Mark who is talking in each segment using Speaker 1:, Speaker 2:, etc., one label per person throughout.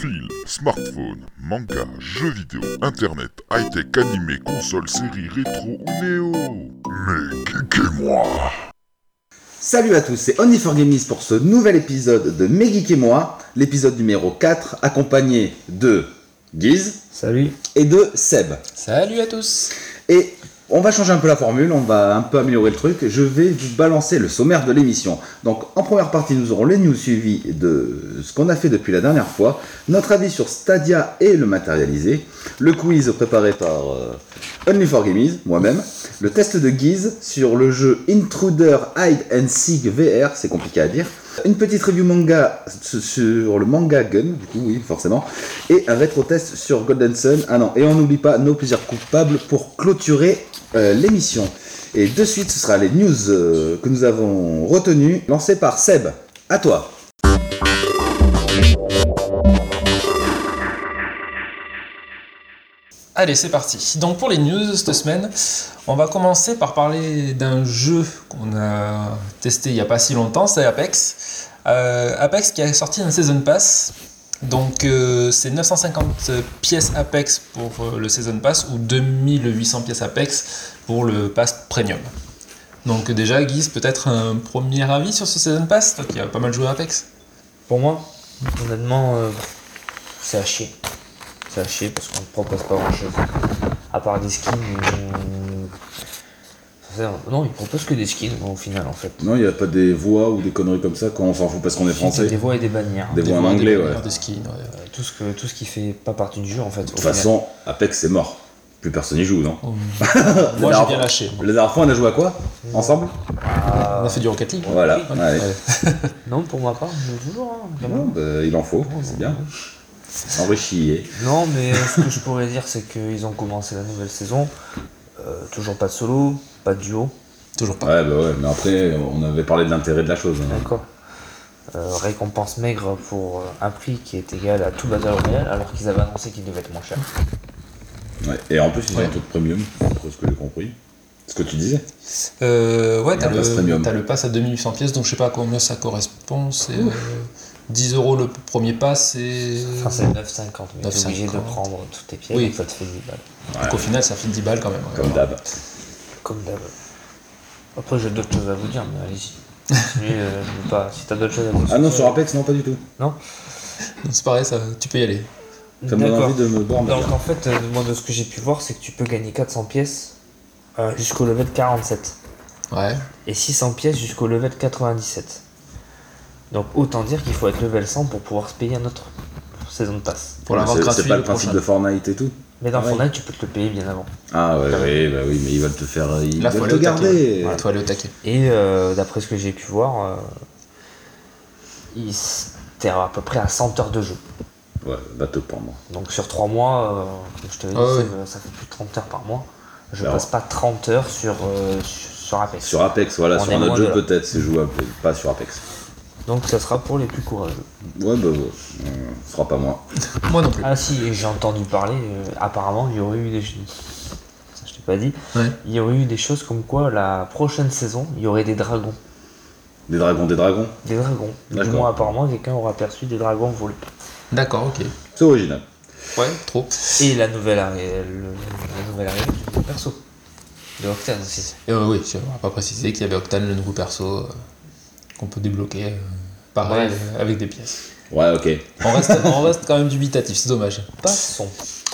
Speaker 1: fil, smartphone, manga, jeux vidéo, internet, high-tech, animé, console, série, rétro ou néo. Mais geekez-moi
Speaker 2: Salut à tous, c'est only for Gamies pour ce nouvel épisode de Mes Geeks et moi, l'épisode numéro 4, accompagné de Guise
Speaker 3: Salut.
Speaker 2: et de Seb.
Speaker 4: Salut à tous
Speaker 2: Et on va changer un peu la formule, on va un peu améliorer le truc. Je vais vous balancer le sommaire de l'émission. Donc en première partie, nous aurons les news suivies de ce qu'on a fait depuis la dernière fois, notre avis sur Stadia et le matérialisé, le quiz préparé par euh, only for Gamies, moi-même, le test de Guise sur le jeu Intruder Hide and Seek VR, c'est compliqué à dire. Une petite review manga s- sur le manga Gun, du coup, oui, forcément et un rétro-test sur Golden Sun. Ah non, et on n'oublie pas nos plaisirs coupables pour clôturer euh, l'émission. Et de suite, ce sera les news euh, que nous avons retenues, lancées par Seb. À toi.
Speaker 4: Allez, c'est parti. Donc pour les news cette semaine, on va commencer par parler d'un jeu qu'on a testé il n'y a pas si longtemps, c'est Apex. Euh, Apex qui a sorti un Season Pass. Donc euh, c'est 950 pièces Apex pour euh, le Season Pass ou 2800 pièces Apex pour le Pass Premium. Donc déjà, Guise, peut-être un premier avis sur ce Season Pass, toi qui as pas mal joué à Apex
Speaker 3: Pour moi, honnêtement, euh, c'est à chier. C'est à chier parce qu'on ne propose pas grand chose. À part des skins. euh, sincèrement, Non, ils proposent que des skins au final en fait.
Speaker 2: Non, il n'y a pas des voix ou des conneries comme ça, quand on s'en fout parce qu'on est
Speaker 3: Des
Speaker 2: français.
Speaker 3: voix et des bannières.
Speaker 2: Des-
Speaker 3: Euh,
Speaker 2: voix en anglais, ouais.
Speaker 4: De ski, ouais.
Speaker 3: Tout ce, que, tout ce qui fait pas partie du jeu en fait.
Speaker 2: De toute façon, Apex c'est mort. Plus personne y joue, non
Speaker 4: Moi
Speaker 2: La
Speaker 4: j'ai bien
Speaker 2: dernière-
Speaker 4: lâché.
Speaker 2: La dernière fois, on a joué à quoi Ensemble
Speaker 4: On a fait du Rocket League.
Speaker 2: Voilà.
Speaker 4: Ouais.
Speaker 2: ouais.
Speaker 3: Ah, Non, pour ma part, mais toujours. hein, quand
Speaker 2: Non,
Speaker 3: même.
Speaker 2: bah, il en faut, c'est bien. Enrichi. eh.
Speaker 3: Non, mais ce que je pourrais dire, c'est qu'ils ont commencé la nouvelle saison. Euh, toujours pas de solo, pas de duo.
Speaker 4: Toujours pas.
Speaker 2: Ouais, bah ouais, mais après, on avait parlé de l'intérêt de la chose. hein.
Speaker 3: D'accord. Euh, récompense maigre pour euh, un prix qui est égal à tout Battle Royale alors qu'ils avaient annoncé qu'il devait être moins cher.
Speaker 2: Mmh. Ouais, et en plus, ils ont
Speaker 4: Ouais.
Speaker 2: un truc premium, d'après ce que j'ai compris. Ce que tu disais
Speaker 4: Euh, ouais,
Speaker 2: Il y a
Speaker 4: t'as
Speaker 2: un pass premium.
Speaker 4: le, t'as le pass à 2800 pièces, donc je sais pas à combien ça correspond. C'est euh, 10 euros le premier pass et.
Speaker 3: Enfin, c'est 9,50, mais t'es obligé de
Speaker 4: 9,50.
Speaker 3: prendre toutes tes pièces,
Speaker 4: Oui.
Speaker 3: donc ça te fait 10 balles.
Speaker 4: Donc au final, ça fait 10 balles quand même. ouais.
Speaker 2: Comme d'hab.
Speaker 3: Comme d'hab. Après, j'ai d'autres choses à vous dire, mais allez-y. Continuez, euh, je veux pas. Si t'as d'autres choses à vous dire.
Speaker 2: Ah non, sur Apex, non, pas du tout.
Speaker 4: Donc c'est pareil, ça, tu peux y aller.
Speaker 2: Ça me donne
Speaker 3: D'accord.
Speaker 2: envie de me boire. ma
Speaker 3: Donc
Speaker 2: bière.
Speaker 3: en fait, euh, moi de ce que j'ai pu voir, c'est que tu peux gagner 400 pièces euh, jusqu'au level 47.
Speaker 4: Ouais.
Speaker 3: et 600 pièces jusqu'au level 97. Donc autant dire qu'il faut être level 100 pour pouvoir se payer un autre saison de passe.
Speaker 4: Pour
Speaker 2: Ouais,
Speaker 4: l'avoir
Speaker 2: c'est-
Speaker 4: gratuit.
Speaker 2: C'est pas le
Speaker 4: le
Speaker 2: principe
Speaker 4: prochain.
Speaker 2: de Fortnite et tout
Speaker 3: Mais dans
Speaker 2: Ouais.
Speaker 3: Fortnite, tu peux te le payer bien avant.
Speaker 2: Ah ouais, ouais, bah oui, mais ils veulent te faire. Ils
Speaker 4: Là, faut
Speaker 2: veulent te
Speaker 4: aller au taquet.
Speaker 2: garder.
Speaker 4: Voilà, faut aller au taquet.
Speaker 3: Et euh, d'après ce que j'ai pu voir, euh, il s- t'es à peu près à 100 heures de jeu.
Speaker 2: Ouais, va te pendre.
Speaker 3: Donc sur 3 mois, euh, comme je te l'ai dit,
Speaker 4: Ah ouais.
Speaker 3: c'est- ça fait plus de 30 heures par mois. Je
Speaker 2: Alors.
Speaker 3: passe pas 30 heures sur, euh, sur, sur Apex.
Speaker 2: Sur Apex, voilà,
Speaker 3: On
Speaker 2: sur
Speaker 3: est
Speaker 2: un autre
Speaker 3: loin
Speaker 2: jeu
Speaker 3: de là.
Speaker 2: peut-être, c'est jouable, mais pas sur Apex.
Speaker 3: Donc ça sera pour les plus courageux.
Speaker 2: Ouais, bah, ouais, euh, ce sera pas moi.
Speaker 4: Moi non plus.
Speaker 3: Ah si, et j'ai entendu parler, euh, apparemment il y aurait eu des... Ça je t'ai pas dit,
Speaker 2: Ah.
Speaker 4: Ouais.
Speaker 3: il y aurait eu des choses comme quoi la prochaine saison, il y aurait des dragons.
Speaker 2: Des dragons, des dragons,
Speaker 3: Des dragons. Du
Speaker 2: D'accord.
Speaker 3: moins, apparemment, quelqu'un aura aperçu des dragons volés.
Speaker 4: D'accord, ok.
Speaker 2: c'est original.
Speaker 4: Ouais, trop.
Speaker 3: Et la nouvelle arrivée, le- la nouvelle arrivée du nouveau perso. De Octane aussi.
Speaker 4: Et euh, oui, on va pas préciser qu'il y avait Octane, le nouveau perso, euh, qu'on peut débloquer. euh, pareil,
Speaker 3: Bref.
Speaker 4: euh, avec des pièces.
Speaker 2: Ouais, ok.
Speaker 4: On reste, on reste quand même dubitatif, c'est dommage.
Speaker 3: Passons.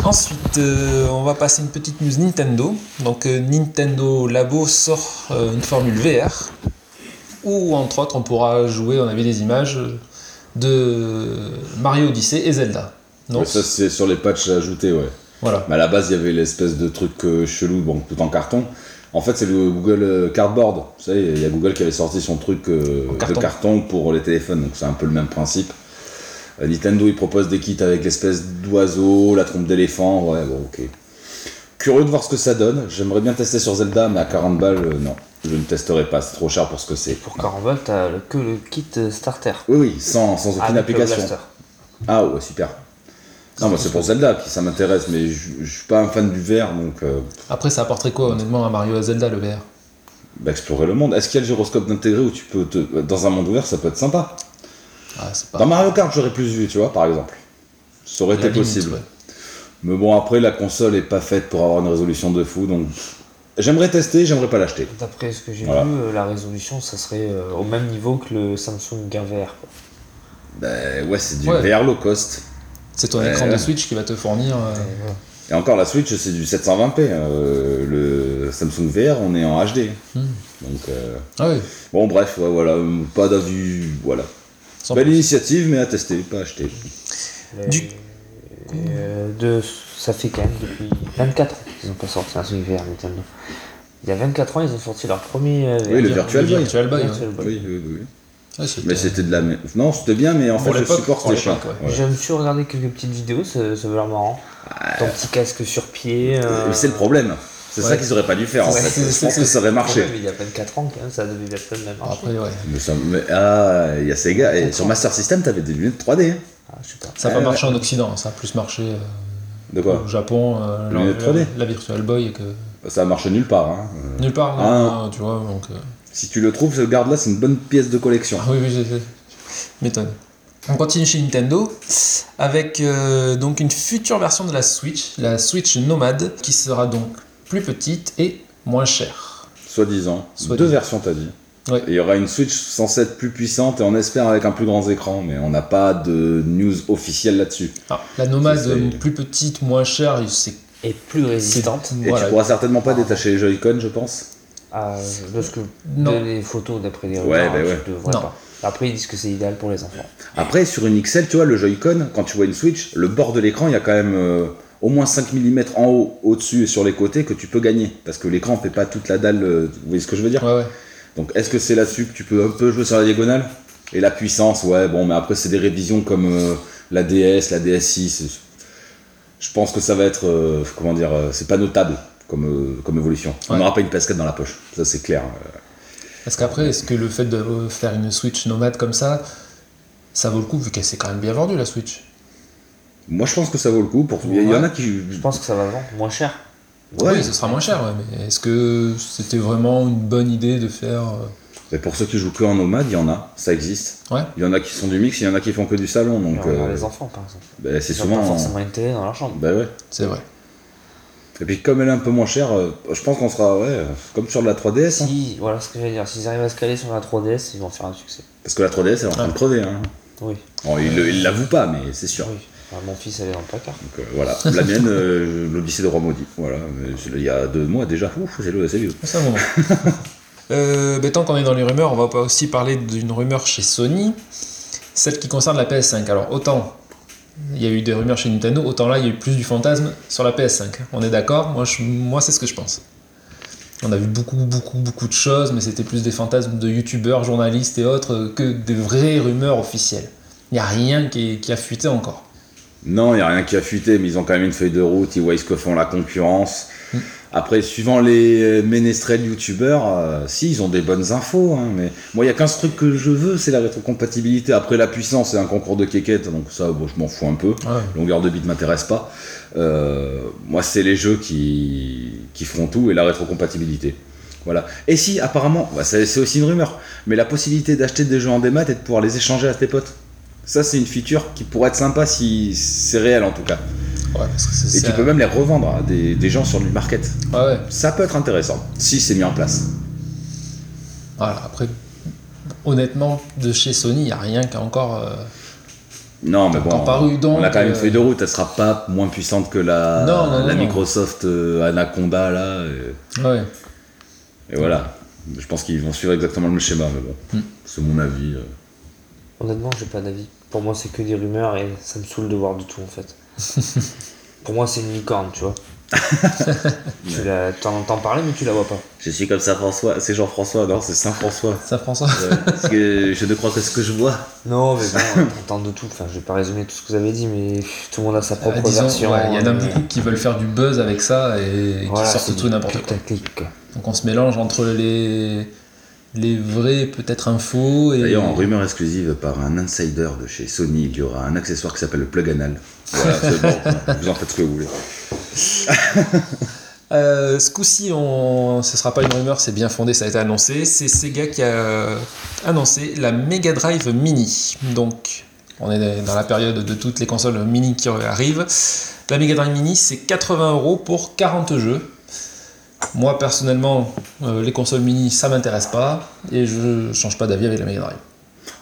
Speaker 4: Ensuite, euh, on va passer une petite news Nintendo. Donc, euh, Nintendo Labo sort euh, une formule VR où, entre autres, on pourra jouer. On avait des images euh, de Mario Odyssey et Zelda. Non
Speaker 2: Ouais, ça, c'est sur les patchs ajoutés, ouais.
Speaker 4: Voilà.
Speaker 2: Mais à la base, il y avait l'espèce de truc euh, chelou, bon, tout en carton. En fait, c'est le Google euh, Cardboard. Vous savez, il y a Google qui avait sorti son truc euh,
Speaker 4: En
Speaker 2: de
Speaker 4: carton.
Speaker 2: carton pour les téléphones, donc c'est un peu le même principe. Euh, Nintendo, il propose des kits avec l'espèce d'oiseau, la trompe d'éléphant, ouais, bon, ok. Curieux de voir ce que ça donne. J'aimerais bien tester sur Zelda, mais à 40 balles, euh, non. Je ne testerai pas, c'est trop cher pour ce que c'est.
Speaker 3: Pour 40 balles, t'as le- que le kit euh, starter.
Speaker 2: Oui, oui, sans,
Speaker 4: Ah,
Speaker 2: sans aucune
Speaker 3: Avec le
Speaker 2: application.
Speaker 3: blaster.
Speaker 2: Ah ouais, super. Non, moi c'est pour Zelda qui ça m'intéresse, mais je je suis pas un fan du verre, donc euh,
Speaker 4: Après, ça apporterait quoi, honnêtement, à Mario et à Zelda, le VR
Speaker 2: bah, explorer le monde. Est-ce qu'il y a le gyroscope intégré où tu peux te... Dans un monde ouvert, ça peut être sympa.
Speaker 4: ah, c'est
Speaker 2: Dans
Speaker 4: pas...
Speaker 2: Mario Kart, j'aurais plus vu, tu vois, par exemple. Ça aurait
Speaker 4: La
Speaker 2: été
Speaker 4: limite,
Speaker 2: possible.
Speaker 4: ouais.
Speaker 2: Mais bon, après, la console est pas faite pour avoir une résolution de fou, donc pff, j'aimerais tester, j'aimerais pas l'acheter.
Speaker 3: D'après ce que j'ai
Speaker 2: Voilà.
Speaker 3: vu, euh, la résolution, ça serait euh, au même niveau que le Samsung GVR.
Speaker 2: Ben ouais, c'est du
Speaker 4: Ouais.
Speaker 2: VR low cost.
Speaker 4: C'est ton
Speaker 2: Ouais,
Speaker 4: écran de
Speaker 2: ouais.
Speaker 4: Switch qui va te fournir. euh,
Speaker 2: Et encore, la Switch, c'est du 720p. euh, le Samsung VR, on est en HD.
Speaker 4: Hmm.
Speaker 2: Donc, euh,
Speaker 4: Ah oui.
Speaker 2: bon, bref, ouais, voilà, euh, pas d'avis, voilà.
Speaker 4: sans-
Speaker 2: Belle initiative, mais à tester, pas acheter.
Speaker 4: Du-
Speaker 3: Et, euh, de, ça fait quand même depuis 24 ans qu'ils n'ont pas sorti un Switch VR Nintendo. Il y a 24 ans, ils ont sorti leur premier. euh,
Speaker 2: Oui, le
Speaker 3: VR.
Speaker 2: Virtual Boy.
Speaker 4: Virtual Ah, Boy,
Speaker 3: Virtual Boy.
Speaker 2: Oui, oui, oui.
Speaker 4: Ouais, c'était-
Speaker 2: Mais c'était de la merde. Non, c'était bien, mais en
Speaker 4: Pour
Speaker 2: fait, le
Speaker 4: l'époque,
Speaker 2: support,
Speaker 4: pour
Speaker 2: c'était cher.
Speaker 4: l'époque,
Speaker 2: Ouais.
Speaker 3: J'ai me suis regardé quelques petites vidéos, ça, ça avait l'air marrant. Ton petit casque sur pied. euh,
Speaker 2: Et C'est le problème. C'est
Speaker 4: Ouais.
Speaker 2: ça qu'ils auraient pas dû faire, en
Speaker 4: Ouais,
Speaker 2: fait.
Speaker 4: c'est-
Speaker 2: Je
Speaker 4: c'est-
Speaker 2: pense
Speaker 4: c'est-
Speaker 2: que ça aurait marché.
Speaker 3: problème, Il y a 24 ans, quand même, ça devait être le même marché.
Speaker 4: Après, ouais.
Speaker 2: Mais ça- mais- ah, il y a Sega. Et sur Master System, t'avais des lunettes 3D. hein.
Speaker 3: Ah, je sais pas.
Speaker 4: Ça
Speaker 2: Ouais,
Speaker 4: n'a pas
Speaker 2: ouais.
Speaker 4: marché en Occident, ça a plus marché euh,
Speaker 2: De quoi
Speaker 4: au Japon, euh, la,
Speaker 2: Lunettes 3D.
Speaker 4: la- la Virtual Boy, que
Speaker 2: Ça marche nulle part. hein. Euh,
Speaker 4: nulle part,
Speaker 2: Ah,
Speaker 4: non,
Speaker 2: non.
Speaker 4: non, tu vois. Donc, euh,
Speaker 2: Si tu le trouves, ce garde-là, c'est une bonne pièce de collection.
Speaker 4: Ah oui, oui, j'ai fait. M'étonne. On continue chez Nintendo avec euh, donc une future version de la Switch, la Switch Nomade, qui sera donc plus petite et moins chère.
Speaker 2: Soi-disant.
Speaker 4: Soi-disant.
Speaker 2: Deux versions, t'as dit.
Speaker 4: Ouais.
Speaker 2: Et il y aura une Switch censée être plus puissante et on espère avec un plus grand écran, mais on n'a pas de news officielle là-dessus.
Speaker 4: Ah, la Nomade
Speaker 2: Ça, c'est-
Speaker 4: euh, plus petite, moins chère, c'est
Speaker 3: Et plus résistante.
Speaker 2: Et
Speaker 4: Voilà. Ah.
Speaker 2: tu pourras certainement pas détacher les Joy-Con, je pense.
Speaker 3: Ah, de ce que
Speaker 4: Non.
Speaker 3: de les photos d'après les
Speaker 2: Ouais,
Speaker 3: rumeurs,
Speaker 2: bah ouais.
Speaker 3: tu devrais
Speaker 4: Non.
Speaker 3: pas. Après, ils disent que c'est idéal pour les enfants.
Speaker 2: Après, sur une XL, tu vois, le Joy-Con, quand tu vois une Switch, le bord de l'écran, il y a quand même euh, au moins 5 mm en haut, au-dessus et sur les côtés que tu peux gagner. Parce que l'écran fait pas toute la dalle, euh, vous voyez ce que je veux dire
Speaker 4: Ouais, ouais.
Speaker 2: Donc est-ce que c'est là-dessus que tu peux un peu jouer sur la diagonale Et la puissance, ouais, bon, mais après c'est des révisions comme euh, la DS, la DSi. c'est- Je pense que ça va être, euh, comment dire, euh, c'est pas notable comme, euh, comme évolution. On
Speaker 4: Ouais.
Speaker 2: n'aura pas une PS4 dans la poche, ça c'est clair. Euh,
Speaker 4: Parce qu'après, est-ce que le fait de euh, faire une Switch Nomade comme ça, ça vaut le coup vu qu'elle s'est quand même bien vendue la Switch
Speaker 2: Moi je pense que ça vaut le coup. Pour... Il y en a qui.
Speaker 3: Je pense que ça va vendre moins cher.
Speaker 2: Ouais.
Speaker 4: Oui, ce sera moins cher, ouais, mais est-ce que c'était vraiment une bonne idée de faire. euh,
Speaker 2: Mais pour ceux qui jouent que en nomade, il y en a, ça existe.
Speaker 4: Ouais.
Speaker 2: Il y en a qui sont du mix, il y en a qui font que du salon.
Speaker 3: Mais
Speaker 2: Donc
Speaker 3: on regarde
Speaker 2: euh,
Speaker 3: les enfants, par exemple.
Speaker 2: ben, c'est
Speaker 3: Ils ont
Speaker 2: souvent.
Speaker 3: pas forcément une télé dans leur chambre.
Speaker 2: Ben ouais.
Speaker 4: C'est vrai.
Speaker 2: Et puis comme elle est un peu moins chère, euh, je pense qu'on sera, ouais, euh, comme sur de la 3DS. hein.
Speaker 3: Si, voilà ce que j'allais dire. S'ils arrivent à se caler sur la 3DS, ils vont faire un succès.
Speaker 2: Parce que la 3DS, elle est en train de crever. Hein.
Speaker 3: Oui,
Speaker 2: Bon, il le- il l'avoue pas, mais c'est sûr.
Speaker 3: oui. Enfin, mon fils, elle est dans le placard.
Speaker 2: Donc, euh, voilà. La mienne, euh, l'Odyssée de Roi Maudit. Voilà. Mais c'est- Il y a deux mois déjà. Ouf, c'est le- c'est vieux.
Speaker 4: C'est un moment. Euh, ben, tant qu'on est dans les rumeurs, on va pas aussi parler d'une rumeur chez Sony, celle qui concerne la PS5. Alors autant il y a eu des rumeurs chez Nintendo, autant là il y a eu plus du fantasme sur la PS5. On est d'accord Moi, je- moi c'est ce que je pense. On a vu beaucoup, beaucoup, beaucoup de choses, mais c'était plus des fantasmes de youtubeurs, journalistes et autres euh, que des vraies rumeurs officielles. Il n'y a rien qui, est- qui a fuité encore.
Speaker 2: Non, il n'y a rien qui a fuité, mais ils ont quand même une feuille de route. Ils voient ce que font la concurrence. Après, suivant les euh, ménestrels youtubeurs, euh, si, ils ont des bonnes infos. hein, mais moi, il y a qu'un seul truc que je veux, c'est la rétrocompatibilité. Après, la puissance, c'est un concours de quéquettes. Donc, ça, bon, je m'en fous un peu. longueur de bit m'intéresse pas. Euh, moi, c'est les jeux qui, qui feront tout et la rétrocompatibilité. Voilà. Et si, apparemment, bah, c'est c'est aussi une rumeur, mais la possibilité d'acheter des jeux en démat et de pouvoir les échanger à tes potes. Ça, c'est une feature qui pourrait être sympa si c'est réel en tout cas.
Speaker 4: Ouais, parce que c'est-
Speaker 2: Et
Speaker 4: c'est-
Speaker 2: tu peux même les revendre à des, des gens sur le market.
Speaker 4: Ouais, ouais.
Speaker 2: Ça peut être intéressant si c'est mis en place.
Speaker 4: Voilà, après, honnêtement, de chez Sony, il n'y a rien qui a encore. euh,
Speaker 2: Non, mais
Speaker 4: T'en
Speaker 2: bon,
Speaker 4: paru donc,
Speaker 2: on a quand même une
Speaker 4: euh,
Speaker 2: feuille de route. Elle sera pas moins puissante que la,
Speaker 4: Non, non, non,
Speaker 2: la
Speaker 4: non.
Speaker 2: Microsoft euh, Anaconda là. euh.
Speaker 4: Ouais.
Speaker 2: Et voilà. Je pense qu'ils vont suivre exactement le même schéma, mais bon.
Speaker 4: Mm.
Speaker 2: C'est mon avis. euh.
Speaker 3: Honnêtement, j'ai pas d'avis. Pour moi, c'est que des rumeurs et ça me saoule de voir du tout en fait. Pour moi, c'est une licorne, tu vois. tu la- t'en entends parler, mais tu la vois pas.
Speaker 2: Je suis comme Saint-François. C'est Jean-François, non C'est Saint-François.
Speaker 4: Ça, François
Speaker 2: Ouais, parce que je ne crois que ce que je vois.
Speaker 3: Non, mais bon, t'entends de tout. Enfin, je vais pas résumer tout ce que vous avez dit, mais pff, tout le monde a sa propre
Speaker 4: Euh, disons,
Speaker 3: version.
Speaker 4: ouais, il y en a
Speaker 3: euh,
Speaker 4: beaucoup qui veulent faire du buzz avec ça et, et
Speaker 3: voilà,
Speaker 4: qui sortent
Speaker 3: c'est
Speaker 4: tout
Speaker 3: du
Speaker 4: n'importe quoi.
Speaker 3: putaclic, quoi.
Speaker 4: Donc on se mélange entre les, les vrais peut-être infos et.
Speaker 2: D'ailleurs, en rumeur exclusive par un insider de chez Sony, il y aura un accessoire qui s'appelle le plug anal. Voilà, c'est bon. vous en faites ce que vous voulez.
Speaker 4: Euh, ce coup-ci, on... ce sera pas une rumeur, c'est bien fondé, ça a été annoncé. C'est Sega qui a annoncé la Mega Drive Mini. Donc On est dans la période de toutes les consoles mini qui arrivent. La Mega Drive Mini, c'est 80 euros pour 40 jeux. Moi, personnellement, euh, les consoles mini, ça m'intéresse pas. Et je change pas d'avis avec la Mega Drive.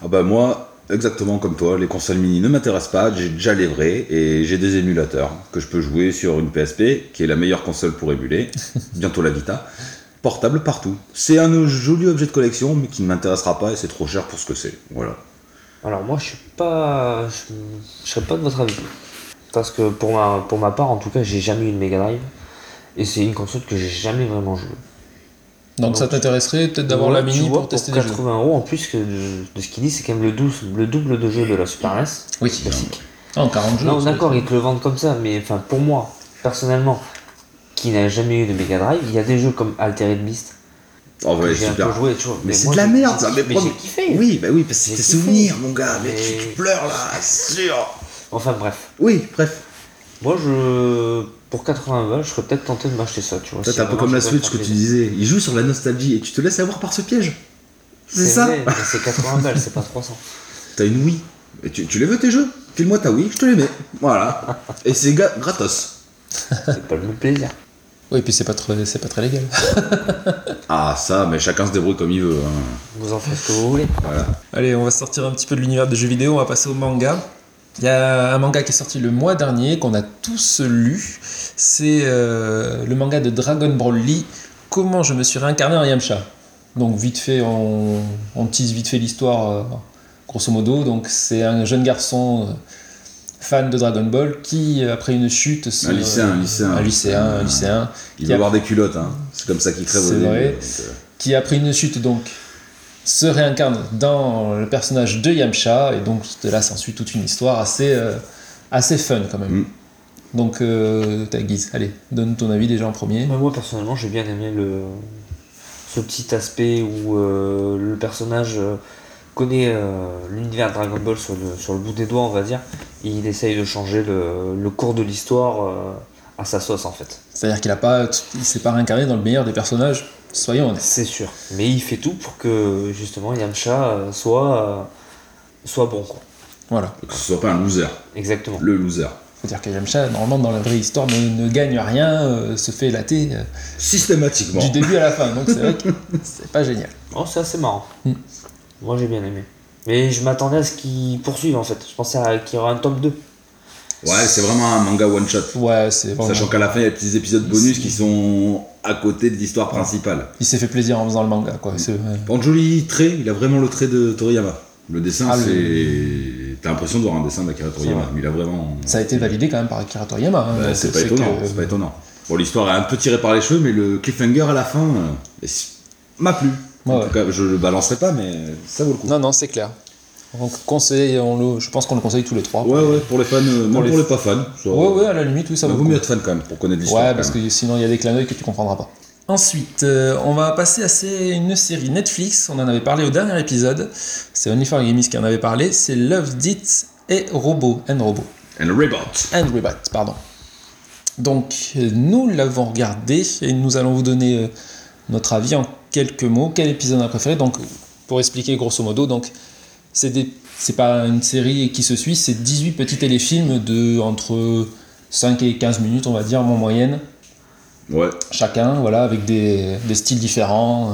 Speaker 2: Ah bah moi, exactement comme toi, les consoles mini ne m'intéressent pas, j'ai déjà les vrais et j'ai des émulateurs que je peux jouer sur une PSP, qui est la meilleure console pour émuler, bientôt la Vita, portable partout. C'est un joli objet de collection, mais qui ne m'intéressera pas et c'est trop cher pour ce que c'est. Voilà.
Speaker 3: Alors moi, je suis pas, je, je serais pas de votre avis, parce que pour ma, pour ma part, en tout cas, j'ai jamais eu une Mega Drive, et c'est une console que j'ai jamais vraiment jouée.
Speaker 4: Donc, ça t'intéresserait peut-être d'avoir
Speaker 3: Ouais,
Speaker 4: la
Speaker 3: tu
Speaker 4: mini
Speaker 3: vois,
Speaker 4: pour tester des jeux.
Speaker 3: 80 euros en plus que de, de ce qu'il dit, c'est quand même le, douce- le double de jeu de la Super NES
Speaker 4: Oui,
Speaker 3: classique.
Speaker 4: Ah, en 40 jeux.
Speaker 3: Non,
Speaker 4: c'est-
Speaker 3: d'accord, ils te le vendent comme ça, mais enfin pour moi, personnellement, qui n'a jamais eu de Mega Drive, il y a des jeux comme Altered Beast
Speaker 2: En
Speaker 3: que
Speaker 2: vrai,
Speaker 3: j'ai un
Speaker 2: super.
Speaker 3: peu joué, tu vois.
Speaker 2: Mais c'est
Speaker 3: moi,
Speaker 2: de la
Speaker 3: j'ai-
Speaker 2: merde, ça,
Speaker 3: Mais,
Speaker 2: mais
Speaker 3: j'ai
Speaker 2: promis.
Speaker 3: kiffé.
Speaker 2: Oui, bah oui, parce que c'est
Speaker 3: J'ai
Speaker 2: tes
Speaker 3: kiffé.
Speaker 2: souvenirs, mon gars, mais tu,
Speaker 3: Mais-
Speaker 2: tu pleures là, sûr.
Speaker 3: Enfin bref,
Speaker 2: Oui, bref.
Speaker 3: moi je pour 80 balles, je serais peut-être tenté de m'acheter ça, tu vois.
Speaker 2: Toi,
Speaker 3: si
Speaker 2: t'es un peu
Speaker 3: vraiment
Speaker 2: comme la
Speaker 3: je pouvais
Speaker 2: Switch que
Speaker 3: faire
Speaker 2: tu
Speaker 3: plaisir.
Speaker 2: disais. Il joue sur la nostalgie et tu te laisses avoir par ce piège. C'est ça
Speaker 3: vrai, mais C'est 80 balles, c'est pas 300.
Speaker 2: T'as une Wii. Et tu, tu les veux tes jeux File-moi ta Wii, je te les mets. Voilà. Et c'est ga- gratos.
Speaker 3: C'est pas le même plaisir.
Speaker 4: Oui, puis c'est pas très, c'est pas très légal.
Speaker 2: Ah ça, mais chacun se débrouille comme il veut. hein.
Speaker 3: Vous en faites ce que vous voulez.
Speaker 2: Voilà.
Speaker 4: Allez, on va sortir un petit peu de l'univers des jeux vidéo, on va passer au manga. Il y a un manga qui est sorti le mois dernier, qu'on a tous lu. C'est euh, le manga de Dragon Broly, Comment je me suis réincarné en Yamcha. Donc vite fait, on, on tease vite fait l'histoire, euh, grosso modo. Donc c'est un jeune garçon euh, fan de Dragon Ball qui, après une chute... se-
Speaker 2: Un lycéen, un lycéen.
Speaker 4: Un lycéen, un lycéen.
Speaker 2: Il
Speaker 4: Qui
Speaker 2: veut
Speaker 4: a-
Speaker 2: avoir des culottes, hein. C'est comme ça qu'il crève au
Speaker 4: C'est
Speaker 2: début,
Speaker 4: vrai.
Speaker 2: donc, euh,
Speaker 4: qui après une chute donc se réincarne dans le personnage de Yamcha et donc de là s'ensuit toute une histoire assez euh, assez fun quand même.
Speaker 2: Mm.
Speaker 4: Donc euh, ta guise, allez, donne ton avis déjà en premier.
Speaker 3: Moi, moi, personnellement, j'ai bien aimé le... ce petit aspect où euh, le personnage euh, connaît euh, l'univers Dragon Ball sur le, sur le bout des doigts, on va dire, et il essaye de changer le, le cours de l'histoire euh, à sa sauce, en fait.
Speaker 4: C'est-à-dire qu'il a pas il s'est pas réincarné dans le meilleur des personnages, soyons honnêtes.
Speaker 3: C'est sûr. Mais il fait tout pour que, justement, Yamcha euh, soit, euh, soit bon, quoi.
Speaker 4: Voilà.
Speaker 2: euh, Que ce soit pas un loser.
Speaker 3: Exactement.
Speaker 2: Le loser.
Speaker 4: Faut dire que Yamcha normalement dans la vraie histoire ne, ne gagne rien, euh, se fait latter euh,
Speaker 2: Systématiquement.
Speaker 4: du début à la fin. Donc c'est vrai que c'est pas génial.
Speaker 3: Oh, c'est assez marrant.
Speaker 4: Mm.
Speaker 3: Moi, j'ai bien aimé. Mais je m'attendais à ce qu'il poursuive, en fait. Je pensais à- qu'il y aurait un tome 2.
Speaker 2: Ouais, c'est vraiment un manga one shot.
Speaker 4: Ouais, c'est vraiment-
Speaker 2: Sachant qu'à la fin, il y a des petits épisodes bonus qui sont à côté de l'histoire principale.
Speaker 4: il s'est fait plaisir en faisant le manga quoi. C'est- euh,
Speaker 2: Par contre, joli trait, il a vraiment le trait de Toriyama. Le dessin,
Speaker 4: Ah, le-
Speaker 2: c'est. T'as l'impression de voir un dessin d'Akira Toriyama,
Speaker 3: va.
Speaker 2: mais il a vraiment.
Speaker 4: Ça a été validé quand même par Akira Toriyama. hein.
Speaker 2: Bah,
Speaker 4: Donc,
Speaker 2: c'est pas étonnant,
Speaker 4: que-
Speaker 2: c'est pas étonnant. Bon, l'histoire est un peu tirée par les cheveux, mais le cliffhanger à la fin euh, est- m'a plu. en
Speaker 4: Ouais.
Speaker 2: tout cas, je le balancerai pas, mais ça vaut le coup.
Speaker 4: Non, non, c'est clair. On conseille, on le- je pense qu'on le conseille tous les trois.
Speaker 2: Ouais, ouais, pour les fans, euh, même
Speaker 4: les-
Speaker 2: pour les pas fans. ça-
Speaker 4: ouais, ouais, à la limite, oui, ça
Speaker 2: Mais Bah,
Speaker 4: vaut
Speaker 2: vaut
Speaker 4: le
Speaker 2: mieux
Speaker 4: coup.
Speaker 2: être fan quand même, pour connaître l'histoire.
Speaker 4: Ouais,
Speaker 2: quand
Speaker 4: parce
Speaker 2: même.
Speaker 4: que sinon il y a des clins d'œil que tu comprendras pas. Ensuite, euh, on va passer à ces- une série Netflix. On en avait parlé au dernier épisode. C'est Only for Gamers qui en avait parlé. C'est Love, Dit et Robot. And Robot.
Speaker 2: And Rebot.
Speaker 4: And Robot, pardon. Donc, euh, nous l'avons regardé et nous allons vous donner euh, notre avis en quelques mots. Quel épisode on a préféré Donc, pour expliquer grosso modo, donc c'est des- c'est pas une série qui se suit, c'est 18 petits téléfilms de entre 5 et 15 minutes, on va dire, en moyenne,
Speaker 2: Ouais,
Speaker 4: chacun, voilà, avec des, des styles différents, euh,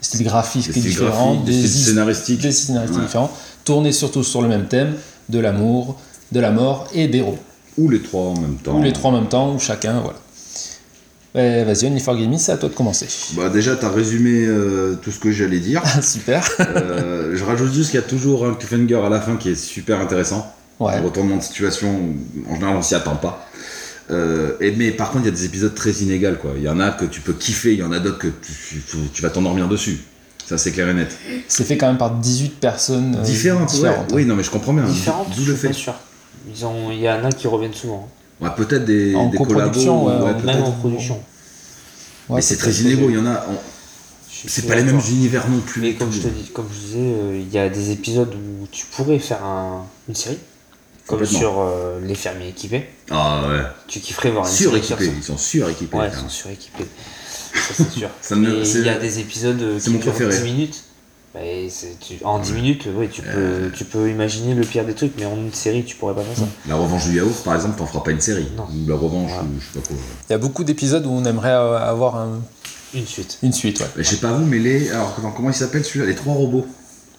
Speaker 4: des styles graphiques
Speaker 2: des styles
Speaker 4: différents,
Speaker 2: graphiques, des styles
Speaker 4: histoires
Speaker 2: scénaristiques.
Speaker 4: des scénaristes
Speaker 2: Ouais.
Speaker 4: différents, tournés surtout sur le même thème, de l'amour, de la mort et des héros.
Speaker 2: Ou les trois en même temps.
Speaker 4: Ou les trois en même temps, ou chacun, voilà. Eh, Vas-y, Only for Gaming, c'est à toi de commencer.
Speaker 2: Bah, déjà, t'as résumé euh, tout ce que j'allais dire.
Speaker 4: Ah, Super.
Speaker 2: Euh, je rajoute juste qu'il y a toujours un cliffhanger à la fin qui est super intéressant.
Speaker 4: Ouais.
Speaker 2: Un retournement de situation, où, en général, on s'y attend pas. Euh, et, mais par contre, il y a des épisodes très inégaux. Quoi. Il y en a que tu peux kiffer, il y en a d'autres que tu, tu- tu vas t'endormir dessus. Ça, c'est clair et net.
Speaker 3: Euh,
Speaker 4: C'est fait quand même par 18 personnes euh,
Speaker 2: Différentes, ouais.
Speaker 3: hein.
Speaker 4: différentes.
Speaker 2: Oui, non, mais je comprends bien.
Speaker 3: Différentes,
Speaker 2: Ah, D'où
Speaker 3: je
Speaker 2: le
Speaker 3: suis pas
Speaker 2: fait.
Speaker 3: sûr. Ils ont... Il y en a qui reviennent souvent.
Speaker 2: Ouais, peut-être des,
Speaker 4: En
Speaker 2: des collabos.
Speaker 4: coproduction, ouais, en-
Speaker 2: peut-être.
Speaker 3: Même en production.
Speaker 4: Ouais,
Speaker 2: mais c'est très inégaux. Il y en a. on-
Speaker 3: Je suis
Speaker 2: C'est
Speaker 3: plus
Speaker 2: pas les mêmes
Speaker 3: d'accord.
Speaker 2: univers non plus.
Speaker 3: Mais comme je te dis, comme je disais, euh, il y a des épisodes où tu pourrais faire un- une série, comme
Speaker 2: Complètement.
Speaker 3: sur euh, les fermiers équipés.
Speaker 2: Ah ouais.
Speaker 3: Tu kifferais voir une série sur
Speaker 2: Suréquipés. Ils sont suréquipés. hein.
Speaker 3: ça. Ouais,
Speaker 2: les
Speaker 3: ils
Speaker 2: gars.
Speaker 3: sont suréquipés. Ça, c'est sûr.
Speaker 2: Ça me-
Speaker 3: Mais
Speaker 2: c'est-
Speaker 3: il y a des épisodes euh,
Speaker 2: c'est
Speaker 3: qui
Speaker 2: mon
Speaker 3: durent
Speaker 2: préféré.
Speaker 3: 10 minutes Mais c'est- tu- en 10 minutes, oui, tu,
Speaker 2: Euh.
Speaker 3: peux, tu peux imaginer le pire des trucs, mais en une série, tu pourrais pas faire ça.
Speaker 2: La revanche du yaourt, par exemple, t'en feras pas une série.
Speaker 3: Non.
Speaker 2: Ou la revanche,
Speaker 3: Ouais.
Speaker 2: ou je sais pas quoi.
Speaker 4: Il y a beaucoup d'épisodes où on aimerait euh, avoir un-
Speaker 3: Une suite.
Speaker 4: une suite, ouais.
Speaker 2: Je sais pas vous, mais les. Alors, comment- comment il s'appelle celui-là Les trois robots.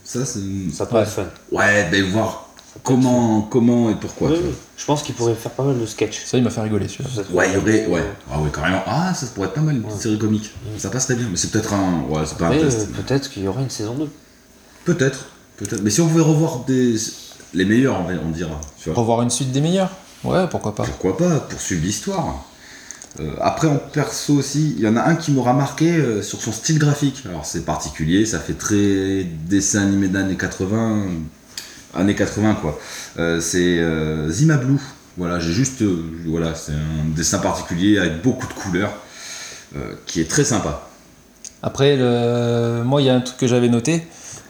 Speaker 2: Ça, c'est.
Speaker 3: Ça peut
Speaker 4: Ouais.
Speaker 3: être fun.
Speaker 2: Ouais, ben voir comment, comment et pourquoi.
Speaker 3: Oui,
Speaker 2: tu vois.
Speaker 3: oui. Je pense qu'il pourrait faire pas mal de sketch.
Speaker 4: Ça, il m'a fait rigoler celui-là.
Speaker 2: Ouais, il y aurait. Ouais. Ah ouais, carrément. Ah, ça pourrait être pas mal une petite
Speaker 3: Ouais.
Speaker 2: série comique. Ça passerait bien. Mais c'est peut-être un. Ouais, c'est pas un
Speaker 3: Mais, euh,
Speaker 2: test.
Speaker 3: peut-être qu'il y aura une saison 2.
Speaker 2: Peut-être. Peut-être. Mais si on pouvait revoir des. Les meilleurs, on va- on dira. Tu vois.
Speaker 4: Revoir une suite des meilleurs Ouais, pourquoi pas.
Speaker 2: Pourquoi pas Poursuivre l'histoire. Euh, après, en perso aussi, il y en a un qui m'aura marqué euh, sur son style graphique. Alors, c'est particulier, ça fait très dessin animé d'années 80. Années 80, quoi. Euh, c'est euh, Zima Blue. Voilà, j'ai juste. euh, voilà, c'est un dessin particulier avec beaucoup de couleurs euh, qui est très sympa.
Speaker 4: Après, le- moi, il y a un truc que j'avais noté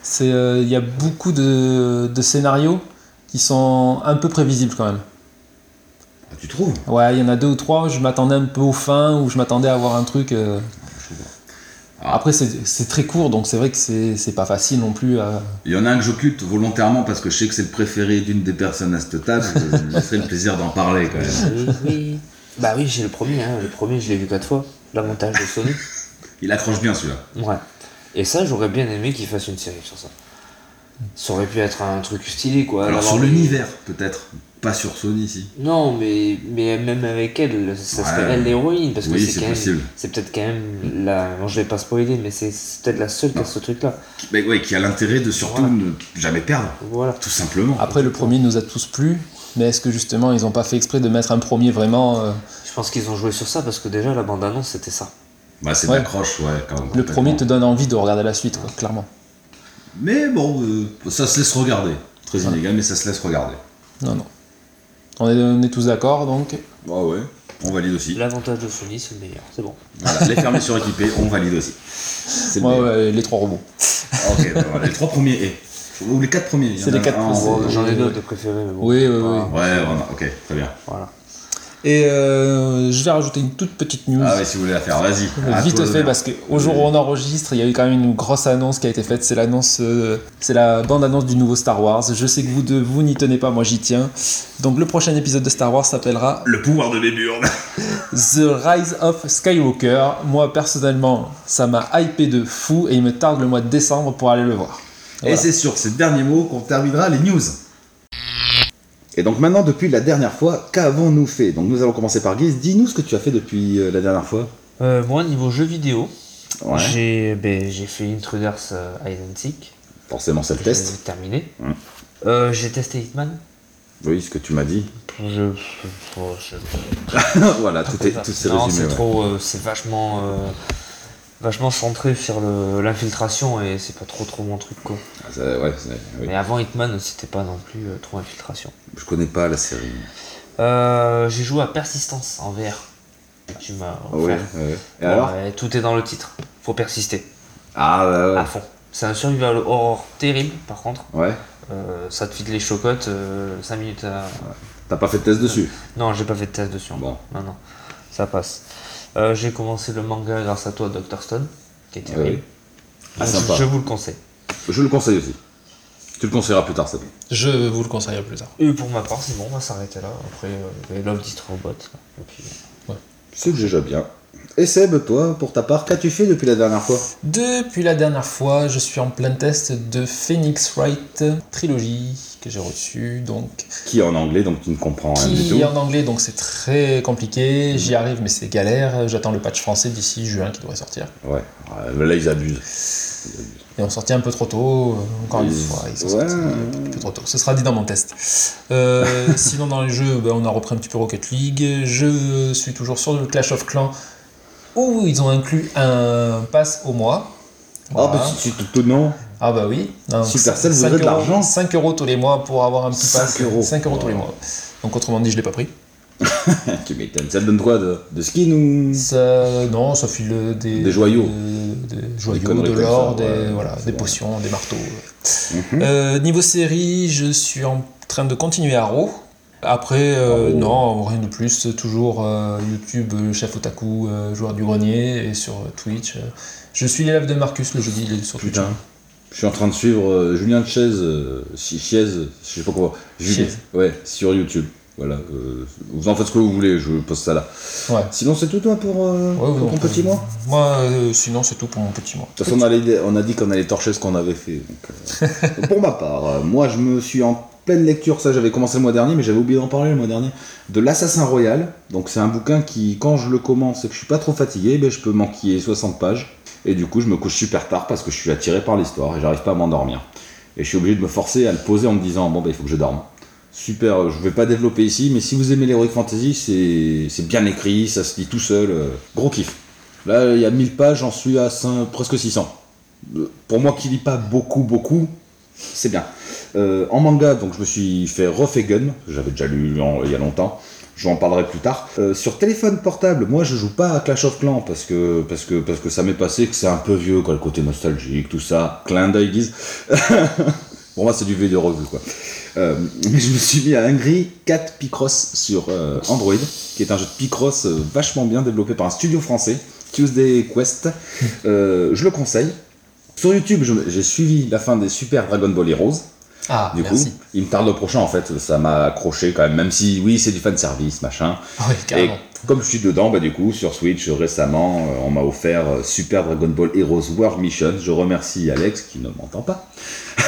Speaker 4: c'est euh, il y a beaucoup de, de scénarios qui sont un peu prévisibles quand même.
Speaker 2: Ah, tu trouves
Speaker 4: Ouais, il y en a deux ou trois, où je m'attendais un peu aux fins, où je m'attendais à avoir un truc. euh,
Speaker 2: Ah.
Speaker 4: Après, c'est c'est très court, donc c'est vrai que c'est c'est pas facile non plus euh, à.
Speaker 2: Il y en a un que j'occulte volontairement parce que je sais que c'est le préféré d'une des personnes à cette table. Je me ferai le plaisir d'en parler quand même.
Speaker 3: Oui, oui. Bah oui, j'ai le premier. hein. Le premier, je l'ai vu quatre fois. L'avantage de Sony.
Speaker 2: Il accroche bien celui-là.
Speaker 3: Ouais. Et ça, j'aurais bien aimé qu'il fasse une série sur ça. Ça aurait pu être un truc stylé, quoi.
Speaker 2: Alors
Speaker 3: d'avoir
Speaker 2: sur
Speaker 3: des-
Speaker 2: l'univers peut-être, pas sur Sony si.
Speaker 3: Non, mais, mais même avec elle, ça serait
Speaker 2: Ouais.
Speaker 3: elle l'héroïne, parce que
Speaker 2: Oui, c'est
Speaker 3: c'est quand
Speaker 2: possible.
Speaker 3: même. C'est peut-être quand même la. Bon, je vais pas spoiler, mais c'est c'est peut-être la seule qui a ce truc-là.
Speaker 2: Qui- Mais ouais, qui a l'intérêt de surtout
Speaker 3: Voilà.
Speaker 2: ne jamais perdre,
Speaker 3: Voilà.
Speaker 2: tout simplement.
Speaker 4: Après, le premier nous a tous plu, mais est-ce que justement, ils ont pas fait exprès de mettre un premier vraiment. euh,
Speaker 3: Je pense qu'ils ont joué sur ça, parce que déjà, la bande-annonce, c'était ça.
Speaker 2: Bah c'est
Speaker 4: Ouais.
Speaker 2: d'accroche, ouais. Quand même,
Speaker 4: Le
Speaker 2: complètement.
Speaker 4: premier te donne envie de regarder la suite, quoi, clairement.
Speaker 2: Mais bon, euh, ça se laisse regarder. Très inégal, mais ça se laisse regarder.
Speaker 4: Non, non. On est, on est tous d'accord, donc.
Speaker 2: Bah ouais. On valide aussi.
Speaker 3: L'avantage de Sony, c'est le meilleur. C'est bon.
Speaker 2: Voilà, les fermés suréquipés, on valide aussi. C'est
Speaker 4: Ouais,
Speaker 2: bien.
Speaker 4: ouais, les trois robots.
Speaker 2: Ok, bah voilà, les trois premiers et. Ou les quatre premiers. il y
Speaker 4: C'est
Speaker 2: en a
Speaker 4: les quatre
Speaker 2: un en-
Speaker 4: premiers.
Speaker 3: J'en ai d'autres de préférés, mais bon.
Speaker 4: Oui, oui,
Speaker 3: c'est pas-
Speaker 4: oui.
Speaker 2: Ouais, voilà, ok, très bien. Ah,
Speaker 3: Voilà.
Speaker 4: Et euh, je vais rajouter une toute petite news.
Speaker 2: Ah ouais, si vous voulez la faire, vas-y. à
Speaker 4: Vite
Speaker 2: toi,
Speaker 4: fait,
Speaker 2: Zola.
Speaker 4: parce qu'au jour où on enregistre, il y a eu quand même une grosse annonce qui a été faite. C'est l'annonce, euh, c'est la bande-annonce du nouveau Star Wars. Je sais que vous deux, vous n'y tenez pas, moi j'y tiens. Donc le prochain épisode de Star Wars s'appellera
Speaker 2: Le pouvoir de Béburne.
Speaker 4: The Rise of Skywalker. Moi personnellement, ça m'a hypé de fou et il me tarde le mois de décembre pour aller le voir.
Speaker 2: Et
Speaker 4: Voilà.
Speaker 2: c'est sur ces derniers mots qu'on terminera les news. Et donc maintenant, depuis la dernière fois, qu'avons-nous fait Donc nous allons commencer par Guise. Dis-nous ce que tu as fait depuis euh, la dernière fois.
Speaker 3: Euh, moi, niveau jeu vidéo,
Speaker 2: Ouais.
Speaker 3: j'ai ben, j'ai fait Intruders euh, Hide and Seek.
Speaker 2: Forcément, c'est le
Speaker 3: que
Speaker 2: test.
Speaker 3: j'ai terminé.
Speaker 2: Ouais.
Speaker 3: Euh, j'ai testé Hitman.
Speaker 2: Oui, ce que tu m'as dit.
Speaker 3: Je. oh, je-
Speaker 2: voilà, tout est tout s'est
Speaker 3: Non,
Speaker 2: résumé.
Speaker 3: c'est
Speaker 2: ouais.
Speaker 3: trop. euh, c'est vachement. euh, vachement centré sur le- l'infiltration et c'est pas trop trop mon truc quoi.
Speaker 2: Ah, ça, ouais, c'est- oui.
Speaker 3: Mais avant Hitman, c'était pas non plus euh, trop infiltration.
Speaker 2: Je connais pas la série.
Speaker 3: Euh, j'ai joué à Persistance en VR. Tu m'as.
Speaker 2: Ouais,
Speaker 3: offert.
Speaker 2: ouais. Ah Et alors
Speaker 3: Ouais, Tout est dans le titre. Faut persister.
Speaker 2: Ah
Speaker 3: à
Speaker 2: bah
Speaker 3: fond. C'est un survival horror terrible, par contre.
Speaker 2: ouais. Ouais.
Speaker 3: Euh, ça te file les chocottes 5 minutes à.
Speaker 2: T'as pas fait de test dessus.
Speaker 3: Non, j'ai pas fait de test dessus.
Speaker 2: Bon.
Speaker 3: Non, non, ça passe. Euh, j'ai commencé le manga grâce à toi, Dr. Stone, qui est terrible.
Speaker 2: Ouais. Ah,
Speaker 3: Donc,
Speaker 2: sympa.
Speaker 3: Je vous le conseille.
Speaker 2: Je le conseille aussi. Tu le conseilleras plus tard, ça.
Speaker 4: Je vous le conseille plus tard.
Speaker 3: Et pour ma part, c'est bon, on va s'arrêter là. Après, euh, I Love This Robot. Et puis,
Speaker 2: C'est déjà bien. Et Seb, toi, pour ta part, qu'as-tu fait depuis la dernière fois
Speaker 4: Depuis la dernière fois, je suis en plein test de Phoenix Wright trilogie que j'ai reçue, donc
Speaker 2: Qui est en anglais, donc tu ne comprends rien du
Speaker 4: qui
Speaker 2: tout.
Speaker 4: est en anglais, donc c'est très compliqué. J'y arrive, mais c'est galère. J'attends le patch français d'ici juin qui devrait sortir.
Speaker 2: Ouais, ouais, là ils abusent.
Speaker 4: Et on sortit un peu trop tôt. euh, Encore une
Speaker 2: Ils-
Speaker 4: fois, ils sont
Speaker 2: Mmh. ouais.
Speaker 4: sortis un petit peu trop tôt. Ce sera dit dans mon test. Euh, sinon, dans les jeux, ben, on a repris un petit peu Rocket League. Je suis toujours sur le Clash of Clans où ils ont inclus un pass au mois.
Speaker 2: Ah,
Speaker 4: Voilà.
Speaker 2: bah si tu tout non.
Speaker 4: Ah bah oui. Donc,
Speaker 2: Supercell
Speaker 4: cinq
Speaker 2: voudrait de
Speaker 4: euros-
Speaker 2: l'argent.
Speaker 4: 5 euros tous les mois pour avoir un petit pass.
Speaker 2: 5 euros.
Speaker 4: 5 euros tous les
Speaker 2: Wow.
Speaker 4: mois. Donc autrement dit, je l'ai pas pris.
Speaker 2: tu m'étonnes. Ça te donne quoi de, de skin ou
Speaker 4: Ça- euh, non, ça file des,
Speaker 2: Des joyaux.
Speaker 4: de- des joyaux,
Speaker 2: conneries
Speaker 4: de
Speaker 2: comme
Speaker 4: l'or,
Speaker 2: ça,
Speaker 4: des,
Speaker 2: ouais,
Speaker 4: voilà,
Speaker 2: c'est Mhm.
Speaker 4: des
Speaker 2: bon.
Speaker 4: potions, des marteaux. Euh, niveau série, je suis en train de continuer Arrow. Après, euh,
Speaker 2: Arrow.
Speaker 4: non, rien de plus. Toujours euh, YouTube, euh, chef otaku, euh, joueur du grenier et sur euh, Twitch. euh. je suis l'élève de Marcus le jeudi, il est sur Twitch.
Speaker 2: Putain. Je suis en train de suivre euh, Julien Chiez, euh, Chi- Chiez, je sais pas comment. Julien,
Speaker 4: Chiez.
Speaker 2: ouais, sur YouTube. Voilà, euh, vous en faites ce que vous voulez, je poste ça là.
Speaker 4: Ouais.
Speaker 2: Sinon, c'est tout toi pour, euh,
Speaker 4: Ouais,
Speaker 2: pour
Speaker 4: ouais,
Speaker 2: ton
Speaker 4: on peut-
Speaker 2: petit mois
Speaker 4: Moi, euh, sinon, c'est tout pour mon petit mois.
Speaker 2: De toute façon, on, a les- on a dit qu'on allait torcher ce qu'on avait fait. donc, euh, donc, pour ma part, euh, moi je me suis en pleine lecture, ça j'avais commencé le mois dernier, mais j'avais oublié d'en parler le mois dernier, de l'Assassin Royal. Donc c'est un bouquin qui, quand je le commence et que je suis pas trop fatigué, ben, je peux manquer 60 pages. Et du coup, je me couche super tard parce que je suis attiré par l'histoire et j'arrive pas à m'endormir. Et je suis obligé de me forcer à le poser en me disant bon ben il faut que je dorme. Super, euh, je vais pas développer ici, mais si vous aimez l'Heroic Fantasy, c'est- c'est bien écrit, ça se lit tout seul, euh, gros kiff. Là, il y a 1000 pages, j'en suis à cin- presque 600. Euh, Pour moi qui lis pas beaucoup, beaucoup, c'est bien. Euh, en manga, donc je me suis fait refait Gun, que j'avais déjà lu en- il y a longtemps. Je vous en parlerai plus tard. Euh, sur téléphone portable, moi je joue pas à Clash of Clans parce que, parce que, parce que ça m'est passé que c'est un peu vieux, quoi, le côté nostalgique, tout ça. Clin d'œil, guise. Pour moi, c'est du vieux de revue, quoi. Euh, mais je me suis mis à Angry 4 Picross sur euh, Android, qui est un jeu de Picross euh, vachement bien développé par un studio français, Tuesday Quest. Euh, je le conseille. Sur YouTube, je- j'ai suivi la fin des Super Dragon Ball Heroes.
Speaker 4: Ah,
Speaker 2: Du
Speaker 4: merci.
Speaker 2: coup, il me tarde au prochain en fait, ça m'a accroché quand même, même si oui, c'est du fan service, machin.
Speaker 4: Oui, carrément.
Speaker 2: Et comme je suis dedans, bah, du coup, sur Switch euh, récemment, euh, on m'a offert euh, Super Dragon Ball Heroes World Mission. Je remercie Alex qui ne m'entend pas.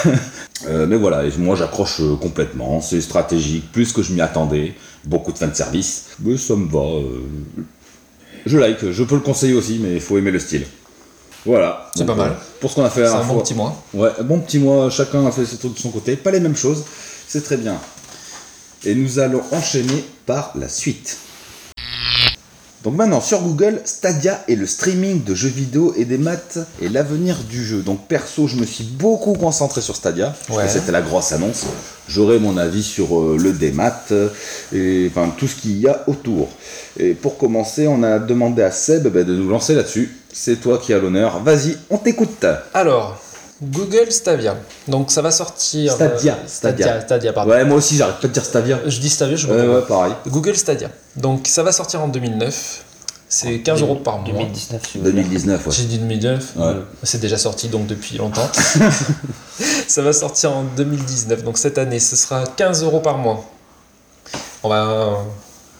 Speaker 2: Euh, mais voilà, et moi j'accroche euh, complètement. C'est stratégique, plus que je m'y attendais. Beaucoup de fin de service. Mais ça me va. euh, Je like, je peux le conseiller aussi, mais il faut aimer le style. Voilà.
Speaker 4: C'est
Speaker 2: Donc,
Speaker 4: pas mal.
Speaker 2: euh, Pour ce qu'on a fait la
Speaker 4: C'est un
Speaker 2: dernière
Speaker 4: bon
Speaker 2: fois.
Speaker 4: petit mois.
Speaker 2: Ouais, bon petit mois, chacun a fait ses trucs de son côté, pas les mêmes choses, c'est très bien. Et nous allons enchaîner par la suite. Donc maintenant sur Google, Stadia et le streaming de jeux vidéo et des maths et l'avenir du jeu. Donc perso, je me suis beaucoup concentré sur Stadia, parce que
Speaker 4: Ouais.
Speaker 2: c'était la grosse annonce. J'aurai mon avis sur euh, le démat euh, et enfin tout ce qu'il y a autour. Et pour commencer, on a demandé à Seb ben, de nous lancer là-dessus. C'est toi qui as l'honneur. Vas-y, on t'écoute.
Speaker 4: Alors, Google Stadia. Donc, ça va sortir.
Speaker 2: Stadia,
Speaker 4: euh, Stadia,
Speaker 2: Stadia.
Speaker 4: Stadia, pardon.
Speaker 2: Ouais, moi aussi, j'arrête pas de dire Stadia.
Speaker 4: Je dis Stadia, je me
Speaker 2: Ouais,
Speaker 4: comprends.
Speaker 2: ouais, pareil.
Speaker 4: Google Stadia. Donc, ça va sortir en 2009. C'est 15 euros par mois.
Speaker 3: 2019, si vous voulez.
Speaker 2: 2019, ouais.
Speaker 4: J'ai dit 2009.
Speaker 2: Ouais.
Speaker 4: C'est déjà sorti donc depuis longtemps. ça va sortir en 2019. Donc cette année, ce sera 15 euros par mois. On va euh,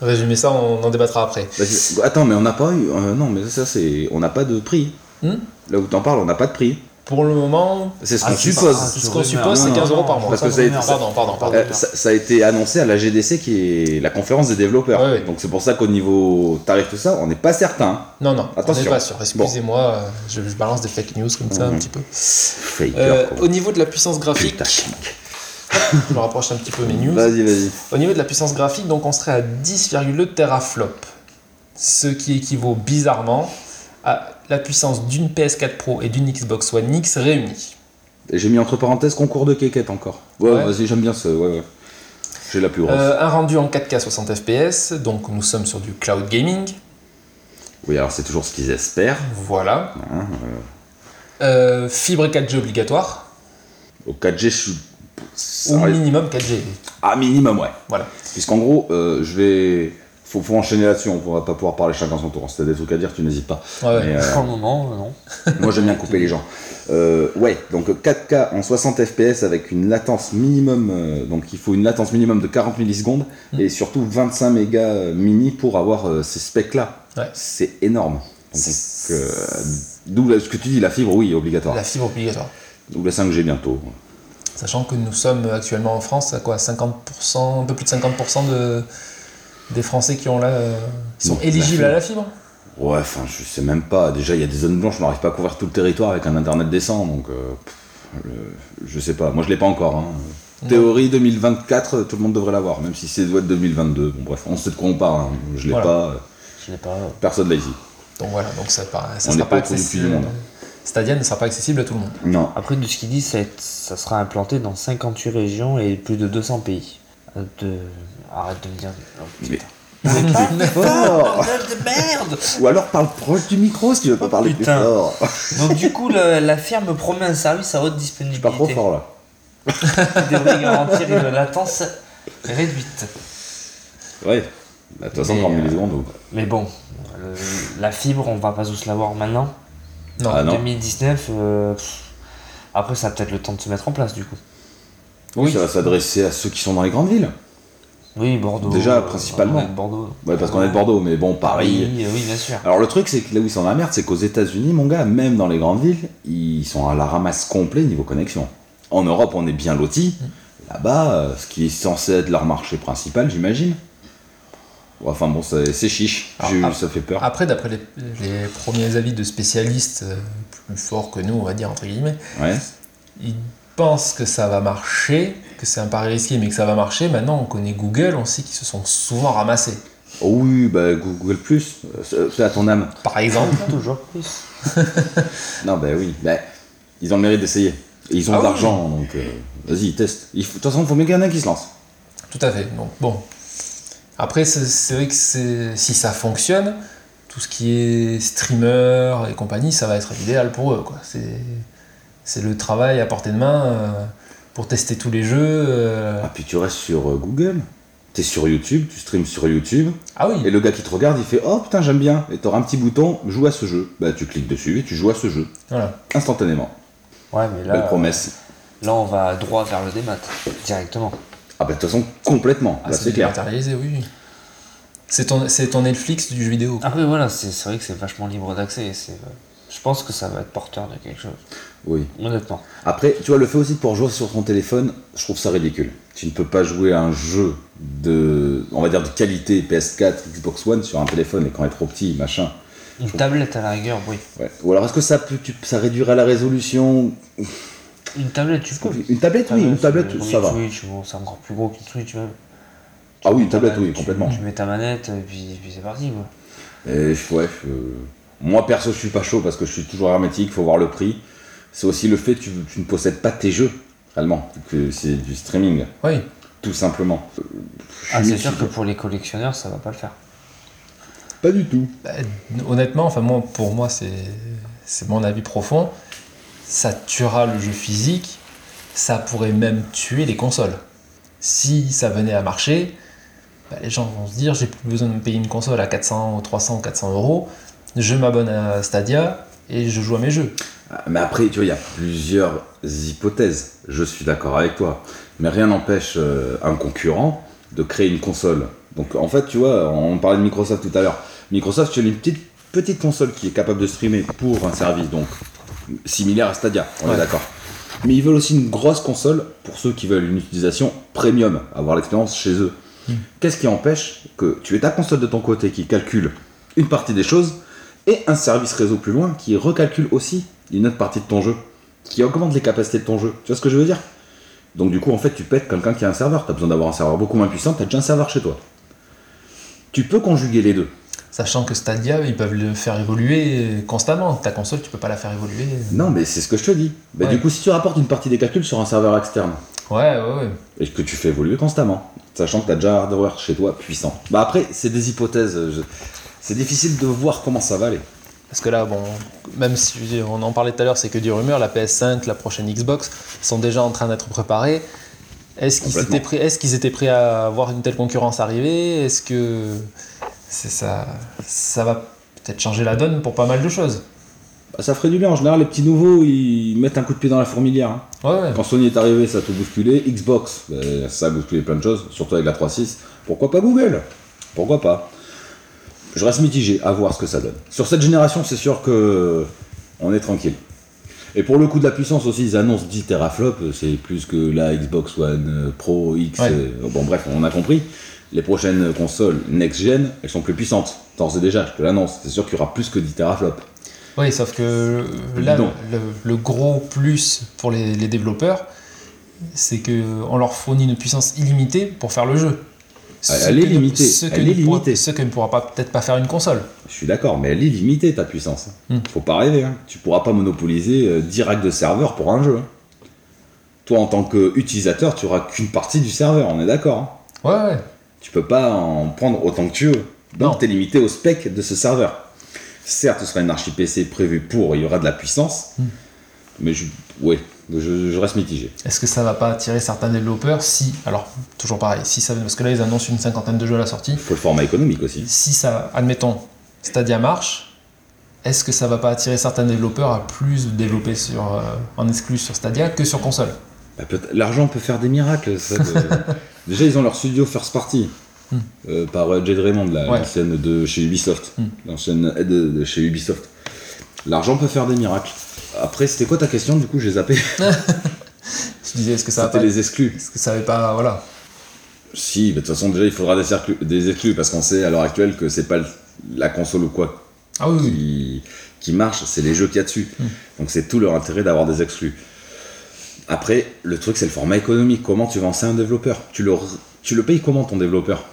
Speaker 4: résumer ça, on en débattra après.
Speaker 2: Vas-y. Attends, mais on n'a pas eu. euh, non, mais ça, c'est. On n'a pas de prix.
Speaker 4: Hmm
Speaker 2: Là où t'en parles, on n'a pas de prix.
Speaker 4: Pour le moment,
Speaker 2: C'est ce
Speaker 3: Ah,
Speaker 2: qu'on
Speaker 3: tu
Speaker 2: suppose.
Speaker 3: parles,
Speaker 4: c'est ce
Speaker 3: tu
Speaker 4: qu'on
Speaker 3: rumeurs.
Speaker 4: suppose,
Speaker 2: Non,
Speaker 4: c'est
Speaker 2: non,
Speaker 4: 15 euros par mois.
Speaker 2: parce que ça a été-
Speaker 4: Pardon, pardon, pardon.
Speaker 2: Euh, ça, ça a été annoncé à la GDC qui est la conférence des développeurs.
Speaker 4: Ouais, ouais.
Speaker 2: Donc c'est pour ça qu'au niveau tarif, tout ça, on n'est pas certain.
Speaker 4: Non, non, on
Speaker 2: Attention.
Speaker 4: n'est pas sûr. Excusez-moi, euh, je, je balance des fake news comme ça un
Speaker 2: Mhm.
Speaker 4: petit peu.
Speaker 2: Faker,
Speaker 4: Euh,
Speaker 2: quoi.
Speaker 4: au niveau de la puissance graphique,
Speaker 2: Putain.
Speaker 4: je me rapproche un petit peu mes news.
Speaker 2: Vas-y, vas-y.
Speaker 4: Au niveau de la puissance graphique, donc on serait à 10,2 teraflops, ce qui équivaut bizarrement à la puissance d'une PS4 Pro et d'une Xbox One X réunies.
Speaker 2: Et J'ai mis entre parenthèses concours de quéquette encore. Ouais,
Speaker 4: Ouais.
Speaker 2: vas-y, j'aime bien ce. Ouais, ouais. J'ai la plus grosse.
Speaker 4: Euh, un rendu en 4K 60 FPS, donc nous sommes sur du cloud gaming,
Speaker 2: Oui, alors c'est toujours ce qu'ils espèrent.
Speaker 4: voilà.
Speaker 2: hein.
Speaker 4: Euh, fibre 4G obligatoire,
Speaker 2: Au 4G, je suis. ça
Speaker 4: au
Speaker 2: reste-
Speaker 4: minimum 4G,
Speaker 2: Ah, minimum, ouais.
Speaker 4: voilà.
Speaker 2: Puisqu'en gros, euh, je vais. Faut, faut enchaîner là-dessus, on pourra pas pouvoir parler chacun son tour. hein. Si t'as des trucs à dire, tu n'hésites pas.
Speaker 4: Ouais, ouais.
Speaker 2: Mais, euh,
Speaker 3: Pour le moment, euh, non.
Speaker 2: moi, j'aime bien couper les gens. Euh, ouais, donc 4K en 60 FPS avec une latence minimum. euh, donc il faut une latence minimum de 40 millisecondes
Speaker 4: Mm.
Speaker 2: et surtout 25 mégas euh, mini pour avoir euh, ces specs-là.
Speaker 4: Ouais.
Speaker 2: C'est énorme. Donc,
Speaker 4: C'est-
Speaker 2: euh, D'où la- ce que tu dis, la fibre, oui, obligatoire.
Speaker 4: La fibre obligatoire.
Speaker 2: D'où la 5G bientôt.
Speaker 4: Sachant que nous sommes actuellement en France à quoi 50%, un peu plus de 50% de, des Français qui ont la, euh, qui sont
Speaker 2: Donc, la
Speaker 4: éligibles
Speaker 2: fibre.
Speaker 4: à la fibre.
Speaker 2: Ouais, enfin, je sais même pas. Déjà, il y a des zones blanches, on n'arrive pas à couvrir tout le territoire avec un internet décent, donc euh, pff, le- je sais pas. Moi, je l'ai pas encore. hein.
Speaker 4: Non.
Speaker 2: Théorie 2024, euh, tout le monde devrait l'avoir, même si c'est doit être 2022. Bon, bref, on sait de quoi on parle. hein. Je l'ai
Speaker 4: Voilà.
Speaker 2: pas. euh,
Speaker 3: Je n'ai pas. euh,
Speaker 2: Personne l'a ici.
Speaker 4: Donc voilà, donc ça, par- ça
Speaker 2: On
Speaker 4: sera
Speaker 2: est
Speaker 4: pas
Speaker 2: pas au courant du
Speaker 4: accessible.
Speaker 2: tout du monde.
Speaker 4: hein. Stadia ne sera pas accessible à tout le monde.
Speaker 2: Non.
Speaker 3: Après, de ce qu'il dit, ça, va être- ça sera implanté dans 58 régions et plus de 200 pays. Euh, De... Arrête de me dire. oh, putain.
Speaker 2: Mais-
Speaker 3: Arrête pas de
Speaker 2: fort
Speaker 3: parler de merde
Speaker 2: Ou alors parle proche du micro si tu veux pas
Speaker 3: Oh,
Speaker 2: parler plus
Speaker 3: putain.
Speaker 2: fort.
Speaker 3: Donc du coup, la, la firme promet un service à haute
Speaker 2: Je suis
Speaker 3: disponibilité
Speaker 2: pas trop fort là.
Speaker 3: qui devrait garantir une latence réduite.
Speaker 2: Ouais. Bah, De toute façon,
Speaker 3: Mais,
Speaker 2: 40
Speaker 3: euh,
Speaker 2: millisecondes. ou-
Speaker 3: Mais bon, euh, la fibre, on va pas tous l'avoir maintenant.
Speaker 4: Non.
Speaker 2: Ah non.
Speaker 3: 2019, euh, pff, Après, ça a peut-être le temps de se mettre en place, du coup.
Speaker 2: Oui. Ça va s'adresser à ceux qui sont dans les grandes villes.
Speaker 3: Oui, Bordeaux.
Speaker 2: Déjà,
Speaker 3: euh,
Speaker 2: principalement.
Speaker 3: on est de Bordeaux.
Speaker 2: Ouais, parce qu'on est de Bordeaux, mais bon, Paris.
Speaker 3: Oui, oui, bien sûr.
Speaker 2: Alors le truc, c'est que là où ils sont dans la merde, c'est qu'aux États-Unis, mon gars, même dans les grandes villes, ils sont à la ramasse complet niveau connexion. En Europe, on est bien lotis. Là-bas, euh, ce qui est censé être leur marché principal, j'imagine. Ouais, Enfin bon, c'est c'est chiche.
Speaker 4: Alors,
Speaker 2: J'ai-
Speaker 4: ah,
Speaker 2: ça fait peur.
Speaker 4: Après, d'après les, les premiers avis de spécialistes euh, plus forts que nous, on va dire, entre guillemets,
Speaker 2: Ouais.
Speaker 4: ils pensent que ça va marcher, que c'est un pari risqué, mais que ça va marcher. Maintenant, on connaît Google, on sait qu'ils se sont souvent ramassés.
Speaker 2: Oh oui, bah Google Plus, euh, c'est à ton âme.
Speaker 4: Par exemple,
Speaker 3: Toujours plus.
Speaker 2: Non, bah oui. Bah, ils ont le mérite d'essayer. Et ils ont
Speaker 4: Ah
Speaker 2: de
Speaker 4: oui.
Speaker 2: l'argent, donc euh, vas-y, teste. Il faut- De toute façon, il faut mieux qu'il y en ait qui se lance.
Speaker 4: tout à fait. Donc, bon. Après, c'est- c'est vrai que c'est- si ça fonctionne, tout ce qui est streamer et compagnie, ça va être idéal pour eux. quoi. C'est c'est le travail à portée de main euh, pour tester tous les jeux. euh.
Speaker 2: Ah, puis tu restes sur euh, Google. T'es sur YouTube, tu streams sur YouTube.
Speaker 4: Ah oui,
Speaker 2: Et le gars qui te regarde, il fait Oh putain, j'aime bien. Et t'auras un petit bouton, joue à ce jeu. Bah, tu cliques dessus et tu joues à ce jeu.
Speaker 4: voilà. Ah,
Speaker 2: Instantanément.
Speaker 3: Ouais, mais
Speaker 2: Belle
Speaker 3: là,
Speaker 2: promesse.
Speaker 3: là, on va droit vers le démat, directement.
Speaker 2: Ah, bah, de toute façon, complètement.
Speaker 4: Ah,
Speaker 2: Là, bah, c'est clair.
Speaker 4: dématérialisé, oui. oui. C'est ton, c'est ton Netflix du jeu vidéo.
Speaker 2: Ah.
Speaker 3: Après, Ah voilà, c'est c'est vrai que c'est vachement libre d'accès. et c'est, euh, Je pense que ça va être porteur de quelque chose.
Speaker 2: Oui.
Speaker 3: Honnêtement.
Speaker 2: Après, tu vois, le fait aussi de pouvoir jouer sur ton téléphone, je trouve ça ridicule. Tu ne peux pas jouer à un jeu de, on va dire, de qualité PS4, Xbox One sur un téléphone et quand il est trop petit, machin.
Speaker 3: Une tablette à la rigueur, oui.
Speaker 2: Ouais. Ou alors, est-ce que ça, peut, tu- ça réduira la résolution
Speaker 3: Une tablette, tu peux.
Speaker 2: Une tablette, oui, Ah, une tablette,
Speaker 3: sur
Speaker 2: ça va.
Speaker 3: Switch, bon, c'est encore plus gros qu'une Switch même.
Speaker 2: Ah oui, une
Speaker 3: Tu mets
Speaker 2: tablette,
Speaker 3: ta-
Speaker 2: oui,
Speaker 3: tu-
Speaker 2: complètement.
Speaker 3: Tu mets ta manette, et puis, et puis c'est parti, quoi.
Speaker 2: Et je- ouais, je- moi perso, je suis pas chaud parce que je suis toujours hermétique, faut voir le prix. C'est aussi le fait que tu, tu ne possèdes pas tes jeux, réellement, que c'est du streaming,
Speaker 4: Oui.
Speaker 2: tout simplement. Euh, je
Speaker 3: Ah,
Speaker 2: suis
Speaker 3: c'est sûr que
Speaker 2: multiple.
Speaker 3: pour les collectionneurs, ça va pas le faire.
Speaker 2: Pas du tout.
Speaker 4: Bah, honnêtement, enfin moi, pour moi, c'est c'est mon avis profond. Ça tuera le jeu physique. Ça pourrait même tuer les consoles. Si ça venait à marcher, bah, les gens vont se dire j'ai plus besoin de me payer une console à 400, 300, 400 euros. Je m'abonne à Stadia et je joue à mes jeux.
Speaker 2: Ah, Mais après, tu vois, il y a plusieurs hypothèses. Je suis d'accord avec toi. Mais rien n'empêche euh, un concurrent de créer une console. Donc en fait, tu vois, on parlait de Microsoft tout à l'heure. Microsoft, c'est une petite, petite console qui est capable de streamer pour un service, donc similaire à Stadia, on est
Speaker 4: Ouais.
Speaker 2: d'accord. Mais ils veulent aussi une grosse console pour ceux qui veulent une utilisation premium, avoir l'expérience chez eux. Qu'est-ce qui empêche que tu aies ta console de ton côté qui calcule une partie des choses et un service réseau plus loin qui recalcule aussi une autre partie de ton jeu, qui augmente les capacités de ton jeu. Tu vois ce que je veux dire Donc du coup, en fait, tu pètes quelqu'un qui a un serveur. T'as besoin d'avoir un serveur beaucoup moins puissant, t'as déjà un serveur chez toi. Tu peux conjuguer les deux.
Speaker 4: Sachant que Stadia, ils peuvent le faire évoluer constamment. Ta console, tu peux pas la faire évoluer.
Speaker 2: Non, mais c'est ce que je te dis. Bah,
Speaker 4: Ouais.
Speaker 2: Du coup, si tu rapportes une partie des calculs sur un serveur externe,
Speaker 4: Ouais, ouais, ouais.
Speaker 2: et que tu fais évoluer constamment, sachant que t'as déjà un hardware chez toi puissant. Bah après, c'est des hypothèses. je- C'est difficile de voir comment ça va aller.
Speaker 4: Parce que là, bon, même si je veux dire, on en parlait tout à l'heure, c'est que du rumeur, la PS5, la prochaine Xbox sont déjà en train d'être préparées. Est-ce qu'ils
Speaker 2: Complètement.
Speaker 4: étaient, prêts, est-ce qu'ils étaient prêts à voir une telle concurrence arriver Est-ce que c'est ça, ça va peut-être changer la donne pour pas mal de choses
Speaker 2: Bah, ça ferait du bien. En général, les petits nouveaux, ils mettent un coup de pied dans la fourmilière. hein.
Speaker 4: Ouais, ouais.
Speaker 2: Quand Sony est arrivé, ça a tout bousculé. Xbox, ben, ça a bousculé plein de choses, surtout avec la 3.6. Pourquoi pas Google Pourquoi pas Je reste mitigé à voir ce que ça donne. Sur cette génération, c'est sûr que on est tranquille. Et pour le coup de la puissance aussi, ils annoncent 10 teraflops, c'est plus que la Xbox One euh, Pro X.
Speaker 4: Ouais.
Speaker 2: euh, bon, bref, on a compris. Les prochaines consoles next-gen, elles sont plus puissantes. D'ores et déjà, je te l'annonce. C'est sûr qu'il y aura plus que 10 teraflops.
Speaker 4: Oui, sauf que euh, là,
Speaker 2: Dis donc.
Speaker 4: le, le gros plus pour les, les développeurs, c'est que on leur fournit une puissance illimitée pour faire le jeu.
Speaker 2: Elle-
Speaker 4: Ce
Speaker 2: elle est
Speaker 4: que ne-
Speaker 2: limitée,
Speaker 4: Ce que
Speaker 2: elle
Speaker 4: ne
Speaker 2: est
Speaker 4: pourra-
Speaker 2: limitée.
Speaker 4: ce que ne pourra pas- peut-être pas faire une console.
Speaker 2: Je suis d'accord, mais elle est limitée ta puissance.
Speaker 4: Hmm.
Speaker 2: Faut pas rêver. Hein. Tu pourras pas monopoliser euh, direct de serveur pour un jeu. hein. Toi, en tant qu'utilisateur, tu auras qu'une partie du serveur, on est d'accord. hein.
Speaker 4: Ouais, ouais.
Speaker 2: Tu peux pas en prendre autant que tu veux.
Speaker 4: Non.
Speaker 2: Donc, tu es limité au spec de ce serveur. Certes, ce sera une archi PC prévue pour, il y aura de la puissance,
Speaker 4: Hmm.
Speaker 2: mais je, ouais, je, je reste mitigé.
Speaker 4: Est-ce que ça va pas attirer certains développeurs si, alors toujours pareil, si ça, parce que là ils annoncent une cinquantaine de jeux à la sortie,
Speaker 2: Faut le format économique aussi.
Speaker 4: si ça, admettons, Stadia marche, est-ce que ça va pas attirer certains développeurs à plus développer sur, euh, en exclu sur Stadia que sur console
Speaker 2: Bah, peut- L'argent peut faire des miracles. ça, de- Déjà, ils ont leur studio first party.
Speaker 4: Hmm.
Speaker 2: euh, par euh, Jade Raymond, la
Speaker 4: Ouais.
Speaker 2: l'ancienne de chez Ubisoft.
Speaker 4: Hmm.
Speaker 2: L'ancienne aide de, de chez Ubisoft. L'argent peut faire des miracles. Après, c'était quoi ta question Du coup, j'ai zappé.
Speaker 4: Je disais, est-ce que ça va
Speaker 2: C'était
Speaker 4: pas.
Speaker 2: les exclus.
Speaker 4: Est-ce que ça va pas. Voilà.
Speaker 2: Si, mais de toute façon, déjà, il faudra des, cerclu- des exclus parce qu'on sait à l'heure actuelle que c'est pas le- la console ou quoi
Speaker 4: Ah oui, oui.
Speaker 2: qui, qui marche, c'est les jeux qu'il y a dessus.
Speaker 4: Mm.
Speaker 2: Donc c'est tout leur intérêt d'avoir des exclus. Après, le truc, c'est le format économique. Comment tu vends ça à un développeur tu le, tu le payes comment ton développeur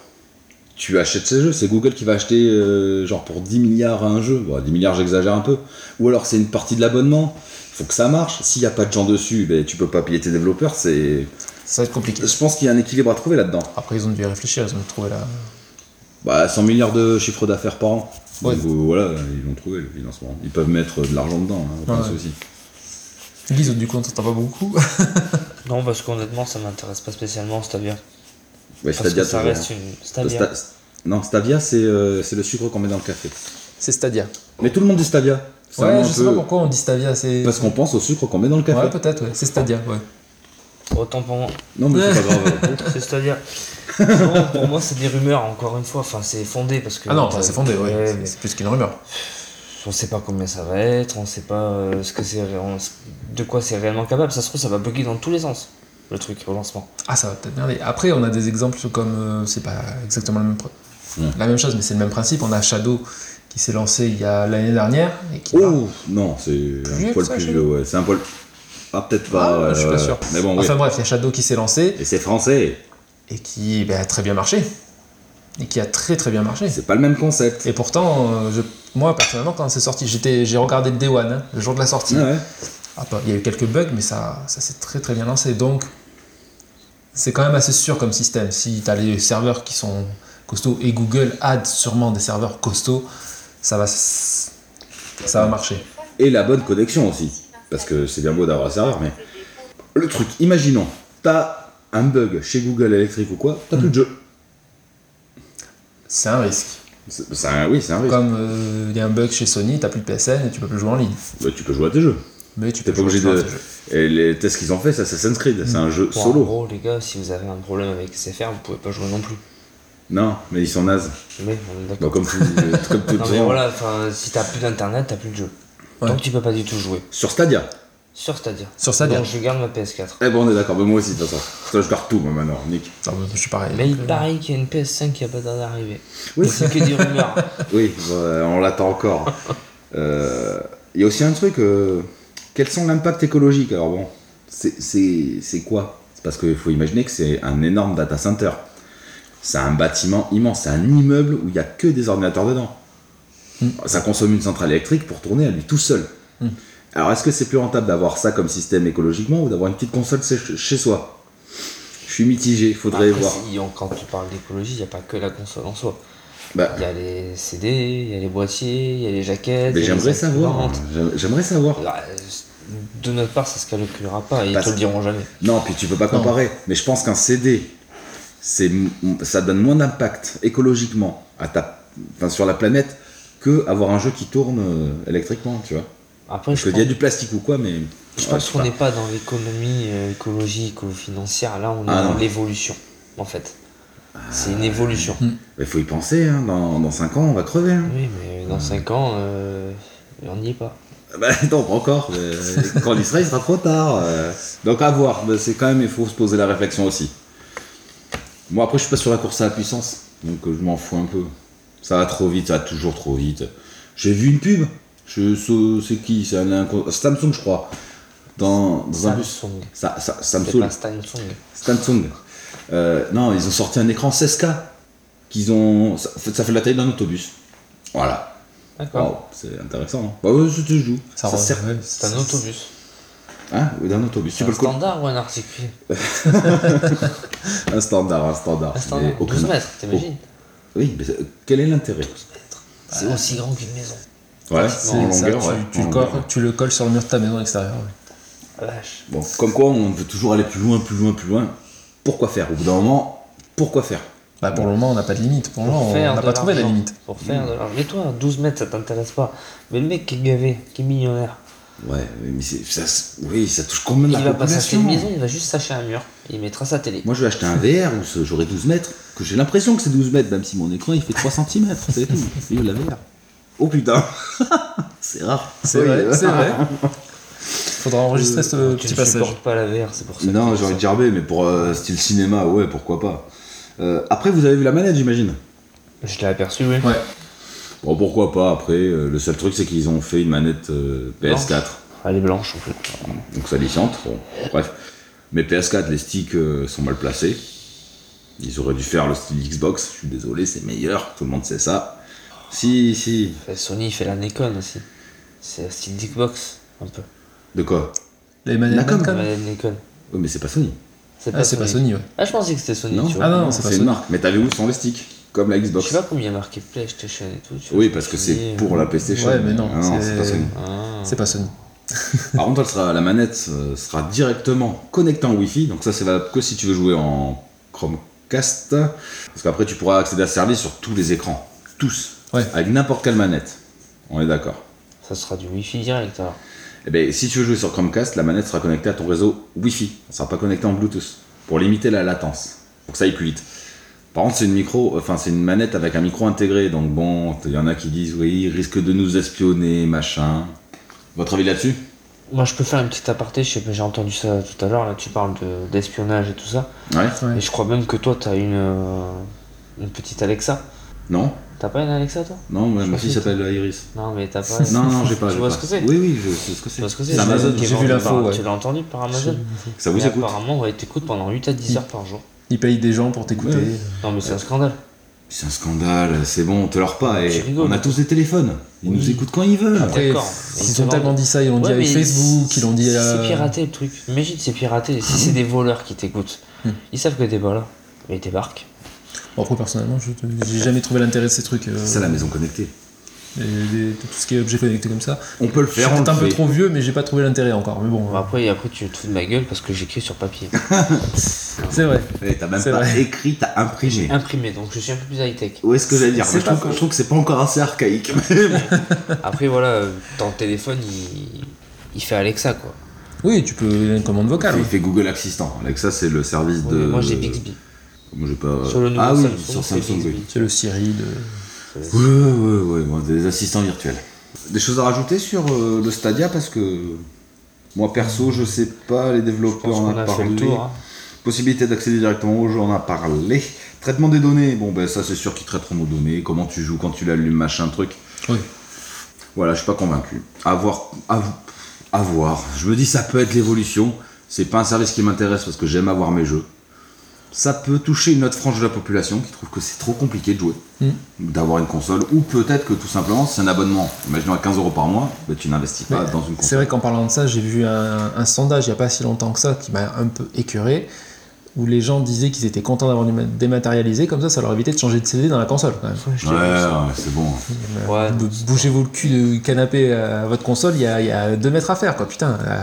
Speaker 2: Tu achètes ces jeux, c'est Google qui va acheter euh, genre pour 10 milliards à un jeu. Bon, 10 milliards, j'exagère un peu. Ou alors c'est une partie de l'abonnement. Faut que ça marche. S'il n'y a pas de gens dessus, ben, tu peux pas payer tes développeurs. C'est,
Speaker 4: Ça va être compliqué.
Speaker 2: je pense qu'il y a un équilibre à trouver là-dedans.
Speaker 4: Après, ils ont dû y réfléchir, ils ont dû trouver la.
Speaker 2: Bah, 100 milliards de chiffre d'affaires par an.
Speaker 4: Ouais.
Speaker 2: Donc, euh, voilà, ils l'ont trouvé le financement. Ils peuvent mettre de l'argent dedans, hein, aucun
Speaker 4: Ouais.
Speaker 2: souci.
Speaker 4: Guise, du coup, on t'entend pas beaucoup.
Speaker 3: Non, parce qu'honnêtement, ça m'intéresse pas spécialement Stadia.
Speaker 2: Ouais,
Speaker 3: Parce
Speaker 2: Stadia,
Speaker 3: que ça
Speaker 2: toujours,
Speaker 3: reste
Speaker 2: hein.
Speaker 3: une Stadia.
Speaker 2: Sta- st- Non, Stadia, c'est euh, c'est le sucre qu'on met dans le café.
Speaker 4: C'est Stadia.
Speaker 2: Mais tout le monde dit Stadia. C'est un
Speaker 4: Ouais,
Speaker 2: nom
Speaker 4: je
Speaker 2: un
Speaker 4: sais
Speaker 2: peu-
Speaker 4: pas pourquoi on dit Stadia. C'est.
Speaker 2: Parce qu'on pense au sucre qu'on met dans le café.
Speaker 4: Ouais, peut-être, ouais. C'est Stadia, ouais.
Speaker 3: Autant pour moi.
Speaker 2: Non, mais c'est pas grave.
Speaker 3: C'est Stadia. Non, pour moi, c'est des rumeurs, encore une fois. Enfin, c'est fondé parce que.
Speaker 4: Ah non, enfin, c'est fondé, ouais. C'est-
Speaker 3: mais
Speaker 4: C'est plus qu'une rumeur.
Speaker 3: On sait pas combien ça va être, on sait pas euh, ce que c'est, ré- on- de quoi c'est réellement capable. Ça se trouve, ça va bugger dans tous les sens, le truc au lancement.
Speaker 4: Ah, ça va peut-être merder. Après, on a des exemples comme. euh, c'est pas exactement le même pro-
Speaker 2: Ouais.
Speaker 4: la même chose, mais c'est le même principe. On a Shadow qui s'est lancé il y a l'année dernière et qui. marche.
Speaker 2: Oh Non, c'est
Speaker 4: vieux
Speaker 2: un
Speaker 4: que
Speaker 2: poil
Speaker 4: ça,
Speaker 2: plus
Speaker 4: chez
Speaker 2: vieux, ouais. C'est un poil. Ah, peut-être pas.
Speaker 4: Ah,
Speaker 2: ouais,
Speaker 4: je suis pas
Speaker 2: ouais.
Speaker 4: sûr.
Speaker 2: Mais bon, oui.
Speaker 4: Enfin bref, il y a Shadow qui s'est lancé
Speaker 2: Et c'est français.
Speaker 4: et qui bah, a très bien marché. Et qui a très très bien marché.
Speaker 2: C'est pas le même concept.
Speaker 4: Et pourtant, euh, je- moi personnellement, quand c'est sorti, j'étais, j'ai regardé le Day One, hein, le jour de la sortie.
Speaker 2: Ouais, ouais.
Speaker 4: Ah, bah, il y a eu quelques bugs, mais ça, ça s'est très très bien lancé. Donc, c'est quand même assez sûr comme système. Si tu as les serveurs qui sont costauds et Google add sûrement des serveurs costauds, ça va, s- ça va marcher.
Speaker 2: et la bonne connexion aussi. Parce que c'est bien beau d'avoir un serveur, mais. Le truc, imaginons, t'as un bug chez Google Electric ou quoi, t'as
Speaker 4: Hmm.
Speaker 2: plus de jeu.
Speaker 4: C'est un risque.
Speaker 2: C'est c'est un- oui, c'est un risque.
Speaker 4: Comme euh, il y a un bug chez Sony, t'as plus de PSN et tu peux plus jouer en ligne.
Speaker 2: Bah, tu peux jouer à tes jeux.
Speaker 4: Mais tu
Speaker 2: T'es
Speaker 4: peux
Speaker 2: pas obligé
Speaker 4: jouer
Speaker 2: de.
Speaker 4: à tes jeux.
Speaker 2: Et les tests qu'ils ont fait, c'est Assassin's Creed, c'est un jeu
Speaker 3: Bon, En
Speaker 2: solo.
Speaker 3: gros, oh, les gars, si vous avez un problème avec SFR, vous pouvez pas jouer non plus.
Speaker 2: Non, mais ils sont nazes.
Speaker 3: Mais on est
Speaker 2: Bon,
Speaker 3: d'accord.
Speaker 2: comme tout, euh, comme tout le
Speaker 3: Non, mais
Speaker 2: temps.
Speaker 3: voilà, enfin, si t'as plus d'internet, t'as plus de jeu.
Speaker 4: Ouais.
Speaker 3: Donc tu peux pas du tout jouer.
Speaker 2: Sur Stadia.
Speaker 3: Sur Stadia.
Speaker 4: Sur Stadia.
Speaker 3: Donc je garde ma PS4.
Speaker 2: Eh ben, on est d'accord, mais moi aussi, de toute façon. Toi, je garde tout, moi, maintenant, Nick.
Speaker 4: Non, mais je suis pareil. euh,
Speaker 3: Mais il paraît qu'il y a une PS5 qui a pas d'arrivée.
Speaker 2: Oui.
Speaker 3: c'est que des rumeurs.
Speaker 2: Oui, bah, on l'attend encore. Euh, Il y a aussi un truc, euh, quels sont l'impact écologique Alors bon, c'est- c'est c'est quoi C'est parce qu'il faut imaginer que c'est un énorme data center. C'est un bâtiment immense, c'est un immeuble où il n'y a que des ordinateurs dedans.
Speaker 3: Hmm.
Speaker 4: Mm.
Speaker 2: Ça consomme une centrale électrique pour tourner à lui tout seul.
Speaker 4: Mm.
Speaker 2: Alors est-ce que c'est plus rentable d'avoir ça comme système écologiquement ou d'avoir une petite console chez- chez soi Je suis mitigé, faudrait
Speaker 3: Bah, Après,
Speaker 2: voir.
Speaker 3: si on- quand tu parles d'écologie, il n'y a pas que la console en soi.
Speaker 2: Bah,
Speaker 3: Il y a les CD, il y a les boîtiers, il y a les jaquettes.
Speaker 2: mais
Speaker 3: il y a les
Speaker 2: j'aimerais savoir. hein,
Speaker 3: imprimantes.
Speaker 2: j'aim- J'aimerais savoir.
Speaker 3: Bah, De notre part, ça se calculera pas, ils
Speaker 2: Parce-
Speaker 3: te le diront jamais.
Speaker 2: Non, puis tu peux pas comparer. Mais je pense qu'un CD, c'est, m- ça donne moins d'impact écologiquement à ta, enfin, sur la planète que avoir un jeu qui tourne euh, électriquement, tu vois.
Speaker 3: Après,
Speaker 2: Parce
Speaker 3: je
Speaker 2: qu'il
Speaker 3: pense,
Speaker 2: y a du plastique ou quoi, mais.
Speaker 3: je
Speaker 2: Ouais,
Speaker 3: pense
Speaker 2: sais
Speaker 3: qu'on
Speaker 2: pas.
Speaker 3: n'est pas dans l'économie euh, écologique ou financière, là on est
Speaker 2: Ah,
Speaker 3: dans
Speaker 2: non.
Speaker 3: l'évolution, en fait. C'est une évolution.
Speaker 2: Mais faut y penser, hein, dans, dans 5 ans, on va crever. hein.
Speaker 3: Oui, mais dans 5 ans, euh, on n'y est pas.
Speaker 2: Bah, non, pas encore. mais euh, quand il sera, il sera trop tard. euh. Donc à voir. Mais C'est quand même, il faut se poser la réflexion aussi. Moi, après, je suis pas sur la course à la puissance, donc euh, je m'en fous un peu. Ça va trop vite, ça va toujours trop vite. J'ai vu une pub. Je sais- c'est qui C'est un, un- Samsung, je crois. Dans, dans un bus.
Speaker 3: Samsung.
Speaker 2: Ça, ça-
Speaker 3: C'est
Speaker 2: Samsung.
Speaker 3: pas Samsung.
Speaker 2: Samsung. Euh, non, ils ont sorti un écran 16K. Qu'ils ont. Ça, ça fait la taille d'un autobus. Voilà.
Speaker 3: D'accord.
Speaker 2: Waouh, c'est intéressant. hein. Bah ouais, c'était joue. Ça
Speaker 4: Ça, rend-
Speaker 2: sert-
Speaker 4: ouais,
Speaker 3: C'est un
Speaker 4: ça-
Speaker 3: autobus.
Speaker 2: Hein Ou d'un autobus. Tu
Speaker 3: C'est
Speaker 2: peux
Speaker 3: un
Speaker 2: le Ah, coller.
Speaker 3: standard ou un articulé
Speaker 2: Un standard, un standard.
Speaker 3: Un standard.
Speaker 2: Mais aucun- Oh.
Speaker 3: 12 mètres, t'imagines
Speaker 2: Oui, mais euh, quel est l'intérêt
Speaker 3: 12 mètres. C'est aussi grand qu'une maison.
Speaker 2: Ouais,
Speaker 4: c'est-
Speaker 2: c'est en
Speaker 4: ça,
Speaker 2: longueur.
Speaker 4: tu-
Speaker 2: ouais,
Speaker 4: tu,
Speaker 2: en
Speaker 4: le
Speaker 2: longueur,
Speaker 4: colles,
Speaker 2: ouais.
Speaker 4: tu le colles sur le mur de ta maison extérieure. ouais.
Speaker 3: Ah, vache.
Speaker 2: Bon, comme quoi, on veut toujours aller plus loin, plus loin, plus loin, plus loin. Pourquoi faire Au bout d'un moment, pourquoi faire
Speaker 4: Bah, pour le moment, on n'a pas de limite. Pour le moment, on
Speaker 3: faire
Speaker 4: n'a
Speaker 3: de
Speaker 4: pas trouvé la
Speaker 3: l'argent.
Speaker 4: limite.
Speaker 3: Pour faire de l'argent. Mais toi, 12 mètres, ça t'intéresse pas. Mais le mec qui est gavé, qui est millionnaire,
Speaker 2: Ouais, mais c'est- ça, c'est- oui, ça touche quand même
Speaker 3: il
Speaker 2: la
Speaker 3: va pas s'acheter
Speaker 2: population.
Speaker 3: une maison, il va juste s'acheter un mur. et il mettra sa télé.
Speaker 2: Moi, je vais acheter un VR où ce- j'aurai 12 mètres, que j'ai l'impression que c'est 12 mètres, même si mon écran il fait 3 cm, c'est tout. C'est la VR. Oh putain C'est rare.
Speaker 4: C'est
Speaker 2: Oui.
Speaker 4: vrai, c'est vrai. Faudra enregistrer ce
Speaker 3: tu
Speaker 4: petit
Speaker 3: ne
Speaker 4: passage.
Speaker 3: supportes pas la VR, c'est pour ça.
Speaker 2: Non,
Speaker 3: que-
Speaker 2: j'aurais gerbé, mais pour euh, style cinéma, ouais, pourquoi pas. Euh, après, vous avez vu la manette, j'imagine
Speaker 3: Je l'ai aperçu, oui.
Speaker 4: Ouais.
Speaker 2: Bon, pourquoi pas, après, euh, le seul truc, c'est qu'ils ont fait une manette euh, PS4,
Speaker 3: Elle est blanche en fait.
Speaker 2: donc ça licente, bon, bref. Mais PS4, les sticks euh, sont mal placés. Ils auraient dû faire le style Xbox, je suis désolé, c'est meilleur, tout le monde sait ça. Si, si.
Speaker 3: Enfin, Sony il fait la Nikon aussi. C'est un style Dickbox, un peu.
Speaker 2: De quoi
Speaker 4: Les manettes
Speaker 2: Nacon.
Speaker 4: Nacon.
Speaker 3: La Nikon.
Speaker 2: Oui, mais c'est pas Sony.
Speaker 3: C'est
Speaker 4: Ah, c'est pas Sony, ouais.
Speaker 3: Ah, je pensais que c'était Sony,
Speaker 2: Non.
Speaker 3: tu vois.
Speaker 4: Ah non, c'est
Speaker 2: C'est
Speaker 4: pas
Speaker 2: une
Speaker 4: Sony.
Speaker 2: marque. Mais t'avais où sans les sticks Comme la
Speaker 3: Je sais
Speaker 2: Xbox.
Speaker 3: pas combien il y a marqué PlayStation et tout. tu vois,
Speaker 2: Oui,
Speaker 3: je
Speaker 2: parce que
Speaker 3: me dis,
Speaker 2: c'est
Speaker 3: euh,
Speaker 2: pour la PlayStation.
Speaker 4: Ouais, mais non,
Speaker 2: Ah non,
Speaker 4: c'est-
Speaker 2: c'est pas Sony.
Speaker 3: ah.
Speaker 4: C'est pas Sony.
Speaker 2: Par contre, elle sera, la manette euh, sera directement connectée en Wi-Fi. Donc ça, c'est valable que si tu veux jouer en Chromecast. Parce qu'après, tu pourras accéder à ce service sur tous les écrans. Tous.
Speaker 4: Ouais.
Speaker 2: Avec n'importe quelle manette. On est d'accord.
Speaker 3: Ça sera du Wi-Fi direct alors.
Speaker 2: Eh bien, si tu veux jouer sur Chromecast, la manette sera connectée à ton réseau Wi-Fi. Elle sera pas connectée en Bluetooth. Pour limiter la latence. Pour que ça aille plus vite. Par contre, c'est une micro, euh, enfin, c'est une manette avec un micro intégré. Donc bon, il y en a qui disent, oui, il risque de nous espionner, machin. Votre avis là-dessus
Speaker 3: Moi, je peux faire une petite aparté. je sais pas, J'ai entendu ça tout à l'heure. Là, tu parles de- d'espionnage et tout ça.
Speaker 2: Ouais
Speaker 4: Ouais.
Speaker 3: Et je crois même que toi, t'as une euh, une petite Alexa.
Speaker 2: Non
Speaker 3: T'as pas une Alexa, toi
Speaker 2: Non, ma-
Speaker 3: Je
Speaker 2: ma
Speaker 3: sais
Speaker 2: fille
Speaker 3: pas.
Speaker 2: s'appelle Iris.
Speaker 3: Non, mais t'as pas.
Speaker 2: Non, non, j'ai pas.
Speaker 3: Tu
Speaker 2: j'ai
Speaker 3: vois
Speaker 2: pas.
Speaker 3: ce que c'est
Speaker 2: Oui, oui, je sais ce que
Speaker 3: Tu
Speaker 2: c'est.
Speaker 3: vois ce que c'est
Speaker 2: C'est
Speaker 3: Je l'ai-
Speaker 2: Amazon.
Speaker 3: qui est
Speaker 4: j'ai vu
Speaker 3: vendu
Speaker 4: l'info,
Speaker 3: par-
Speaker 4: ouais.
Speaker 3: Tu l'as entendu par Amazon
Speaker 2: Ah Ça vous
Speaker 3: Mais
Speaker 2: écoute
Speaker 3: Apparemment, ouais, t'écoutes pendant 8 à 10 heures par jour.
Speaker 4: Ils payent des gens pour t'écouter.
Speaker 2: Ouais.
Speaker 3: Non, mais c'est
Speaker 2: Euh,
Speaker 3: un scandale.
Speaker 2: C'est un scandale, c'est bon, on te leur pas.
Speaker 3: Tu
Speaker 2: Et
Speaker 3: rigoles.
Speaker 2: on a tous des téléphones. Ils
Speaker 4: Oui.
Speaker 2: nous écoutent quand ils veulent.
Speaker 3: Après, euh,
Speaker 4: Après,
Speaker 3: D'accord. Ils
Speaker 4: ils
Speaker 3: te
Speaker 4: ont tellement
Speaker 3: vendent.
Speaker 4: dit ça, ils l'ont dit
Speaker 3: Ouais,
Speaker 4: avec
Speaker 3: mais
Speaker 4: Facebook, ils l'ont dit à.
Speaker 3: C'est piraté le truc. Imagine, c'est piraté. Si c'est des voleurs qui t'écoutent,
Speaker 4: Hmm.
Speaker 3: ils savent que t'es pas là. Mais ils débarquent.
Speaker 4: Bon, après, personnellement, je j'ai jamais trouvé l'intérêt de ces trucs. euh,
Speaker 2: C'est ça la maison connectée.
Speaker 4: et des- tout ce qui est objet connecté comme ça.
Speaker 2: On peut le
Speaker 4: Je suis
Speaker 2: faire, on
Speaker 4: peut-être un
Speaker 2: le
Speaker 4: peu
Speaker 2: fait. Ah,
Speaker 4: trop vieux, mais j'ai pas trouvé l'intérêt encore. Mais bon,
Speaker 3: Bon, Après, et après, tu te fous de ma gueule parce que j'écris sur papier.
Speaker 4: c'est vrai.
Speaker 2: Eh, T'as même
Speaker 4: C'est
Speaker 2: pas
Speaker 4: vrai.
Speaker 2: écrit, t'as imprimé.
Speaker 3: Imprimé, donc je suis un peu plus high-tech.
Speaker 2: Où est-ce que j'allais dire
Speaker 4: C'est
Speaker 2: Je trouve
Speaker 4: pas-
Speaker 2: je trouve que c'est pas encore assez archaïque. mais bon.
Speaker 3: Après, voilà, euh, ton téléphone, il, il fait Alexa, quoi.
Speaker 4: Oui, tu peux une commande vocale.
Speaker 2: Il
Speaker 4: oui.
Speaker 2: fait Google Assistant. Alexa, c'est le service
Speaker 3: Ouais,
Speaker 2: de.
Speaker 3: Ah mais Moi, j'ai Bixby.
Speaker 2: Moi, j'ai pas.
Speaker 3: Sur le nouveau
Speaker 2: Ah oui,
Speaker 3: Samsung,
Speaker 2: sur
Speaker 3: c'est
Speaker 2: Samsung, oui.
Speaker 3: Bixby.
Speaker 4: C'est le Siri de.
Speaker 2: Ouais, ouais, ouais, bon, des assistants virtuels. Des choses à rajouter sur euh, le Stadia parce que moi perso, je sais pas, les
Speaker 3: Je pense
Speaker 2: développeurs en
Speaker 3: qu'on
Speaker 2: a
Speaker 3: a fait
Speaker 2: parlé.
Speaker 3: le tour. hein.
Speaker 2: Possibilité d'accéder directement au jeu, on en a parlé. Traitement des données, bon ben ça c'est sûr qu'ils traiteront nos données, comment tu joues quand tu l'allumes, machin truc.
Speaker 4: Oui.
Speaker 2: Voilà, je suis pas convaincu. À voir, à, à voir. Je me dis ça peut être l'évolution. C'est pas un service qui m'intéresse parce que j'aime avoir mes jeux. Ça peut toucher une autre frange de la population qui trouve que c'est trop compliqué de jouer,
Speaker 4: Mm.
Speaker 2: d'avoir une console, ou peut-être que tout simplement c'est un abonnement. Imaginons à 15 euros par mois, ben, tu n'investis pas
Speaker 4: Mais
Speaker 2: dans une
Speaker 4: C'est
Speaker 2: console.
Speaker 4: vrai qu'en parlant de ça, j'ai vu un, un sondage il n'y a pas si longtemps que ça qui m'a un peu écœuré, où les gens disaient qu'ils étaient contents d'avoir déma- dématérialisé, comme ça, ça leur évitait de changer de CD dans la console quand même.
Speaker 3: Ouais, je
Speaker 2: Ouais,
Speaker 3: t'ai vu ça.
Speaker 2: ouais, c'est bon.
Speaker 3: Ouais,
Speaker 4: Bou- Bougez-vous le cul du canapé à votre console, il y a, il y a deux mètres à faire quoi, putain. euh,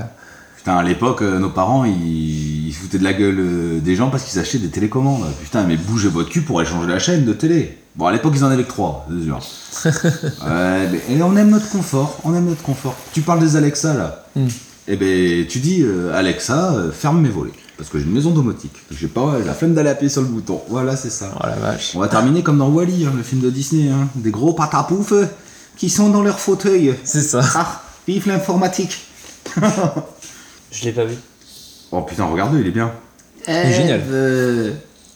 Speaker 2: Putain, à l'époque, euh, nos parents, ils, ils se foutaient de la gueule euh, des gens parce qu'ils achetaient des télécommandes. Putain, mais bougez votre cul pour aller changer la chaîne de télé. Bon, à l'époque, ils en avaient que trois, c'est sûr. ouais, mais- et on aime notre confort, on aime notre confort. Tu parles des Alexa, là.
Speaker 4: Hmm.
Speaker 2: Eh ben, tu dis, euh, Alexa, euh, ferme mes volets. Parce que j'ai une maison domotique. J'ai pas euh, la flemme d'aller appuyer sur le bouton. Voilà, c'est ça.
Speaker 4: Oh la vache.
Speaker 2: On va terminer comme dans Wally, le film de Disney. hein. Des gros patapoufs euh, qui sont dans leur fauteuil.
Speaker 4: C'est ça.
Speaker 2: Ah, vive l'informatique.
Speaker 3: je l'ai pas vu.
Speaker 2: Oh putain, regarde-le, il est bien.
Speaker 4: C'est génial.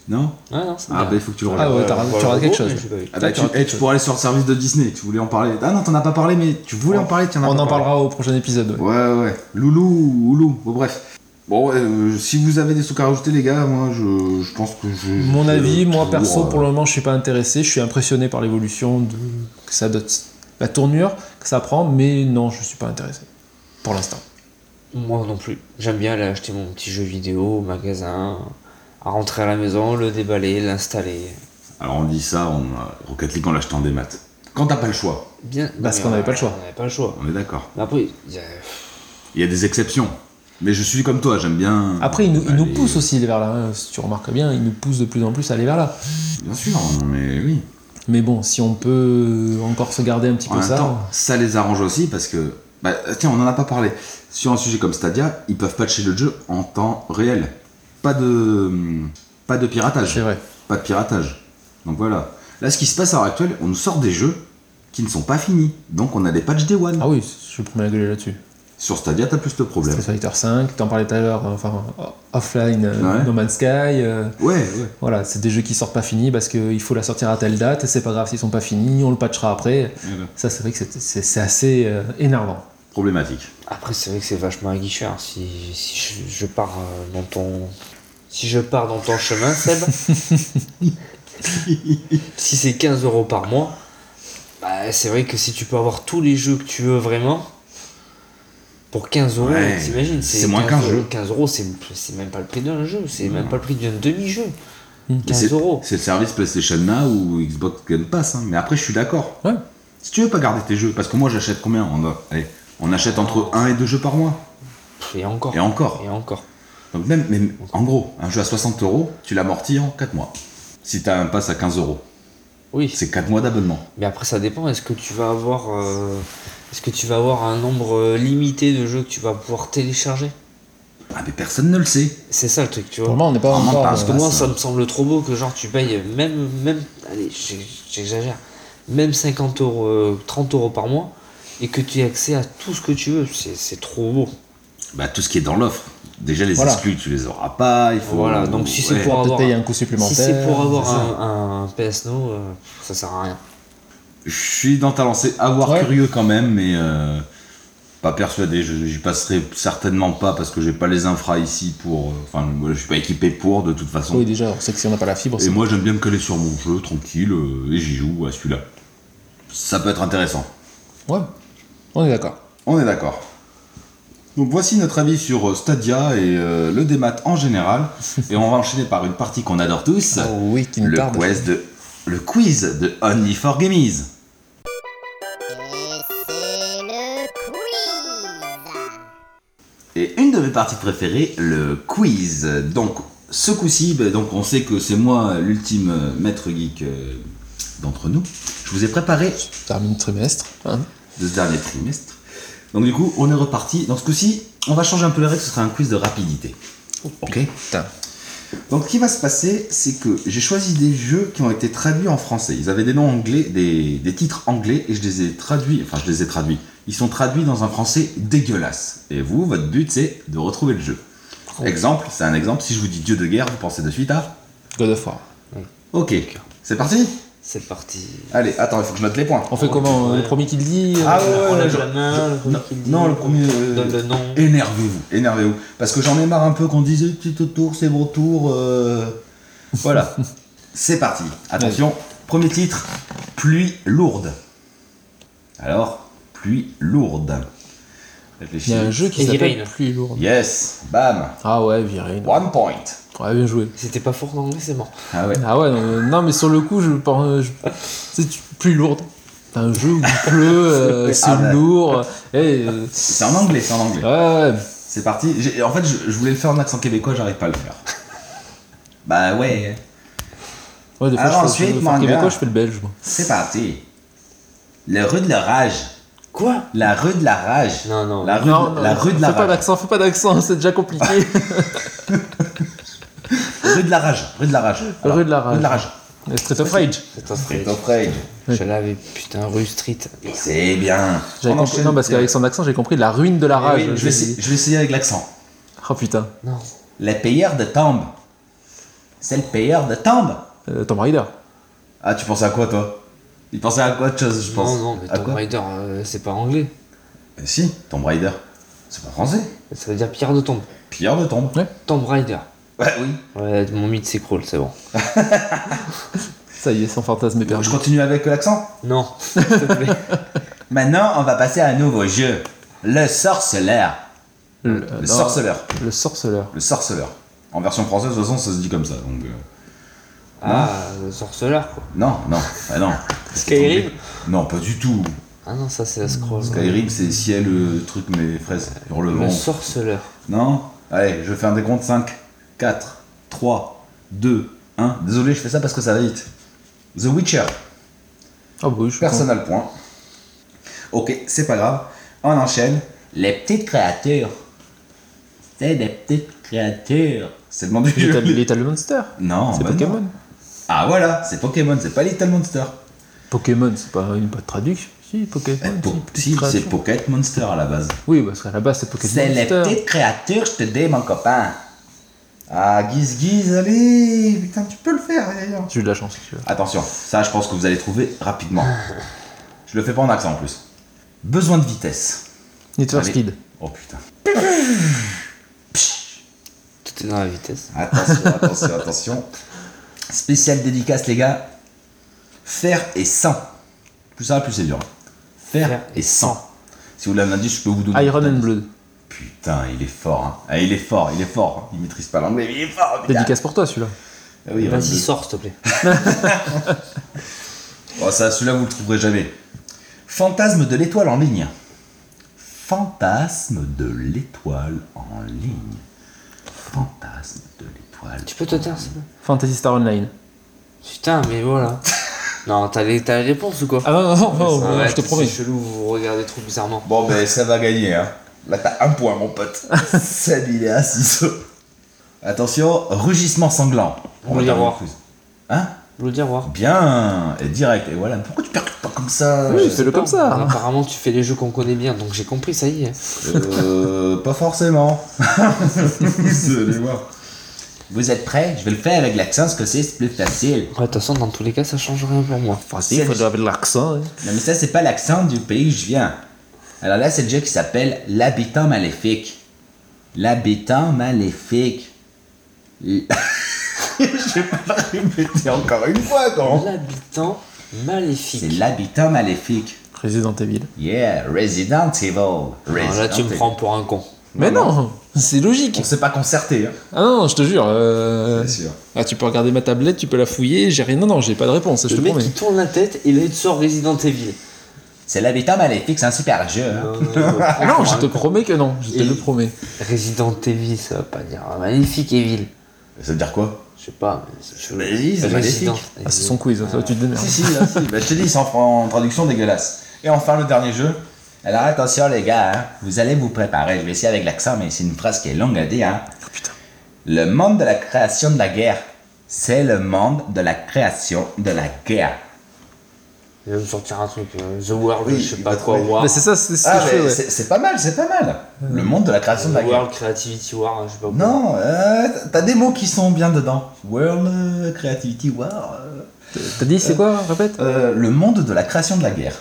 Speaker 2: Non
Speaker 3: Ah non, c'est
Speaker 2: Ah
Speaker 3: bien.
Speaker 2: bah il faut que tu le
Speaker 4: Ah
Speaker 2: regardes.
Speaker 4: ouais, t'as-
Speaker 3: voilà,
Speaker 4: tu rates quelque
Speaker 3: mais
Speaker 4: chose,
Speaker 3: je l'ai pas vu.
Speaker 2: Ah bah,
Speaker 4: Ah,
Speaker 2: tu,
Speaker 4: tu rates
Speaker 2: eh, tu pourrais aller sur le service de Disney, tu voulais en parler. Ah non, t'en as pas parlé, mais tu voulais en parler, tu en as
Speaker 4: On
Speaker 2: pas
Speaker 4: en
Speaker 2: parlé.
Speaker 4: parlera au prochain épisode. ouais.
Speaker 2: Ouais, ouais. Loulou, ou Oulou, bon bref. Bon, euh, si vous avez des trucs à rajouter, les gars, moi je, je pense que je.
Speaker 4: Mon
Speaker 2: je-
Speaker 4: avis, moi
Speaker 2: toujours,
Speaker 4: perso,
Speaker 2: euh,
Speaker 4: pour le moment, je suis pas intéressé. Je suis impressionné par l'évolution de que ça donne, la tournure que ça prend, mais non, je suis pas intéressé pour l'instant.
Speaker 2: Hmm.
Speaker 3: Moi non plus. J'aime bien aller acheter mon petit jeu vidéo au magasin, à rentrer à la maison, le déballer, l'installer.
Speaker 2: Alors on dit ça, on euh, Rocket League en l'achetant des maths. Quand t'as pas le choix,
Speaker 3: Bien.
Speaker 4: Parce qu'on n'avait pas le choix.
Speaker 3: On n'avait pas le choix.
Speaker 2: on est d'accord.
Speaker 3: Mais après, il y a-
Speaker 2: Il y a des exceptions. Mais je suis comme toi, j'aime bien.
Speaker 4: Après, ils nous, ils nous
Speaker 2: aller-
Speaker 4: poussent aussi vers là, hein, si tu remarques bien, ils nous poussent de plus en plus à aller vers là.
Speaker 2: Bien sûr, non, mais oui.
Speaker 4: Mais bon, si on peut encore se garder un petit
Speaker 2: En
Speaker 4: peu
Speaker 2: même
Speaker 4: ça.
Speaker 2: temps, ça les arrange aussi parce que. Bah, tiens, on n'en a pas parlé. Sur un sujet comme Stadia, ils peuvent patcher le jeu en temps réel. Pas de. Pas de piratage.
Speaker 4: C'est vrai.
Speaker 2: Pas de piratage. Donc voilà. Là, ce qui se passe à l'heure actuelle, on nous sort des jeux qui ne sont pas finis. Donc on a des patchs Day One.
Speaker 4: Ah oui, je suis le premier à gueuler là-dessus.
Speaker 2: Sur Stadia, t'as plus de problème.
Speaker 4: Street Fighter 5, t'en parlais tout à l'heure, enfin o- offline, euh,
Speaker 2: Ouais.
Speaker 4: No Man's Sky. euh,
Speaker 2: Ouais, ouais.
Speaker 4: voilà, c'est des jeux qui sortent pas finis parce qu'il faut la sortir à telle date et c'est pas grave s'ils sont pas finis, on le patchera après.
Speaker 2: Voilà.
Speaker 4: Ça, c'est vrai que c'est- c'est c'est assez euh, énervant.
Speaker 2: Problématique.
Speaker 3: Après, c'est vrai que c'est vachement aguicheur. Si, si je, je pars euh, dans ton. Si je pars dans ton chemin, Seb. si c'est 15 euros par mois, bah, c'est vrai que si tu peux avoir tous les jeux que tu veux vraiment, pour 15 euros,
Speaker 2: Ouais,
Speaker 3: t'imagines
Speaker 2: c'est moins qu'un
Speaker 3: euros.
Speaker 2: jeu.
Speaker 3: 15 euros, c'est c'est même pas le prix d'un jeu, c'est
Speaker 2: Non.
Speaker 3: même pas le prix d'un demi-jeu.
Speaker 4: Mm.
Speaker 3: 15
Speaker 2: C'est-
Speaker 3: euros.
Speaker 2: C'est le service PlayStation Now ou Xbox Game Pass, hein. mais après je suis d'accord.
Speaker 4: Ouais.
Speaker 2: Si tu veux pas garder tes jeux, parce que moi j'achète combien on, a- allez, on achète entre 1 et 2 jeux par mois.
Speaker 3: Et encore.
Speaker 2: Et encore.
Speaker 3: Et encore.
Speaker 2: Donc même, même en gros, un jeu à 60 euros, tu l'amortis en 4 mois. Si t'as un pass à 15 euros,
Speaker 3: Oui.
Speaker 2: c'est 4 mois d'abonnement.
Speaker 3: Mais après, ça dépend. Est-ce que tu vas avoir, euh, est-ce que tu vas avoir un nombre euh, limité de jeux que tu vas pouvoir télécharger
Speaker 2: Ah mais personne ne le sait.
Speaker 3: C'est ça le truc, tu
Speaker 4: Pour
Speaker 3: vois.
Speaker 4: le moment, on n'est pas
Speaker 2: On en
Speaker 4: encore.
Speaker 2: parle,
Speaker 4: euh,
Speaker 3: Parce que moi,
Speaker 2: ça.
Speaker 3: ça me semble trop beau que genre tu payes même, même, allez, j'ex- j'exagère, même 50 euros, euh, 30 euros par mois, et que tu aies accès à tout ce que tu veux. C'est c'est trop beau.
Speaker 2: Bah tout ce qui est dans l'offre. Déjà les
Speaker 4: Voilà.
Speaker 2: exclus, tu les auras pas. Il faut...
Speaker 3: Voilà, donc si c'est
Speaker 2: Ouais.
Speaker 3: pour
Speaker 4: peut-être
Speaker 3: avoir,
Speaker 4: payer un coût
Speaker 3: si
Speaker 4: supplémentaire.
Speaker 3: c'est pour avoir
Speaker 4: c'est ça.
Speaker 3: un, un PS No, euh, ça sert à rien.
Speaker 2: Je suis dans ta lancée, avoir
Speaker 4: Ouais.
Speaker 2: curieux quand même, mais euh, pas persuadé. Je- J'y passerai certainement pas parce que j'ai pas les infras ici pour. euh, Enfin, moi, je suis pas équipé pour de toute façon.
Speaker 4: Oui, déjà, on sait que si on n'a pas la fibre,
Speaker 2: et
Speaker 4: c'est
Speaker 2: moi, j'aime bien me coller sur mon jeu tranquille euh, et j'y joue à celui-là. Ça peut être intéressant.
Speaker 4: Ouais, on est d'accord.
Speaker 2: On est d'accord. Donc voici notre avis sur euh, Stadia et euh, le démat en général. et on va enchaîner par une partie qu'on adore tous.
Speaker 4: Oh oui, qui nous
Speaker 2: le,
Speaker 4: tarde.
Speaker 2: quiz de, le quiz de Only for Gamies.
Speaker 5: Et c'est le quiz
Speaker 2: Et une de mes parties préférées, le quiz. Donc, ce coup-ci, ben, donc on sait que c'est moi l'ultime euh, maître geek euh, d'entre nous. Je vous ai préparé
Speaker 4: Termine le trimestre. hein.
Speaker 2: de ce dernier trimestre. Donc du coup, on est reparti. Dans ce coup-ci, on va changer un peu les règles. Ce sera un quiz de rapidité. Ok.
Speaker 4: Oh, Putain.
Speaker 2: Donc, ce qui va se passer, c'est que j'ai choisi des jeux qui ont été traduits en français. Ils avaient des noms anglais, des, des titres anglais, et je les ai traduits. Enfin, je les ai traduits. Ils sont traduits dans un français dégueulasse. Et vous, votre but, c'est de retrouver le jeu. Exemple, c'est un exemple. Si je vous dis Dieu de guerre, vous pensez de suite à.
Speaker 4: God of War.
Speaker 2: Ok. C'est parti
Speaker 3: C'est parti.
Speaker 2: Allez, attends, il faut que je note les points.
Speaker 4: On fait
Speaker 3: Ouais,
Speaker 4: comment euh,
Speaker 3: ouais.
Speaker 4: Le premier qui le dit euh,
Speaker 2: Oh, Ah ouais, ouais,
Speaker 3: on lève
Speaker 2: je-
Speaker 3: la main, le premier
Speaker 2: non,
Speaker 3: qui dit,
Speaker 2: non, le premier, euh,
Speaker 3: donne le nom.
Speaker 2: Énervez-vous, énervez-vous. Parce que j'en ai marre un peu qu'on dise petit tour, c'est bon tour. euh, Voilà. c'est parti. Attention, premier titre pluie lourde. Alors, pluie lourde.
Speaker 4: Il y a un
Speaker 2: Réfléchis.
Speaker 4: jeu qui
Speaker 3: Et
Speaker 4: s'appelle
Speaker 3: Irene.
Speaker 4: Plus lourd.
Speaker 2: Yes, bam,
Speaker 4: Ah ouais, Virine.
Speaker 2: one point.
Speaker 4: Ouais, bien joué.
Speaker 3: C'était pas fort en anglais, c'est mort.
Speaker 2: Ah ouais.
Speaker 4: Ah ouais, non, euh, non, mais sur le coup, je pense. euh, je- C'est plus lourde. T'as un jeu où il pleut, euh, c'est
Speaker 2: Ah ouais.
Speaker 4: lourd. eh, euh,
Speaker 2: C'est en anglais, c'est en anglais.
Speaker 4: ouais, ouais.
Speaker 2: C'est parti. J'ai- En fait, je, je voulais le faire en accent québécois, j'arrive pas à le faire. bah ouais,
Speaker 4: Ouais, des
Speaker 2: Alors
Speaker 4: fois, je fais- je
Speaker 2: ensuite,
Speaker 4: fais
Speaker 2: manga.
Speaker 4: québécois, je fais le belge. moi.
Speaker 2: c'est parti. Le rue de l'orage.
Speaker 3: Quoi
Speaker 2: La rue de la rage.
Speaker 3: Non, non.
Speaker 2: La rue,
Speaker 4: Non, non,
Speaker 2: la rue de la
Speaker 4: fais pas
Speaker 2: rage.
Speaker 4: d'accent, fais pas d'accent, c'est déjà compliqué.
Speaker 2: Rue de la rage. Rue de la rage. Alors,
Speaker 4: Rue de la rage.
Speaker 2: Rue de la rage.
Speaker 4: Street of Rage.
Speaker 3: Attends,
Speaker 2: C'est ton frère.
Speaker 3: Je l'avais, putain, rue Street.
Speaker 2: C'est bien.
Speaker 4: J'avais
Speaker 2: On
Speaker 4: compris-
Speaker 2: enchaîne.
Speaker 4: non, parce qu'avec son accent, j'ai compris la ruine de la
Speaker 2: Ah
Speaker 4: rage.
Speaker 2: oui, je, vais essayer, je vais essayer avec l'accent.
Speaker 4: Oh putain.
Speaker 3: Non.
Speaker 2: Le payeur de tombe. C'est le payeur de tombe.
Speaker 4: Euh, Tomb Raider.
Speaker 2: Ah, tu pensais à quoi, toi Il pensait à quoi de chose, je pense
Speaker 3: Non, non, mais
Speaker 2: à
Speaker 3: Tomb
Speaker 2: quoi
Speaker 3: Raider, euh, c'est pas anglais.
Speaker 2: Eh Si, Tomb Raider. C'est pas français.
Speaker 3: Ça veut dire pierre de tombe.
Speaker 2: Pilleur de tombe.
Speaker 3: Tomb Raider.
Speaker 2: Ouais, oui.
Speaker 3: Ouais, mon mythe s'écroule, c'est bon.
Speaker 4: Ça y est, son fantasme est perdu.
Speaker 2: Ah, Je continue avec l'accent
Speaker 3: Non, s'il te plaît.
Speaker 2: Maintenant, on va passer à un nouveau jeu. Le sorceleur.
Speaker 4: Le, euh,
Speaker 2: Le
Speaker 4: non,
Speaker 2: sorceleur.
Speaker 4: Le sorceleur.
Speaker 2: Le sorceleur. En version française, de toute façon, ça se dit comme ça. Donc, euh,
Speaker 3: Ah, le sorceleur, quoi.
Speaker 2: Non, non, bah non.
Speaker 3: Skyrim
Speaker 2: Non, pas du tout.
Speaker 3: Ah non, ça
Speaker 4: Mmh,
Speaker 3: c'est la scroll.
Speaker 2: Skyrim, c'est ciel, euh, truc, mais fraise, sur le
Speaker 3: Le
Speaker 2: vent.
Speaker 3: sorceleur.
Speaker 2: Non Allez, je fais un décompte 5, 4, 3, 2, 1. Désolé, je fais ça parce que ça va vite. The Witcher,
Speaker 4: Ah bah oui, je suis
Speaker 2: personne n'a le point. Ok, c'est pas grave. On enchaîne. Les petites créatures. C'est des petites créatures. C'est le nom du jeu.
Speaker 4: content. Little, Little Monster
Speaker 2: Non,
Speaker 4: C'est
Speaker 2: bah non.
Speaker 4: Pokémon
Speaker 2: Ah voilà, c'est Pokémon, c'est pas Little Monster.
Speaker 4: Pokémon, c'est pas une bonne traduction Si, Pokémon.
Speaker 2: Eh, po-
Speaker 4: petite
Speaker 2: si, c'est
Speaker 4: créature.
Speaker 2: Pocket Monster à la base.
Speaker 4: Oui, parce qu'à la base c'est Pokémon.
Speaker 2: C'est les petites créatures, je te dis, mon copain. Ah, guise, guise, allez Putain, tu peux le faire, d'ailleurs.
Speaker 4: J'ai eu de la chance, si tu veux.
Speaker 2: Attention, ça, je pense que vous allez trouver rapidement. Je le fais pas en accent, en plus. Besoin de vitesse.
Speaker 4: Need for
Speaker 2: Allez.
Speaker 4: Speed.
Speaker 2: Oh, putain.
Speaker 3: Tout est dans la vitesse.
Speaker 2: Attention, attention, attention. Spécial dédicace, les gars. Fer et sang. Plus ça va, plus c'est dur. Fer,
Speaker 3: Fer
Speaker 2: et sang. Si vous l'avez indice, je peux vous donner...
Speaker 4: Iron and Blood.
Speaker 2: Ah. Putain, il est fort. hein. Ah, il est fort, il est fort. Il maîtrise pas l'anglais, mais il est fort. putain.
Speaker 4: Dédicace pour toi, celui-là.
Speaker 2: Ah oui,
Speaker 3: Vas-y,
Speaker 2: Red Bull.
Speaker 3: sors s'il te plaît.
Speaker 2: Oh, ça, celui-là, vous le trouverez jamais. Fantasme de l'étoile en ligne. Fantasme de l'étoile en ligne. Fantasme de l'étoile.
Speaker 3: Tu peux te taire, s'il te plaît
Speaker 4: Fantasy Star Online.
Speaker 3: Putain, mais voilà. non, t'as les, t'as les réponses ou quoi
Speaker 4: Ah non, non, non, non,
Speaker 3: Ah
Speaker 4: non,
Speaker 3: ouais,
Speaker 4: je te
Speaker 3: c'est
Speaker 4: promets.
Speaker 3: chelou, vous regardez trop bizarrement.
Speaker 2: Bon, ben, ça va gagner, hein. Là, t'as un point, mon pote. Seb, il est à 6. Attention, rugissement sanglant.
Speaker 3: On va y
Speaker 2: terminer
Speaker 3: avoir.
Speaker 2: plus. Hein
Speaker 3: Le tiroir.
Speaker 2: Bien Et direct, et voilà. Pourquoi tu percutes pas comme ça
Speaker 4: Oui,
Speaker 2: euh,
Speaker 4: fais-le comme
Speaker 3: Mais
Speaker 4: ça.
Speaker 3: Apparemment, tu fais les jeux qu'on connaît bien, donc j'ai compris, ça y est.
Speaker 2: Euh, pas forcément. Vous allez voir. Vous êtes prêts Je vais le faire avec l'accent, parce que c'est plus facile.
Speaker 3: Ouais, de toute façon, dans tous les cas, ça change rien pour moi.
Speaker 4: Il faut avoir de l'accent. hein.
Speaker 2: Non, mais ça, c'est pas l'accent du pays où je viens. Alors là, c'est le jeu qui s'appelle L'habitant maléfique. L'habitant maléfique. L- je vais pas le répéter encore une fois, quand
Speaker 3: L'habitant
Speaker 2: C'est
Speaker 3: maléfique. L'habitant
Speaker 2: l'habitant maléfique.
Speaker 4: Resident Evil.
Speaker 2: Yeah, Resident Evil.
Speaker 3: là, tu
Speaker 2: Resident
Speaker 3: me
Speaker 2: Evil.
Speaker 3: prends pour un con.
Speaker 4: Mais non, c'est logique.
Speaker 2: On s'est pas concerté, hein.
Speaker 4: Ah non, non, je te jure. euh,
Speaker 2: sûr.
Speaker 4: Ah, tu peux regarder ma tablette, tu peux la fouiller. J'ai rien. Non, non, j'ai pas de réponse. Je
Speaker 3: Le
Speaker 4: te
Speaker 3: mec
Speaker 4: promets. Ah.
Speaker 3: qui tourne la tête et là, il te sort Resident Evil.
Speaker 2: C'est l'habitant maléfique, c'est un super jeu. hein.
Speaker 3: Non, non, non, prends
Speaker 4: Ah Non,
Speaker 3: pour
Speaker 4: je
Speaker 3: un
Speaker 4: te
Speaker 3: con.
Speaker 4: promets que non. Je te
Speaker 3: Ah, Et-
Speaker 4: le promets.
Speaker 3: Resident Evil, ça va pas dire. un Magnifique Evil.
Speaker 2: Ça veut dire quoi
Speaker 3: Je sais pas, mais si tu veux.
Speaker 2: Vas-y, c'est
Speaker 3: Resident
Speaker 2: magnifique.
Speaker 3: Evil.
Speaker 4: Ah, c'est son quiz. Ça, tu te démerdes.
Speaker 2: Si, si, là, si. Bah, je te dis, c'est en, en traduction dégueulasse. Et enfin, le dernier jeu. Alors attention, les gars, hein. vous allez vous préparer. Je vais essayer avec l'accent, mais c'est une phrase qui est longue à dire. hein. Le monde de la création de la guerre. C'est le monde de la création de la guerre.
Speaker 3: Il va me sortir un truc. euh, The World,
Speaker 2: Oui,
Speaker 3: je sais
Speaker 2: il
Speaker 3: pas
Speaker 2: va
Speaker 3: quoi.
Speaker 2: trouver.
Speaker 3: War.
Speaker 4: Mais c'est ça, c'est c'est
Speaker 2: Ah,
Speaker 4: chaud,
Speaker 2: mais
Speaker 4: ouais.
Speaker 2: c'est c'est pas mal, c'est pas mal. Le monde de la création de la
Speaker 3: The
Speaker 2: guerre.
Speaker 3: World Creativity War, hein, je sais pas quoi.
Speaker 2: Non, euh, t'as des mots qui sont bien dedans. World, euh, Creativity, War. euh.
Speaker 4: T'as dit, c'est quoi Répète.
Speaker 2: Euh, le monde de la création de la guerre.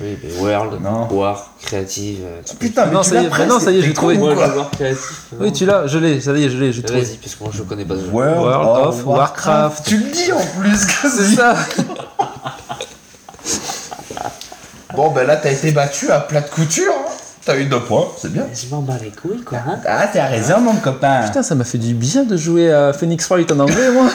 Speaker 3: Oui, mais World,
Speaker 2: Non.
Speaker 3: War, Creative. euh, tu-
Speaker 2: Putain, mais
Speaker 4: Non,
Speaker 2: tu
Speaker 4: ça
Speaker 2: l'as
Speaker 4: y est,
Speaker 2: presque,
Speaker 4: non, ça y est,
Speaker 2: t'es
Speaker 4: j'ai trouvé.
Speaker 2: con,
Speaker 3: World,
Speaker 2: quoi.
Speaker 3: War, Creative.
Speaker 4: Oui, tu l'as. Je l'ai. Ça y est, je l'ai. J'ai trouvé.
Speaker 3: Vas-y, parce que moi je connais pas ce jeu.
Speaker 2: World,
Speaker 4: World
Speaker 2: of, Warcraft.
Speaker 4: of Warcraft.
Speaker 2: Tu le dis en plus que
Speaker 4: C'est ça.
Speaker 2: Bon ben là t'as été battu à plat de couture. hein. T'as eu deux points, c'est bien.
Speaker 3: Je m'en bats les couilles, quoi. Hein
Speaker 2: Ah t'as raison mon copain.
Speaker 4: Putain, ça m'a fait du bien de jouer à Phoenix Wright en anglais, moi.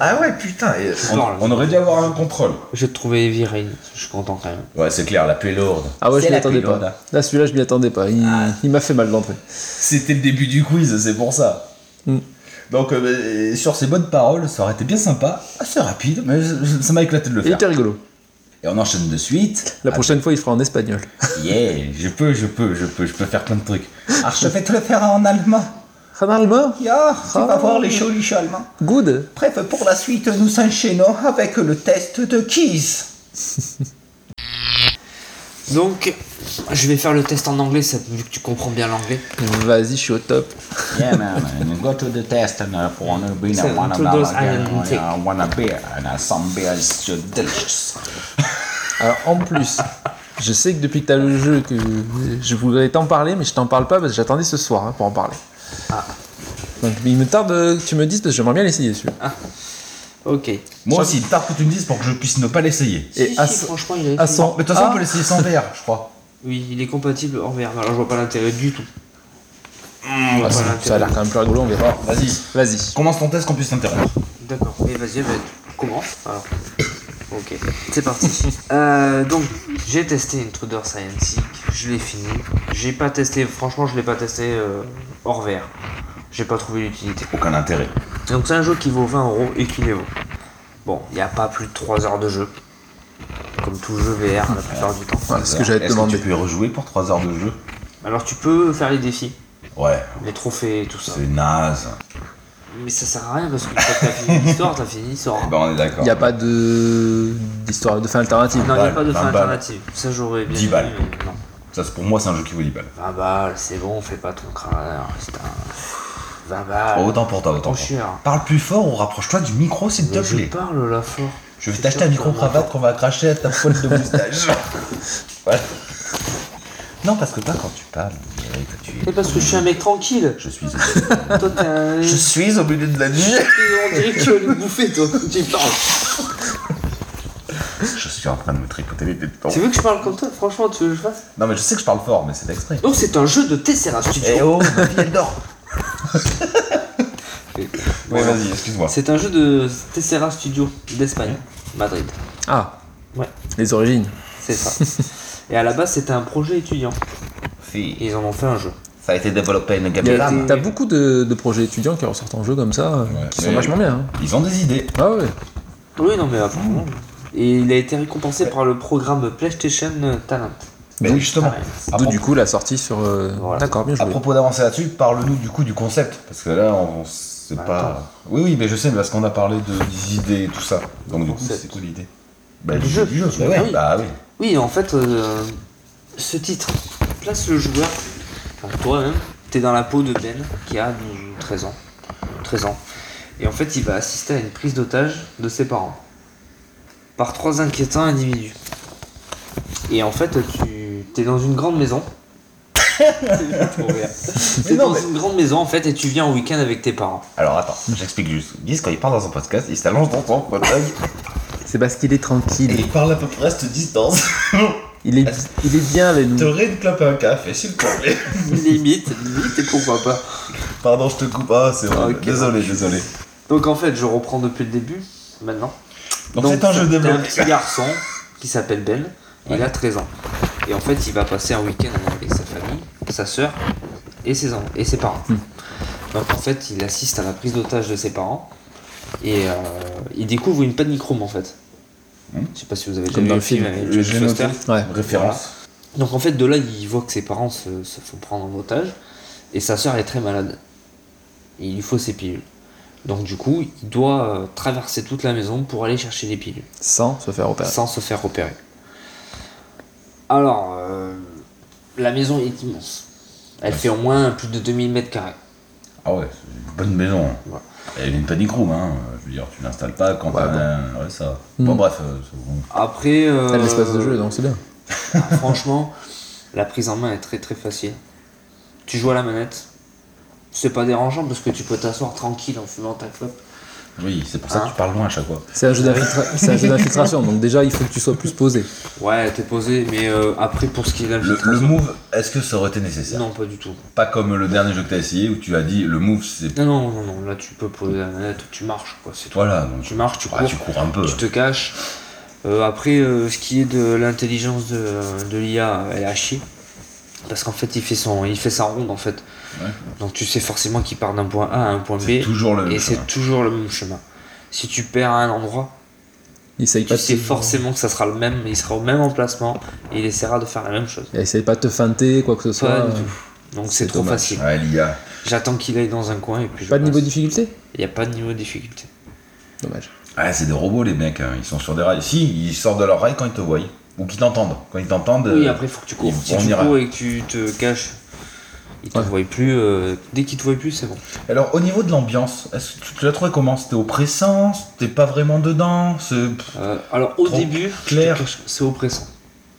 Speaker 2: Ah ouais putain. et- On,
Speaker 3: parle.
Speaker 2: on aurait dû avoir un contrôle.
Speaker 3: J'ai trouvé Heavy Rain, je suis content quand même.
Speaker 2: Ouais c'est clair, la pluie est lourde.
Speaker 4: Ah ouais,
Speaker 2: C'est
Speaker 4: je m'y
Speaker 2: la hein.
Speaker 4: attendais
Speaker 2: pluie
Speaker 4: pas.
Speaker 2: lourde.
Speaker 4: Là, celui-là, je m'y attendais pas. Il, il m'a fait mal l'entrée.
Speaker 2: C'était le début du quiz, c'est pour ça.
Speaker 4: Mm.
Speaker 2: Donc euh, sur ces bonnes paroles, ça aurait été bien sympa, assez rapide, mais ça ça m'a éclaté de le
Speaker 4: Il
Speaker 2: faire.
Speaker 4: était rigolo.
Speaker 2: Et on enchaîne de suite.
Speaker 4: La prochaine fois, il fera en espagnol.
Speaker 2: Yeah, je peux, je peux, je peux, je peux faire plein de trucs. Alors je vais te le faire en allemand.
Speaker 4: Ranalma,
Speaker 2: Ya, tu
Speaker 4: Ah.
Speaker 2: vas voir les jolis allemands.
Speaker 4: good.
Speaker 2: Bref, pour la suite, nous enchaînons avec le test de Keys.
Speaker 3: Donc, je vais faire le test en anglais, ça, vu que tu comprends bien l'anglais.
Speaker 4: Vas-y, je suis au top.
Speaker 2: Yeah, man, you go to the test and uh, for one beer,
Speaker 3: So,
Speaker 2: and one
Speaker 3: to those island
Speaker 2: beer, and one beer, and uh, some beer is just delicious.
Speaker 4: Alors, en plus, je sais que depuis que t'as le jeu, que je voudrais t'en parler, mais je t'en parle pas parce que j'attendais ce soir hein, pour en parler.
Speaker 6: Ah.
Speaker 4: Donc, il me tarde euh, que tu me dises parce que j'aimerais bien l'essayer celui
Speaker 3: Ok.
Speaker 2: Moi aussi, tard que tu me dises pour que je puisse ne pas l'essayer.
Speaker 4: Et
Speaker 3: si,
Speaker 4: à
Speaker 3: si,
Speaker 4: ce-
Speaker 3: franchement, il est.
Speaker 4: à son-
Speaker 2: Mais de toute façon,
Speaker 4: Ah.
Speaker 2: on peut l'essayer sans verre, je crois.
Speaker 3: Oui, il est compatible hors verre. Alors, je vois pas l'intérêt du tout.
Speaker 4: Ah, ça, ça a l'air quand même plus rigolo, on verra.
Speaker 2: Vas-y,
Speaker 4: Vas-y.
Speaker 2: commence ton test qu'on puisse t'interrompre.
Speaker 3: D'accord. Mais vas-y, bah, tu- commence. Alors. Ok, c'est parti. Euh, donc, j'ai testé Intruder Scientific, je l'ai fini. J'ai pas testé, franchement, je l'ai pas testé euh, hors vert. J'ai pas trouvé l'utilité.
Speaker 2: Aucun intérêt.
Speaker 3: Donc, c'est un jeu qui vaut 20 euros et qui les vaut. Bon, il n'y a pas plus de 3 heures de jeu. Comme tout jeu VR la plupart du temps.
Speaker 2: Voilà,
Speaker 6: ce que j'allais te
Speaker 2: Est-ce
Speaker 6: demander.
Speaker 2: Tu peux y rejouer pour 3 heures de jeu
Speaker 3: Alors, tu peux faire les défis,
Speaker 2: Ouais,
Speaker 3: les trophées et tout ça.
Speaker 2: c'est naze.
Speaker 3: Mais ça sert à rien parce que une fois que t'as fini l'histoire, t'as fini l'histoire.
Speaker 2: Eh ben, on est
Speaker 6: Il
Speaker 2: d'accord.
Speaker 6: n'y a pas de d'histoire de fin alternative.
Speaker 3: Non, il n'y a
Speaker 2: balles,
Speaker 3: pas de fin
Speaker 2: 20 balles.
Speaker 3: alternative. Ça, j'aurais bien.
Speaker 2: 10
Speaker 3: aimé,
Speaker 2: balles.
Speaker 3: mais non.
Speaker 2: Ça, c'est- pour moi, c'est un jeu qui vaut 10 balles.
Speaker 3: 20 balles, c'est bon, fais pas ton crâneur, c'est un. 20 balles.
Speaker 2: Oh, autant pour toi, autant
Speaker 3: Trop
Speaker 2: pour toi.
Speaker 3: cher.
Speaker 2: Parle plus fort ou rapproche-toi du micro, s'il te
Speaker 3: Mais je
Speaker 2: plaît.
Speaker 3: parle là fort.
Speaker 2: Je vais
Speaker 3: C'est
Speaker 2: t'acheter
Speaker 3: sûr
Speaker 2: un
Speaker 3: que tu vas
Speaker 2: micro-cravate qu'on va cracher à ta poêle de moustache. voilà. Non, parce que pas quand tu parles, on dirait que tu es-
Speaker 3: Et parce que je suis un mec tranquille.
Speaker 2: Je suis.
Speaker 3: Toi, t'es un.
Speaker 2: Je suis au milieu de la nuit.
Speaker 3: On dirait que tu vas nous bouffer, toi. Tu parles.
Speaker 2: Je suis en train de me tricoter les dents.
Speaker 3: Tu veux que je parle comme toi Franchement, tu veux que je fasse
Speaker 2: Non, mais je sais que je parle fort, mais c'est exprès.
Speaker 3: Donc, c'est un jeu de Tessera Studio.
Speaker 2: Eh oh, ma fille, elle dort. Oui, vas-y, excuse-moi.
Speaker 3: C'est un jeu de Tessera Studio d'Espagne, Madrid.
Speaker 6: Ah,
Speaker 3: Ouais.
Speaker 6: les origines.
Speaker 3: C'est ça. Et à la base, c'était un projet étudiant. Et ils en ont fait un jeu.
Speaker 2: Ça a été développé une
Speaker 6: Il y a-
Speaker 3: Gamme.
Speaker 6: T'as beaucoup de, de projets étudiants qui ressortent en jeu comme ça, euh,
Speaker 2: Ouais,
Speaker 6: qui
Speaker 2: mais-
Speaker 6: sont vachement bien. hein.
Speaker 2: Ils ont des idées.
Speaker 6: Ah ouais.
Speaker 3: Oui, non, mais apparemment. Et il a été récompensé par le programme PlayStation Talent.
Speaker 2: Mais
Speaker 6: Donc,
Speaker 2: justement, à,
Speaker 6: D'où
Speaker 2: pro-
Speaker 6: du coup la sortie sur. euh,
Speaker 3: Voilà.
Speaker 6: D'accord, bien
Speaker 2: à
Speaker 6: joué.
Speaker 2: propos d'avancer là-dessus, parle-nous du coup du concept. Parce que là, on sait
Speaker 3: Bah, attends.
Speaker 2: pas. Oui, oui, mais je sais, mais parce qu'on a parlé de, des idées et tout ça. Donc du coup,
Speaker 3: concept.
Speaker 2: c'est quoi l'idée bah,
Speaker 3: Du jeu.
Speaker 2: Bah,
Speaker 3: Ah
Speaker 2: ouais.
Speaker 3: oui.
Speaker 2: bah oui.
Speaker 3: Oui, en fait, euh, ce titre place le joueur, enfin toi-même, t'es dans la peau de Ben qui a 12 ou 13 ans. 13 ans. Et en fait, il va assister à une prise d'otage de ses parents par trois inquiétants individus. Et en fait, tu t'es dans une grande maison. Trop rire. T'es
Speaker 2: non,
Speaker 3: dans
Speaker 2: mais-
Speaker 3: une grande maison en fait et tu viens en week-end avec tes parents.
Speaker 2: Alors attends, j'explique juste. Guise, quand il parle dans son podcast, il s'allonge dans son fauteuil
Speaker 6: C'est parce qu'il est
Speaker 2: et
Speaker 6: tranquille.
Speaker 2: il parle à peu près à cette distance.
Speaker 6: Il est, il est bien avec nous.
Speaker 2: T'aurais une clope et un café, s'il te plaît.
Speaker 3: Limite, limite et pourquoi pas.
Speaker 2: Pardon, je te coupe. Ah, c'est vrai.
Speaker 3: Ok.
Speaker 2: Désolé, désolé.
Speaker 3: Donc en fait, je reprends depuis le début maintenant.
Speaker 2: Donc c'est un jeu
Speaker 3: t'as un
Speaker 2: développé.
Speaker 3: petit garçon qui s'appelle Ben, il a 13 ans. Et en fait, il va passer un week-end avec sa famille, sa sœur et ses, en- et ses parents. Donc en fait, il assiste à la prise d'otage de ses parents et euh, il découvre une panique room en fait.
Speaker 2: Hmm.
Speaker 3: Je sais pas si vous avez déjà
Speaker 6: Comme
Speaker 3: vu
Speaker 6: dans
Speaker 3: le
Speaker 6: le
Speaker 3: film
Speaker 6: film.
Speaker 3: avec
Speaker 2: Je
Speaker 3: Jodie
Speaker 2: l'ai noté.
Speaker 3: Foster.
Speaker 6: Ouais.
Speaker 2: Référence.
Speaker 3: Donc en fait, de là, il voit que ses parents se, se font prendre en otage et sa sœur est très malade. Et il lui faut ses pilules. Donc du coup, il doit euh, traverser toute la maison pour aller chercher les pilules
Speaker 6: Sans se faire opérer.
Speaker 3: sans se faire repérer. Alors, euh, la maison est immense. Elle fait au moins plus de 2000 mètres carrés.
Speaker 2: Ah ouais, c'est une bonne maison.
Speaker 3: Ouais.
Speaker 2: Elle est une panic room, hein. Je veux dire, tu l'installes pas quand
Speaker 6: Ouais,
Speaker 2: t'as un- ouais, ça.
Speaker 6: Hmm.
Speaker 2: Bon, bref, euh, c'est bon.
Speaker 3: Après, euh, ah,
Speaker 6: T'as de l'espace de jeu, donc c'est bien.
Speaker 3: franchement, la prise en main est très très facile. Tu joues à la manette. C'est pas dérangeant parce que tu peux t'asseoir tranquille en fumant ta clope.
Speaker 2: Oui, c'est pour ça que tu parles loin à chaque fois.
Speaker 6: C'est un jeu d'infiltra- c'est un jeu d'infiltration, donc déjà il faut que tu sois plus posé.
Speaker 3: Ouais, t'es posé, mais euh, après pour ce qui est de
Speaker 2: Le,
Speaker 3: l'infiltration-
Speaker 2: le move, est-ce que ça aurait été nécessaire
Speaker 3: Non, pas du tout.
Speaker 2: Pas comme le dernier jeu que t'as essayé où tu as dit le move c'est.
Speaker 3: Non, non, non, non, là tu peux poser la manette, tu marches, quoi, c'est toi.
Speaker 2: Voilà, donc
Speaker 3: Tu marches, tu cours.
Speaker 2: Ah, tu cours un peu.
Speaker 3: tu te caches. Euh, après, euh, ce qui est de l'intelligence de, de l'IA, elle est à chier. Parce qu'en fait il, fait son, il fait sa ronde, en fait.
Speaker 2: Ouais.
Speaker 3: Donc tu sais forcément qu'il part d'un point A à un point
Speaker 2: C'est
Speaker 3: B.
Speaker 2: toujours le même
Speaker 3: Et
Speaker 2: chemin.
Speaker 3: c'est toujours le même chemin. Si tu perds à un endroit,
Speaker 6: Il essaye
Speaker 3: tu
Speaker 6: pas de
Speaker 3: sais
Speaker 6: te...
Speaker 3: forcément que ça sera le même, il sera au même emplacement et il essaiera de faire la même chose.
Speaker 6: il essaye pas de te feinter, quoi que ce soit.
Speaker 3: Pas du tout. Donc c'est
Speaker 6: c'est
Speaker 3: trop
Speaker 6: dommage.
Speaker 3: facile.
Speaker 2: Ouais, l'IA.
Speaker 3: J'attends qu'il aille dans un coin et puis je
Speaker 6: Pas de
Speaker 3: passe.
Speaker 6: niveau de difficulté
Speaker 3: Il n'y a pas de niveau de difficulté.
Speaker 6: Dommage.
Speaker 2: Ah, c'est des robots les mecs, hein. ils sont sur des rails. Si, ils sortent de leur rail quand ils te voient. Ou qu'ils t'entendent. Quand ils t'entendent.
Speaker 3: Oui,
Speaker 2: euh,
Speaker 3: après, il faut que tu cours.
Speaker 2: il-
Speaker 3: Si
Speaker 2: on
Speaker 3: tu
Speaker 2: ira.
Speaker 3: cours et que tu te caches, ils te
Speaker 6: Ouais.
Speaker 3: voient plus. euh, dès qu'ils te voient plus, c'est bon.
Speaker 2: Alors, au niveau de l'ambiance, est-ce que tu te l'as trouvé comment C'était oppressant T'es pas vraiment dedans C'est.
Speaker 3: Euh, alors, au
Speaker 2: Trop
Speaker 3: début,
Speaker 2: clair.
Speaker 3: je te cache, c'est oppressant.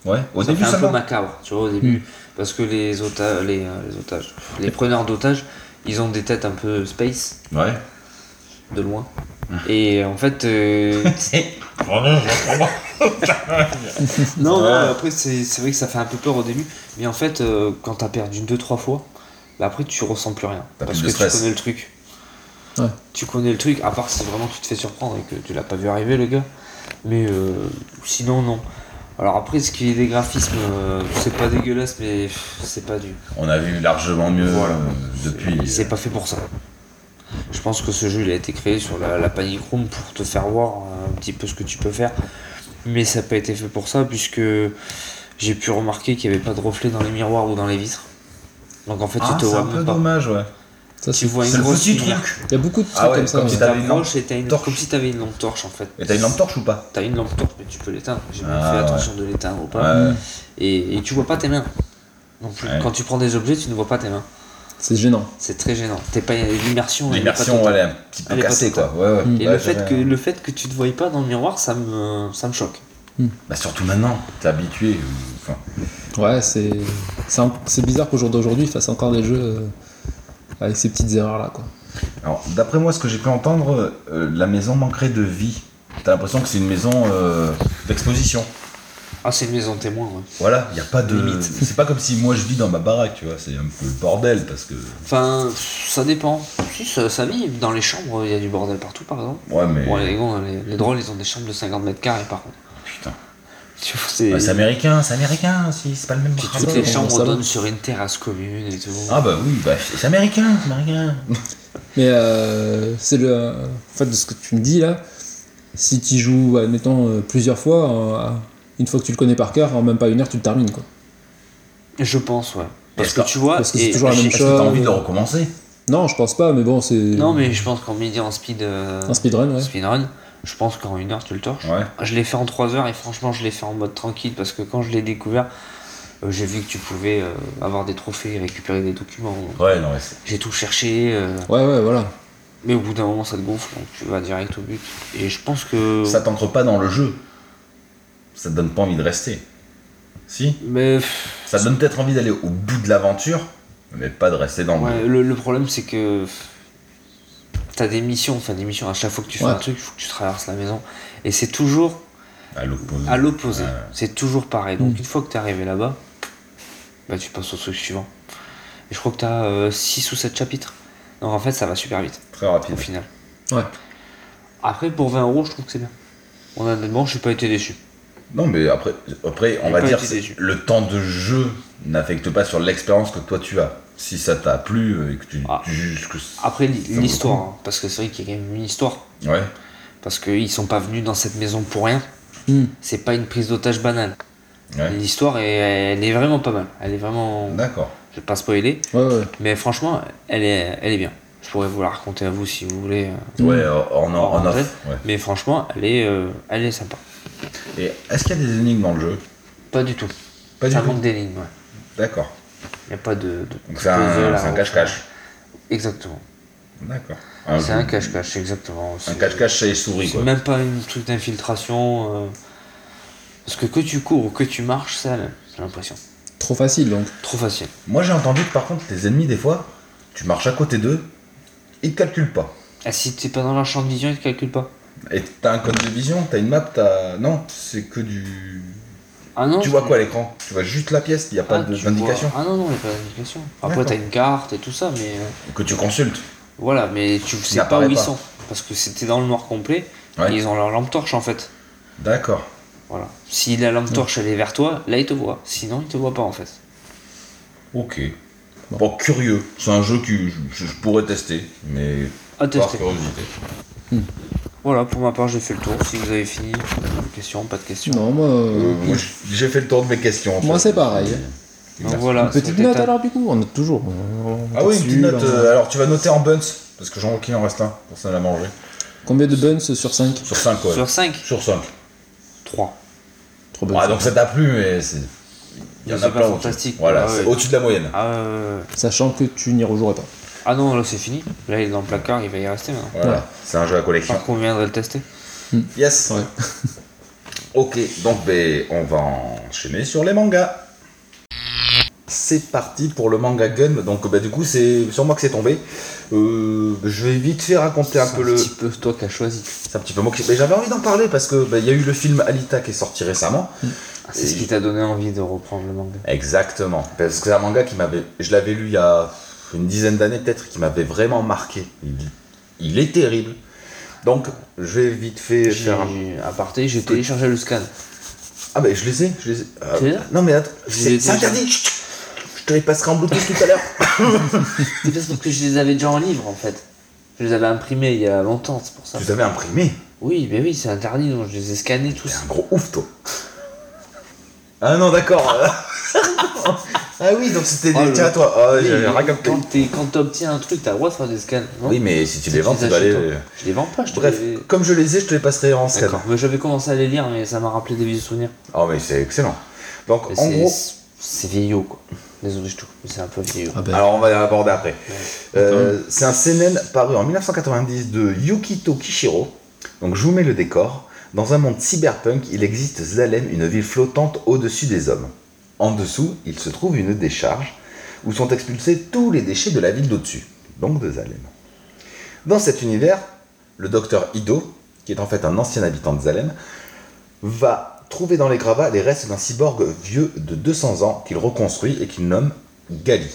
Speaker 2: Ouais, au
Speaker 3: ça
Speaker 2: début
Speaker 3: fait un
Speaker 2: ça
Speaker 3: peu
Speaker 2: va. Hmm.
Speaker 3: macabre, tu vois, au début. Parce que les, otages, les, euh, les otages, les preneurs d'otages, ils ont des têtes un peu space,
Speaker 2: Ouais.
Speaker 3: de loin.
Speaker 2: Hmm.
Speaker 3: Et en fait. euh, non, non, après, c'est c'est vrai que ça fait un peu peur au début. Mais en fait, euh, quand t'as perdu une, deux, trois fois, bah après, tu ressens plus rien.
Speaker 2: T'as
Speaker 3: Parce
Speaker 2: plus de
Speaker 3: que tu
Speaker 2: stress.
Speaker 3: connais le truc.
Speaker 6: Ouais.
Speaker 3: Tu connais le truc, à part si vraiment tu te fais surprendre et que tu l'as pas vu arriver, le gars. Mais euh, sinon, non. Alors après, ce qui est des graphismes, euh, c'est pas dégueulasse, mais pff, c'est pas du.
Speaker 2: On a vu largement mieux
Speaker 3: Voilà.
Speaker 2: euh, depuis.
Speaker 3: Ah,
Speaker 2: euh.
Speaker 3: C'est pas fait pour ça. Je pense que ce jeu il a été créé sur la, la panic room pour te faire voir euh, un petit peu ce que tu peux faire. Mais ça n'a pas été fait pour ça puisque j'ai pu remarquer qu'il n'y avait pas de reflet dans les miroirs ou dans les vitres. Donc en fait
Speaker 2: Ah,
Speaker 3: tu te
Speaker 2: c'est
Speaker 3: vois
Speaker 2: un peu
Speaker 3: même pas.
Speaker 2: dommage, ouais.
Speaker 6: Ça,
Speaker 3: Tu
Speaker 6: c'est-
Speaker 3: vois
Speaker 2: C'est
Speaker 3: une
Speaker 2: le
Speaker 3: grosse
Speaker 2: petit
Speaker 3: lumière.
Speaker 2: truc.
Speaker 6: Il y a beaucoup de trucs
Speaker 2: Ah ouais,
Speaker 6: comme ça.
Speaker 2: comme
Speaker 6: ouais.
Speaker 2: si t'avais une lampe
Speaker 3: T'approches et t'as une
Speaker 2: torche.
Speaker 3: comme si t'avais une lampe torche en fait.
Speaker 2: Et t'as une lampe torche ou pas
Speaker 3: T'as une lampe torche mais tu peux l'éteindre. J'ai même
Speaker 2: Ah,
Speaker 3: fait
Speaker 2: ouais.
Speaker 3: attention de l'éteindre ou pas.
Speaker 6: Hmm.
Speaker 2: Ouais.
Speaker 3: Et, et tu vois pas tes mains. Non plus.
Speaker 2: Ouais.
Speaker 3: Quand tu prends des objets, tu ne vois pas tes mains.
Speaker 6: C'est gênant.
Speaker 3: C'est très gênant. T'es pas l'immersion. elle est pas
Speaker 2: L'immersion,
Speaker 3: totale.
Speaker 2: elle est un petit peu
Speaker 3: Elle est pas
Speaker 2: cassée, quoi.
Speaker 3: totale.
Speaker 2: Ouais, ouais.
Speaker 6: Mm.
Speaker 3: Et
Speaker 2: Ouais,
Speaker 3: le, fait
Speaker 2: j'avais-
Speaker 3: que, le fait que tu te voyais pas dans le miroir, ça me, ça me choque.
Speaker 2: Bah, surtout maintenant, t'es habitué. euh, Enfin,
Speaker 6: Ouais, c'est c'est un- c'est bizarre qu'au jour d'aujourd'hui, ils fassent encore des jeux euh, avec ces petites erreurs là quoi.
Speaker 2: Alors, d'après moi, ce que j'ai pu entendre, euh, la maison manquerait de vie. T'as l'impression que c'est une maison euh, d'exposition.
Speaker 3: Ah, c'est une maison témoin. ouais.
Speaker 2: Voilà, il a pas de
Speaker 3: Limite.
Speaker 2: C'est pas comme si moi je vis dans ma baraque, tu vois. C'est un peu le bordel parce que.
Speaker 3: Enfin, ça dépend. Si, ça, ça vit. Dans les chambres, il y a du bordel partout, par exemple.
Speaker 2: Ouais, mais.
Speaker 3: Bon, les, gars, les, les drôles, ils ont des chambres de 50 mètres carrés, par contre.
Speaker 2: Putain.
Speaker 3: Tu vois, c'est.
Speaker 2: Ouais, c'est américain, c'est américain aussi. C'est pas le même
Speaker 3: Puis
Speaker 2: bordel.
Speaker 3: toutes les
Speaker 6: dans le
Speaker 3: chambres
Speaker 6: salon.
Speaker 3: donnent sur une terrasse commune et tout.
Speaker 2: Ah bah oui, bah, c'est américain, c'est américain.
Speaker 6: Mais euh, c'est le. En fait, de ce que tu me dis là, si tu joues, admettons, euh, plusieurs fois, en- une fois que tu le connais par cœur, en même pas une heure, tu le termines quoi.
Speaker 3: Je pense, ouais. Parce
Speaker 2: Est-ce
Speaker 3: que
Speaker 2: que-
Speaker 3: tu vois.
Speaker 6: parce que c'est
Speaker 3: et-
Speaker 6: toujours la même
Speaker 3: j'ai-
Speaker 2: Est-ce que t'as envie de
Speaker 6: euh,
Speaker 2: recommencer
Speaker 6: Non, je pense pas, mais bon, c'est.
Speaker 3: Non, mais je pense qu'en midi en speed. euh,
Speaker 6: Un speedrun, ouais.
Speaker 3: speedrun, je pense qu'en une heure, tu le torches.
Speaker 2: Ouais.
Speaker 3: Je l'ai fait en 3 heures et franchement, je l'ai fait en mode tranquille parce que quand je l'ai découvert, euh, j'ai vu que tu pouvais euh, avoir des trophées et récupérer des documents.
Speaker 2: Ouais, non, mais c'est-
Speaker 3: J'ai tout cherché, euh,
Speaker 6: Ouais, ouais, voilà.
Speaker 3: mais au bout d'un moment, ça te gonfle, donc tu vas direct au but. Et je pense que.
Speaker 2: ça t'ancre pas dans le jeu. Ça te donne pas envie de rester. Si
Speaker 3: Mais pff,
Speaker 2: Ça te donne peut-être envie d'aller au bout de l'aventure, mais pas de rester dans le.
Speaker 3: ouais, le, le problème, c'est que. pff, T'as des missions, enfin des missions, à chaque fois que tu fais
Speaker 6: Ouais.
Speaker 3: un truc, il faut que tu traverses la maison. Et c'est toujours
Speaker 2: À l'opposé.
Speaker 3: à l'opposé.
Speaker 2: Ouais.
Speaker 3: C'est toujours pareil. Donc
Speaker 6: Mm.
Speaker 3: une fois que t'es arrivé là-bas, bah, tu passes au truc suivant. Et je crois que t'as 6 ou 7 chapitres. Donc en fait, ça va super vite
Speaker 2: Très rapide.
Speaker 3: au final.
Speaker 6: Ouais.
Speaker 3: Après, pour 20 euros, je trouve que c'est bien. Honnêtement, je n'ai pas été déçu.
Speaker 2: Non, mais après, après on
Speaker 3: J'ai
Speaker 2: va
Speaker 3: pas
Speaker 2: dire
Speaker 3: été
Speaker 2: c'est-
Speaker 3: déçu.
Speaker 2: le temps de jeu n'affecte pas sur l'expérience que toi tu as. Si ça t'a plu et que tu,
Speaker 3: Ah.
Speaker 2: tu juges que. c'est-
Speaker 3: Après,
Speaker 2: ça vaut le
Speaker 3: l- l'histoire, hein, parce que c'est vrai qu'il y a quand même une histoire.
Speaker 2: coup. Ouais.
Speaker 3: Parce qu'ils sont pas venus dans cette maison pour rien.
Speaker 6: Hmm.
Speaker 3: C'est pas une prise d'otage banale.
Speaker 2: ouais.
Speaker 3: L'histoire, est- elle est vraiment pas mal. Elle est vraiment.
Speaker 2: D'accord.
Speaker 3: Je vais pas spoiler,
Speaker 6: Ouais, ouais.
Speaker 3: mais franchement, elle est, elle est bien. Je pourrais vous la raconter à vous si vous voulez. euh,
Speaker 2: Ouais, en, en, en
Speaker 3: En
Speaker 2: off. ouais.
Speaker 3: Mais franchement, elle est, euh, elle est sympa.
Speaker 2: Et est-ce qu'il y a des énigmes dans le jeu
Speaker 3: Pas du tout.
Speaker 2: Pas
Speaker 3: ça
Speaker 2: du tout.
Speaker 3: manque d'énigmes. Ouais.
Speaker 2: D'accord.
Speaker 3: Il n'y a pas de. de
Speaker 2: Donc c'est un
Speaker 3: puzzle à
Speaker 2: c'est un cache-cache.
Speaker 3: Exactement.
Speaker 2: D'accord.
Speaker 3: C'est un cache-cache, exactement.
Speaker 2: Un
Speaker 3: C'est-
Speaker 2: cache-cache chez les souris,
Speaker 3: C'est
Speaker 2: quoi.
Speaker 3: même pas un truc d'infiltration. euh, Parce que que tu cours ou que tu marches, ça, j'ai l'impression.
Speaker 6: Trop facile donc.
Speaker 3: Trop facile.
Speaker 2: Moi j'ai entendu que par contre, les ennemis, des fois, tu marches à côté d'eux, ils te calculent pas.
Speaker 3: Ah, si t'es pas dans leur champ de vision, ils te calculent pas.
Speaker 2: Et t'as un code de vision, t'as une map, t'as. Non, c'est que du.
Speaker 3: Ah non
Speaker 2: Tu vois quoi à l'écran Tu vois juste la pièce, il n'y a pas
Speaker 3: Ah,
Speaker 2: de-
Speaker 3: tu
Speaker 2: d'indication.
Speaker 3: vois- Ah non, non, il n'y a pas d'indication. Après,
Speaker 2: D'accord.
Speaker 3: t'as une carte et tout ça, mais. euh,
Speaker 2: Que tu consultes.
Speaker 3: Voilà, mais tu sais pas
Speaker 2: n'apparaît
Speaker 3: où ils
Speaker 2: pas.
Speaker 3: sont. Parce que c'était dans le noir complet,
Speaker 2: Ouais.
Speaker 3: et ils ont leur lampe torche en fait.
Speaker 2: D'accord.
Speaker 3: Voilà. Si la lampe torche elle est vers toi, là il te voit. Sinon il te voit pas en fait.
Speaker 2: Ok. Bon, curieux. C'est un jeu que je, je- je pourrais tester, mais
Speaker 3: À
Speaker 2: par
Speaker 3: tester.
Speaker 2: curiosité.
Speaker 3: Ah, Voilà, pour ma part j'ai fait le tour. Si vous avez fini, questions, pas de questions.
Speaker 6: Non, moi.
Speaker 2: Euh,
Speaker 6: euh,
Speaker 2: moi, j'ai fait le tour de mes questions. en
Speaker 6: Moi,
Speaker 2: fait.
Speaker 6: c'est pareil.
Speaker 2: Et
Speaker 3: Donc
Speaker 2: merci.
Speaker 3: Ah, voilà.
Speaker 6: Petite
Speaker 3: c'était
Speaker 6: note
Speaker 3: un-
Speaker 6: alors du coup, on note toujours. On- on
Speaker 2: Ah
Speaker 6: note
Speaker 2: oui, une
Speaker 6: dessus,
Speaker 2: petite note.
Speaker 6: là.
Speaker 3: hein.
Speaker 2: euh, alors tu vas noter en buns, parce que jean qu'il en reste un, pour ça l'a mangé.
Speaker 6: Combien de buns sur 5
Speaker 2: Sur 5, ouais.
Speaker 3: Sur 5
Speaker 2: Sur 5.
Speaker 3: 3.
Speaker 6: Trop
Speaker 2: Ah, donc ça t'a plu, mais c'est. Il y en
Speaker 3: C'est
Speaker 2: a
Speaker 3: pas
Speaker 2: plein. au-dessus.
Speaker 3: fantastique.
Speaker 2: Voilà,
Speaker 3: Ah
Speaker 2: c'est
Speaker 3: ouais.
Speaker 2: au-dessus de la moyenne.
Speaker 3: Ah, euh,
Speaker 6: Sachant que tu n'y rejouerais pas.
Speaker 3: ah non, là c'est fini. Là il est dans le placard, il va y rester maintenant.
Speaker 2: Voilà,
Speaker 6: Ouais.
Speaker 2: c'est un jeu à collection.
Speaker 3: Par contre, on viendrait le tester.
Speaker 2: Yes.
Speaker 6: Ouais.
Speaker 2: ok, donc ben, on va enchaîner sur les mangas. C'est parti pour le manga gun. Donc ben, du coup, c'est sur moi que c'est tombé. Euh, je vais vite fait raconter un peu le.
Speaker 3: petit peu toi qui as choisi.
Speaker 2: C'est un petit peu moi qui. Mais j'avais envie d'en parler parce que ben, il y a eu le film Alita qui est sorti récemment.
Speaker 3: Ah, c'est ce qui t'a donné envie de reprendre le manga.
Speaker 2: Exactement. Parce que c'est un manga qui m'avait. Je l'avais lu il y a une dizaine d'années peut-être, qui m'avait vraiment marqué. Il, il est terrible. Donc, je vais vite fait
Speaker 3: J'ai
Speaker 2: faire un.
Speaker 3: aparté, j'ai téléchargé le scan.
Speaker 2: Ah, ben je les ai, je les ai. Euh,
Speaker 3: Tu les as
Speaker 2: non, mais attends,
Speaker 3: Je les ai
Speaker 2: c'est c'est
Speaker 3: déjà.
Speaker 2: interdit Chut, chut. Je te les passerai en Bluetooth tout à l'heure
Speaker 3: C'est peut-être parce que je les avais déjà en livre en fait. Je les avais imprimés il y a longtemps, c'est pour ça.
Speaker 2: Tu les avais imprimés
Speaker 3: Oui, mais oui, c'est interdit, donc je les ai scannés tous.
Speaker 2: T'es un gros ouf, toi Ah non, d'accord euh. Ah oui, donc c'était
Speaker 3: Oh,
Speaker 2: des.
Speaker 3: le-
Speaker 2: Tiens, toi, ah,
Speaker 3: Oui,
Speaker 2: j'avais
Speaker 3: mais
Speaker 2: rien capté.
Speaker 3: quand t'es- quand t'obtiens un truc, t'as le droit de faire des scans. non
Speaker 2: Oui, mais si tu les
Speaker 3: Je
Speaker 2: vends, tu vas aller.
Speaker 3: achète,
Speaker 2: euh,
Speaker 3: hein. Je les vends pas, je te
Speaker 2: Bref,
Speaker 3: les.
Speaker 2: comme je les ai, je te les passerai en scan.
Speaker 3: D'accord. Mais J'avais commencé à les lire, mais ça m'a rappelé des vieux souvenirs.
Speaker 2: Oh, mais c'est excellent. Donc,
Speaker 3: Mais
Speaker 2: en
Speaker 3: c'est-
Speaker 2: gros.
Speaker 3: C'est vieillot quoi. Désolé, je touche, mais c'est un peu vieillot.
Speaker 6: Ah ben,
Speaker 2: Alors on va y aborder après. Euh, c'est un seinen paru en 1990 de Yukito Kishiro. Donc je vous mets le décor. Dans un monde cyberpunk, il existe Zalem, une ville flottante au-dessus des hommes. En dessous, il se trouve une décharge où sont expulsés tous les déchets de la ville d'au-dessus, donc de Zalem. Dans cet univers, le docteur Ido, qui est en fait un ancien habitant de Zalem, va trouver dans les gravats les restes d'un cyborg vieux de 200 ans qu'il reconstruit et qu'il nomme Gali.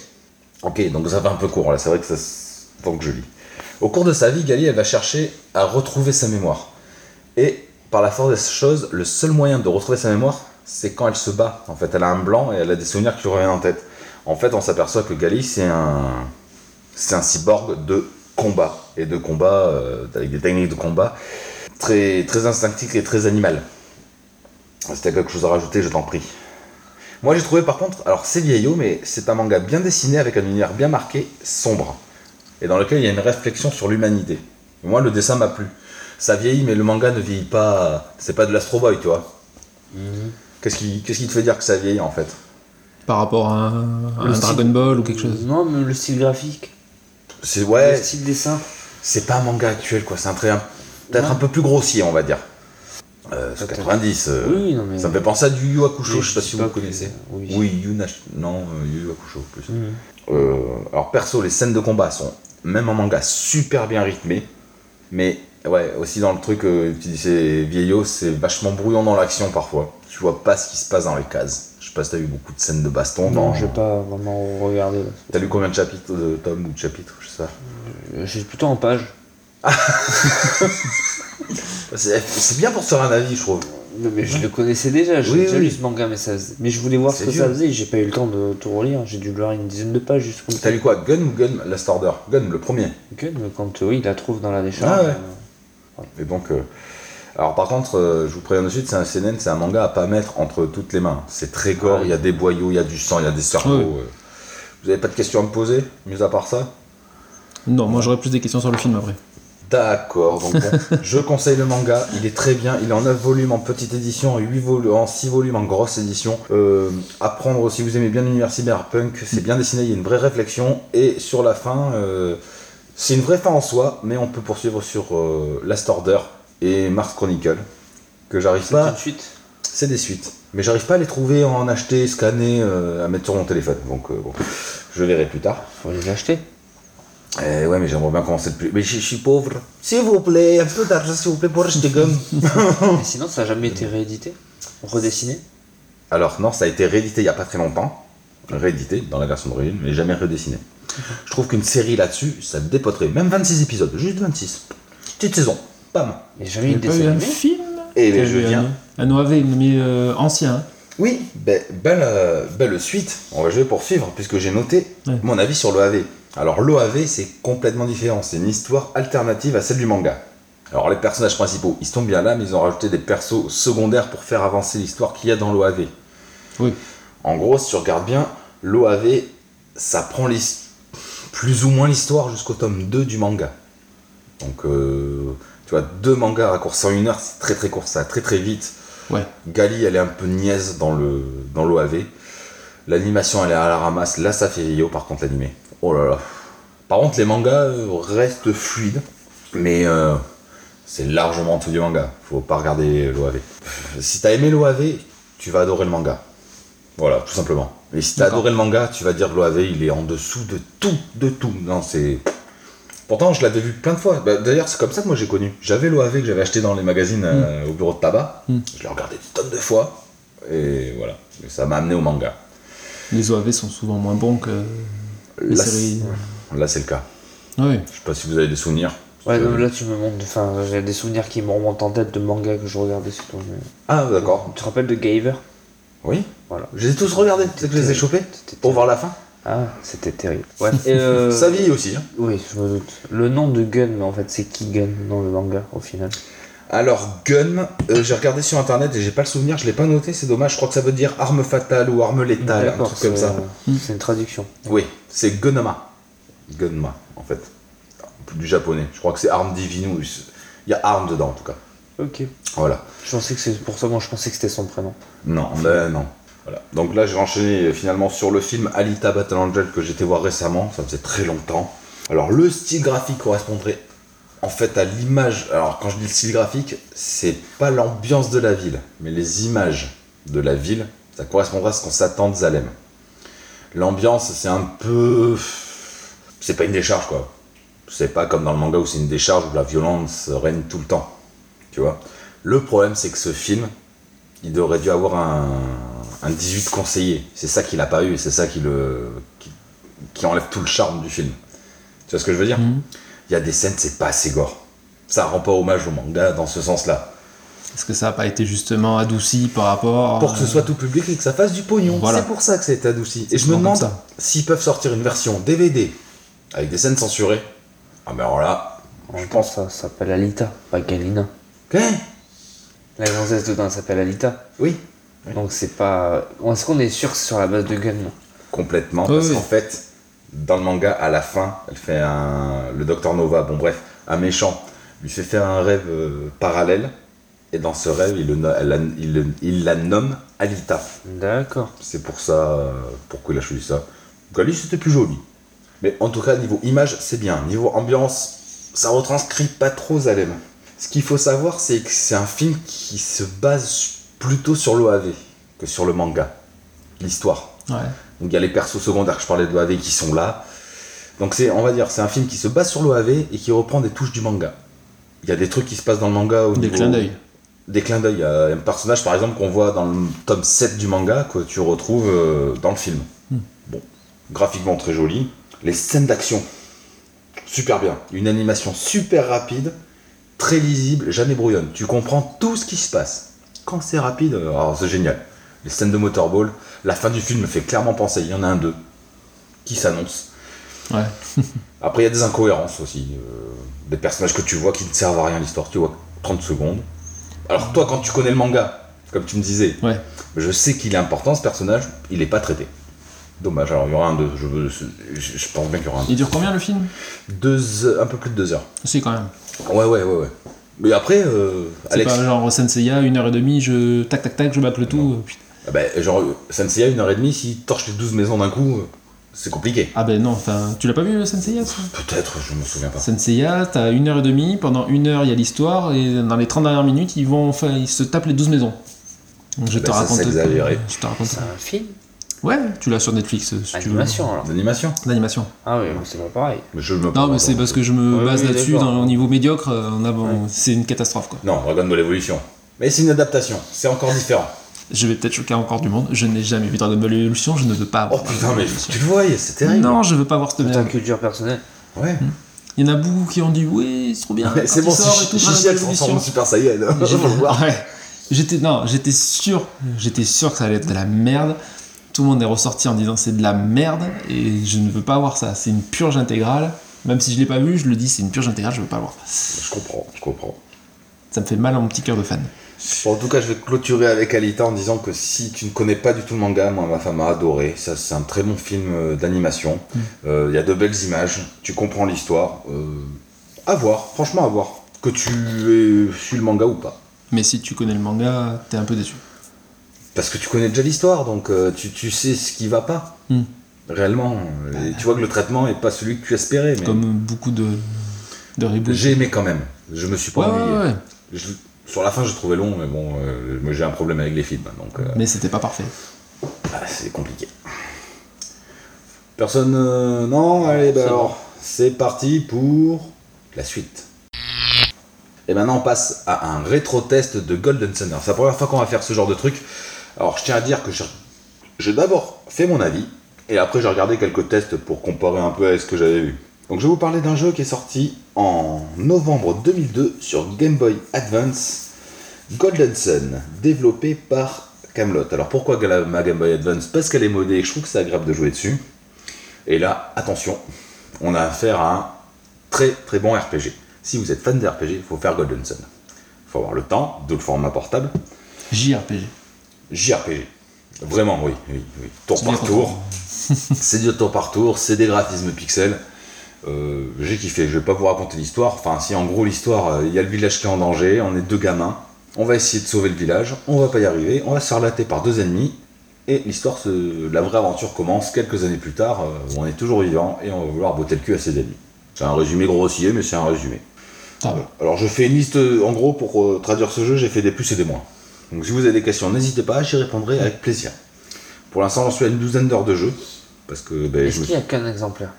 Speaker 2: Ok, donc ça va un peu court là, c'est vrai que ça s- faut que je lis. Au cours de sa vie, Gali, elle va chercher à retrouver sa mémoire. Et par la force des choses, le seul moyen de retrouver sa mémoire, c'est quand elle se bat. En fait, elle a un blanc et elle a des souvenirs qui lui reviennent en tête. En fait, on s'aperçoit que Gali, c'est un... c'est un cyborg de combat. Et de combat, euh, avec des techniques de combat très, très instinctives et très animales. Si t'as quelque chose à rajouter, je t'en prie. Moi j'ai trouvé par contre, alors c'est vieillot, mais c'est un manga bien dessiné avec un univers bien marqué, sombre, et dans lequel il y a une réflexion sur l'humanité. Moi le dessin m'a plu. Ça vieillit, mais le manga ne vieillit pas. C'est pas de l'Astro Boy, tu vois.
Speaker 3: Mhm.
Speaker 2: Qu'est-ce qui, qu'est-ce qui te fait dire que ça vieillit en fait
Speaker 6: par rapport à un, à un
Speaker 3: style-
Speaker 6: Dragon Ball ou quelque chose.
Speaker 3: Non, mais le style graphique,
Speaker 2: C'est ouais,
Speaker 3: le style dessin.
Speaker 2: c'est pas un manga actuel quoi. C'est un trait un- peut-être
Speaker 3: Ouais.
Speaker 2: un peu plus grossier, on va dire. Euh, c'est
Speaker 3: Peut-être.
Speaker 2: 90. euh,
Speaker 3: Oui, oui, non, mais.
Speaker 2: Ça me fait penser à du Yu Yu Hakusho,
Speaker 3: Oui,
Speaker 2: je sais pas si vous
Speaker 3: pas
Speaker 2: le connaissez.
Speaker 3: que- euh, oui.
Speaker 2: Yu Nash- non, euh, Yu Yu Hakusho plus.
Speaker 3: Mhm.
Speaker 2: Euh, alors perso, les scènes de combat sont, même en manga, super bien rythmées. Mais ouais, aussi dans le truc, euh, tu dis c'est vieillot, c'est vachement brouillon dans l'action parfois. Tu vois pas ce qui se passe dans les cases. Je sais pas si t'as eu beaucoup de scènes de baston.
Speaker 3: Non,
Speaker 2: dans...
Speaker 3: j'ai pas vraiment regardé. là.
Speaker 2: T'as lu combien de chapitres, de tomes ou de chapitres, je sais pas.
Speaker 3: Euh, J'ai plutôt en page.
Speaker 2: C'est c'est bien pour se faire un avis, je trouve.
Speaker 3: Non, mais je le connaissais déjà, j'ai
Speaker 2: Oui,
Speaker 3: déjà
Speaker 2: oui.
Speaker 3: lu ce manga, mais, ça... faisait- mais je voulais voir ce
Speaker 2: C'est
Speaker 3: que
Speaker 2: vieux.
Speaker 3: ça faisait, j'ai pas eu le temps de tout relire, j'ai dû le lire une dizaine de pages juste comme
Speaker 2: T'as lu quoi Gun ou Gun Last Order Gun, le premier.
Speaker 3: Gun, mais quand euh, oui, il la trouve dans la décharge.
Speaker 2: Ah ouais.
Speaker 3: euh,
Speaker 2: Et donc, euh, alors par contre, euh, je vous préviens de suite, c'est un CNN, c'est un manga à pas mettre entre toutes les mains. C'est très gore,
Speaker 3: Ah oui.
Speaker 2: il y a des boyaux, il y a du sang, il y a des cerveaux.
Speaker 6: Oui.
Speaker 2: euh. Vous avez pas de questions à me poser, mis à part ça
Speaker 6: Non, moi j'aurais plus des questions sur le film après.
Speaker 2: D'accord, donc bon, je conseille le manga, il est très bien, il est en 9 volumes en petite édition, en, 8 volu- en 6 volumes en grosse édition. Euh, à prendre si vous aimez bien l'univers cyberpunk, c'est bien dessiné, il y a une vraie réflexion, et sur la fin, euh, c'est une vraie fin en soi, mais on peut poursuivre sur euh, Last Order et Mars Chronicle, que j'arrive
Speaker 3: c'est
Speaker 2: pas...
Speaker 3: tout de suite.
Speaker 2: C'est des suites. Mais j'arrive pas à les trouver, à en acheter, scanner, euh, à mettre sur mon téléphone. Donc euh, bon, je verrai plus tard.
Speaker 3: Faut les acheter.
Speaker 2: Eh ouais, mais j'aimerais bien commencer de plus. Mais je je suis pauvre. S'il vous plaît, un peu d'argent, s'il vous plaît, pour acheter des gommes.
Speaker 3: Mais sinon, ça a jamais été réédité, redessiné.
Speaker 2: Alors non, ça a été réédité il y a pas très longtemps. Réédité dans la version d'origine, mais jamais redessiné. Je trouve qu'une série là-dessus, ça dépoterait. Même 26 épisodes, juste 26. Petite saison, bam.
Speaker 3: Il n'y a jamais eu
Speaker 6: pas
Speaker 3: de
Speaker 6: eu
Speaker 3: dessin
Speaker 6: un
Speaker 3: animé.
Speaker 6: film
Speaker 2: Et
Speaker 6: T'as
Speaker 2: je
Speaker 6: vu
Speaker 2: viens.
Speaker 6: Un, un OAV, mais euh, ancien. hein.
Speaker 2: Oui, ben, belle, euh, belle suite. On va jouer pour suivre, puisque j'ai noté
Speaker 6: Ouais.
Speaker 2: mon avis sur l'OAV. Alors, l'OAV, c'est complètement différent. C'est une histoire alternative à celle du manga. Alors, les personnages principaux, ils sont bien là, mais ils ont rajouté des persos secondaires pour faire avancer l'histoire qu'il y a dans l'OAV.
Speaker 6: Oui.
Speaker 2: En gros, si tu regardes bien, l'OAV, ça prend l'his- plus ou moins l'histoire jusqu'au tome 2 du manga. Donc, euh, tu vois, deux mangas raccourcis en une heure, c'est très très court, ça va très très vite.
Speaker 6: Ouais.
Speaker 2: Gali, elle est un peu niaise dans le dans l'OAV. L'animation, elle est à la ramasse. Là, ça fait vieillot, par contre, l'animé. Oh là là. Par contre, les mangas euh, restent fluides, mais euh, c'est largement en dessous du manga. Faut pas regarder l'OAV. Si t'as aimé l'OAV, tu vas adorer le manga. Voilà, tout simplement. Et si t'as
Speaker 6: D'accord.
Speaker 2: adoré le manga, tu vas dire que l'OAV, il est en dessous de tout, de tout. Non, c'est. Pourtant, je l'avais vu plein de fois. Bah, D'ailleurs, c'est comme ça que moi j'ai connu. J'avais l'OAV que j'avais acheté dans les magazines euh, au bureau de tabac.
Speaker 6: Mm.
Speaker 2: Je l'ai regardé des tonnes de fois. Et voilà. Et ça m'a amené au manga.
Speaker 6: Les OAV sont souvent moins bons que les
Speaker 2: Là,
Speaker 6: séries.
Speaker 2: Là, c'est le cas.
Speaker 6: Ouais.
Speaker 2: Je sais pas si vous avez des souvenirs.
Speaker 3: Ouais, non, mais là tu me montres. Enfin, j'ai des souvenirs qui me remontent en tête de mangas que je regardais, c'est tout. mais-
Speaker 2: Ah, d'accord.
Speaker 3: Tu te rappelles de Gaver
Speaker 2: Oui.
Speaker 3: Voilà.
Speaker 2: Je les ai tous regardés, c'est que je les ai chopés
Speaker 3: C'était
Speaker 2: pour
Speaker 3: terrible.
Speaker 2: voir la fin.
Speaker 3: Ah, c'était terrible. Ouais. Et, euh,
Speaker 2: Sa vie aussi. hein.
Speaker 3: Oui, je me doute. Le nom de Gun, mais en fait, c'est qui Gun dans le manga au final
Speaker 2: Alors, gun, euh, j'ai regardé sur internet et j'ai pas le souvenir, je l'ai pas noté, c'est dommage. Je crois que ça veut dire arme fatale ou arme létale, un
Speaker 3: D'accord,
Speaker 2: truc comme
Speaker 3: c'est-
Speaker 2: ça.
Speaker 3: C'est une traduction.
Speaker 2: Oui, c'est Gunma. Gunma, en fait. Du japonais. Je crois que c'est arme divinus. Il y a arme dedans, en tout cas.
Speaker 3: Ok.
Speaker 2: Voilà.
Speaker 3: Je pensais que c'est pour ça, moi je pensais que c'était son prénom.
Speaker 2: Non, ben non. Voilà. Donc là, je vais enchaîner euh, finalement sur le film Alita Battle Angel que j'étais voir récemment. Ça faisait très longtemps. Alors, le style graphique correspondrait en fait à l'image. Alors, quand je dis le style graphique, c'est pas l'ambiance de la ville, mais les images de la ville. Ça correspondrait à ce qu'on s'attend de Zalem. L'ambiance, c'est un peu. C'est pas une décharge, quoi. C'est pas comme dans le manga où c'est une décharge où la violence règne tout le temps. Tu vois Le problème, c'est que ce film, il aurait dû avoir un, un 18 conseiller. C'est ça qu'il n'a pas eu, et c'est ça qui, le, qui, qui enlève tout le charme du film. Tu vois ce que je veux dire
Speaker 4: Mhm.
Speaker 2: Il y a des scènes, c'est pas assez gore. Ça rend pas hommage au manga dans ce sens-là.
Speaker 4: Est-ce que ça n'a pas été justement adouci par rapport.
Speaker 2: Pour que ce
Speaker 4: euh,
Speaker 2: soit tout public et que ça fasse du pognon.
Speaker 4: Voilà.
Speaker 2: C'est pour ça que c'est adouci. Et je me
Speaker 4: souvent comme
Speaker 2: demande
Speaker 4: ça.
Speaker 2: s'ils peuvent sortir une version DVD avec des scènes censurées. Ah ben alors là.
Speaker 3: Je pense que ça s'appelle Alita, pas Galina.
Speaker 2: Hein
Speaker 3: La gonzesse dedans s'appelle Alita.
Speaker 2: Oui.
Speaker 3: Donc c'est pas. Bon, Est-ce qu'on est sûr que c'est sur la base de Gun là
Speaker 2: complètement
Speaker 4: Oui,
Speaker 2: parce
Speaker 4: oui.
Speaker 2: qu'en fait dans le manga à la fin elle fait un le docteur Nova bon bref un méchant lui fait faire un rêve euh, parallèle et dans ce rêve il, le no- elle la- il le- il la nomme Alita
Speaker 3: D'accord.
Speaker 2: c'est pour ça euh, pourquoi il a choisi ça donc Alice c'était plus joli mais en tout cas niveau image c'est bien niveau ambiance ça retranscrit pas trop Zalem ce qu'il faut savoir c'est que c'est un film qui se base plutôt sur l'OAV que sur le manga l'histoire
Speaker 4: Ouais.
Speaker 2: donc il y a les persos secondaires que je parlais de l'OAV qui sont là. Donc c'est, on va dire, c'est un film qui se base sur l'OAV et qui reprend des touches du manga. Il y a des trucs qui se passent dans le manga au
Speaker 4: Des
Speaker 2: niveau-
Speaker 4: clins d'œil.
Speaker 2: Des clins d'œil. Il y a un personnage par exemple qu'on voit dans le tome 7 du manga que tu retrouves euh, dans le film. Bon, graphiquement très joli. Les scènes d'action, super bien. Une animation super rapide, très lisible, jamais brouillonne. Tu comprends tout ce qui se passe. Quand c'est rapide, euh, alors c'est génial. Les scènes de motorball, la fin du film me fait clairement penser. Il y en a un deux qui s'annonce.
Speaker 4: Ouais.
Speaker 2: Après, il y a des incohérences aussi. euh, des personnages que tu vois qui ne servent à rien à l'histoire. Tu vois 30 secondes. Alors, toi, quand tu connais le manga, comme tu me disais,
Speaker 4: Ouais.
Speaker 2: je sais qu'il est important ce personnage, il n'est pas traité. Dommage, alors il y aura un deux. Je, veux- je- je pense bien qu'il y aura un deux.
Speaker 4: Il dure combien le film
Speaker 2: Deux heures- un peu plus de deux heures.
Speaker 4: Si, quand même.
Speaker 2: Ouais, ouais, ouais, ouais. Mais après, euh,
Speaker 4: C'est
Speaker 2: Alex.
Speaker 4: pas genre Senseiya, une heure et demie, je. Tac, tac, tac, je bâcle le tout. euh, putain.
Speaker 2: Ah ben, genre, euh, Senseiya, une heure et demie, s'il torche les 12 maisons d'un coup, euh, c'est compliqué.
Speaker 4: Ah ben non, enfin, tu l'as pas vu le Senseiya ça
Speaker 2: Peut-être, je m'en souviens pas.
Speaker 4: Senseiya, t'as une heure et demie, pendant une heure il y a l'histoire, et dans les 30 dernières minutes, ils vont, enfin, ils se tapent les 12 maisons. Donc je
Speaker 2: Ben,
Speaker 4: te
Speaker 2: ça,
Speaker 4: raconte.
Speaker 2: c'est exagéré.
Speaker 4: Je te raconte.
Speaker 3: C'est un film
Speaker 4: Ouais, tu l'as sur Netflix euh, si tu
Speaker 3: Animation alors.
Speaker 2: L'animation
Speaker 4: veux. L'animation.
Speaker 3: Ah oui, mais c'est pas pareil.
Speaker 2: Mais je me
Speaker 4: Non,
Speaker 2: prends
Speaker 4: mais
Speaker 2: pas
Speaker 4: c'est
Speaker 2: pour-
Speaker 4: parce que je me
Speaker 3: Oui,
Speaker 4: base
Speaker 3: oui,
Speaker 4: là-dessus,
Speaker 3: d'accord.
Speaker 4: dans- au niveau médiocre, euh, en avant,
Speaker 3: Ouais.
Speaker 4: c'est une catastrophe quoi.
Speaker 2: Non, Dragon Ball Evolution. Mais c'est une adaptation, c'est encore différent.
Speaker 4: Je vais peut-être choquer encore du monde, je n'ai jamais vu Dragon Ball Evolution, je ne veux pas.
Speaker 2: Oh
Speaker 4: avoir
Speaker 2: putain,
Speaker 4: Dragon
Speaker 2: mais
Speaker 4: Ball Evolution.
Speaker 2: tu le voyais, c'est terrible.
Speaker 4: Non, je veux pas voir cette
Speaker 3: Putain,
Speaker 4: merde.
Speaker 3: culture personnelle.
Speaker 2: Ouais.
Speaker 4: Il y en a beaucoup qui ont dit, oui, c'est trop bien.
Speaker 2: Mais C'est
Speaker 4: quand
Speaker 2: bon,
Speaker 4: il
Speaker 2: si
Speaker 4: sort et tout,
Speaker 2: si- si-
Speaker 4: Dragon
Speaker 2: si elle
Speaker 4: Ball
Speaker 2: se transforme en
Speaker 4: Evolution.
Speaker 2: Super Saiyan, hein,
Speaker 4: J'ai-
Speaker 2: faut le voir.
Speaker 4: Ouais. J'étais non, j'étais sûr, j'étais sûr que ça allait être de la merde. Tout le monde est ressorti en disant c'est de la merde et je ne veux pas voir ça. C'est une purge intégrale. Même si je l'ai pas vu, je le dis, c'est une purge intégrale, je veux pas le voir.
Speaker 2: Je comprends, je comprends.
Speaker 4: Ça me fait mal à mon petit cœur de fan.
Speaker 2: Bon, en tout cas, je vais clôturer avec Alita en disant que si tu ne connais pas du tout le manga, moi, ma femme a adoré. Ça, c'est un très bon film euh, d'animation.
Speaker 4: Mm.
Speaker 2: Euh, Il y a de belles images. Tu comprends l'histoire. Euh, à voir, franchement, à voir. Que tu aies su le manga ou pas.
Speaker 4: Mais si tu connais le manga, t'es un peu déçu.
Speaker 2: Parce que tu connais déjà l'histoire, donc euh, tu, tu sais ce qui va pas.
Speaker 4: Hmm.
Speaker 2: Réellement. Et tu vois que le traitement est pas celui que tu espérais. Mais
Speaker 4: Comme beaucoup de de reboots.
Speaker 2: J'ai aimé quand même. Je me suis
Speaker 4: Ouais,
Speaker 2: pas
Speaker 4: ouais,
Speaker 2: ennuyé.
Speaker 4: ouais, ouais.
Speaker 2: Je- sur la fin, j'ai trouvé long, mais bon, euh, moi j'ai un problème avec les films, hein, donc euh,
Speaker 4: Mais c'était pas parfait.
Speaker 2: ah, c'est compliqué. Personne. euh, non Allez, bah
Speaker 3: C'est
Speaker 2: alors, c'est parti pour la suite. Et maintenant, on passe à un rétro-test de Golden Thunder. C'est la première fois qu'on va faire ce genre de truc. Alors, je tiens à dire que je- j'ai d'abord fait mon avis, et après, j'ai regardé quelques tests pour comparer un peu à ce que j'avais vu. Donc je vais vous parler d'un jeu qui est sorti en novembre 2002 sur Game Boy Advance, Golden Sun, développé par Camelot. Alors pourquoi Gala- ma Game Boy Advance Parce qu'elle est modée et que je trouve que c'est agréable de jouer dessus. Et là, attention, on a affaire à un très très bon RPG. Si vous êtes fan de RPG, il faut faire Golden Sun. Il faut avoir le temps, d'où le format portable.
Speaker 6: JRPG.
Speaker 2: JRPG. Vraiment, oui, oui, oui. Tour
Speaker 6: C'est
Speaker 2: par
Speaker 6: bien
Speaker 2: tour. c'est du tour par tour, c'est des graphismes pixels. Euh, J'ai kiffé, je vais pas vous raconter l'histoire. Enfin, si, en gros, l'histoire, euh, il y a le village qui est en danger, on est deux gamins. On va essayer de sauver le village, on va pas y arriver, on va se faire latter par deux ennemis. Et l'histoire, se- la vraie aventure commence quelques années plus tard, euh, où on est toujours vivant et on va vouloir botter le cul à ses ennemis. C'est un résumé grossier, mais c'est un résumé.
Speaker 6: Ça va.
Speaker 2: Alors je fais une liste, euh, en gros, pour euh, traduire ce jeu, j'ai fait des plus et des moins. Donc si vous avez des questions, n'hésitez pas, j'y répondrai avec plaisir. Pour l'instant, j'en suis à une douzaine d'heures de jeu. Parce que ben, je
Speaker 3: Est-ce
Speaker 2: me
Speaker 3: qu'il n'y a qu'un exemplaire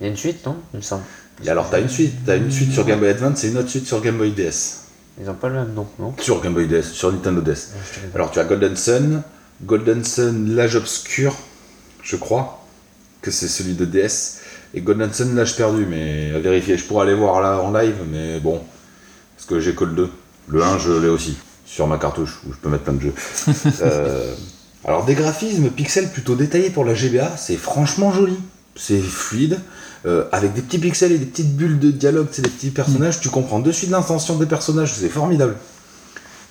Speaker 3: Il y a une suite, non Il me semble.
Speaker 2: suis- Alors t'as une suite, t'as une suite sur Game Boy Advance et une autre suite sur Game Boy DS.
Speaker 3: Ils n'ont pas le même nom, non
Speaker 2: Sur Game Boy DS, sur Nintendo DS.
Speaker 3: Non, je te l'ai
Speaker 2: Alors tu as Golden Sun, Golden Sun l'âge obscur, je crois que c'est celui de DS, et Golden Sun l'âge perdu, mais à vérifier, je pourrais aller voir là en live, mais bon, parce que j'ai que le 2. Le 1, je l'ai aussi, sur ma cartouche, où je peux mettre plein de jeux. Euh, alors des graphismes pixels plutôt détaillés pour la GBA, c'est franchement joli, c'est fluide. euh, avec des petits pixels et des petites bulles de dialogue, c'est des petits personnages, tu comprends de suite l'intention des personnages, c'est formidable.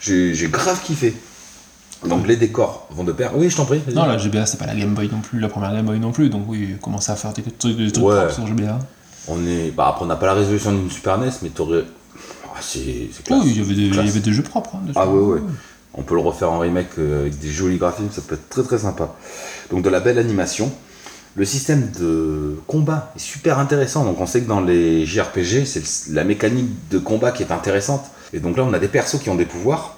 Speaker 2: J'ai j'ai grave kiffé. Donc les décors vont de pair. Oui, je t'en prie. vas-y.
Speaker 6: Non, la GBA, c'est pas la Game Boy non plus, la première Game Boy non plus, donc oui, commencer à faire des trucs, des trucs
Speaker 2: Ouais.
Speaker 6: propres sur GBA.
Speaker 2: On est. Bah après on n'a pas la résolution d'une Super NES, mais t'aurais. Ah c'est. c'est
Speaker 6: Oui,
Speaker 2: classe.
Speaker 6: il y avait des, il y
Speaker 2: Classe.
Speaker 6: avait des jeux propres. hein, dessus.
Speaker 2: Ah ouais ouais. On peut le refaire en remake euh, avec des jolis graphismes, ça peut être très très sympa. Donc de la belle animation. Le système de combat est super intéressant. Donc on sait que dans les JRPG, c'est le- la mécanique de combat qui est intéressante. Et donc là on a des persos qui ont des pouvoirs.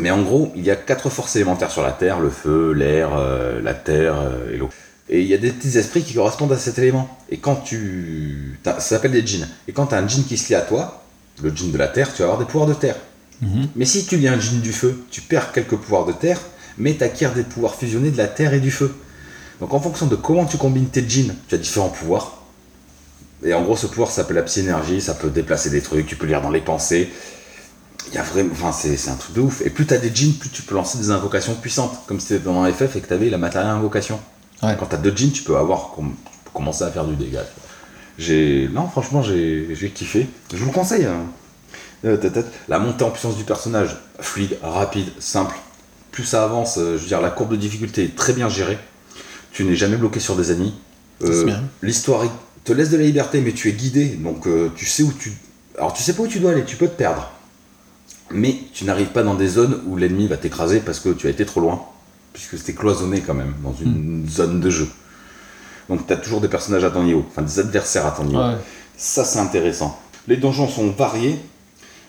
Speaker 2: Mais en gros, il y a quatre forces élémentaires sur la Terre, le feu, l'air, euh, la terre euh, et l'eau. Et il y a des petits esprits qui correspondent à cet élément. Et quand tu... t'as- Ça s'appelle des djinns. Et quand tu as un djinn qui se lie à toi, le djinn de la Terre, tu vas avoir des pouvoirs de Terre.
Speaker 6: Mhm.
Speaker 2: Mais si tu lis un djinn du feu, tu perds quelques pouvoirs de terre, mais tu acquiers des pouvoirs fusionnés de la terre et du feu. Donc en fonction de comment tu combines tes djinns, tu as différents pouvoirs. Et en gros, ce pouvoir s'appelle la psyénergie, ça peut déplacer des trucs, tu peux lire dans les pensées. Il y a vraiment, enfin, c'est c'est un truc de ouf. Et plus tu as des djinns, plus tu peux lancer des invocations puissantes, comme si tu étais dans FF et que tu avais la matérielle invocation.
Speaker 6: Ouais.
Speaker 2: Quand tu as deux djinns, tu peux avoir com- tu peux commencer à faire du dégât. J'ai non, franchement, j'ai j'ai kiffé. Je vous le conseille. hein. Euh, ta- ta- La montée en puissance du personnage, fluide, rapide, simple. Plus ça avance, euh, je veux dire, la courbe de difficulté est très bien gérée. Tu n'es jamais bloqué sur des ennemis.
Speaker 6: Ça, c'est
Speaker 2: Euh,
Speaker 6: bien.
Speaker 2: L'histoire il te laisse de la liberté, mais tu es guidé, donc euh, tu sais où tu. Alors tu sais pas où tu dois aller, tu peux te perdre. Mais tu n'arrives pas dans des zones où l'ennemi va t'écraser parce que tu as été trop loin. Puisque c'était cloisonné quand même, dans
Speaker 6: Hmm.
Speaker 2: une zone de jeu. Donc tu as toujours des personnages à ton niveau, enfin des adversaires à ton niveau.
Speaker 6: Ah Ouais.
Speaker 2: Ça, c'est intéressant. Les donjons sont variés.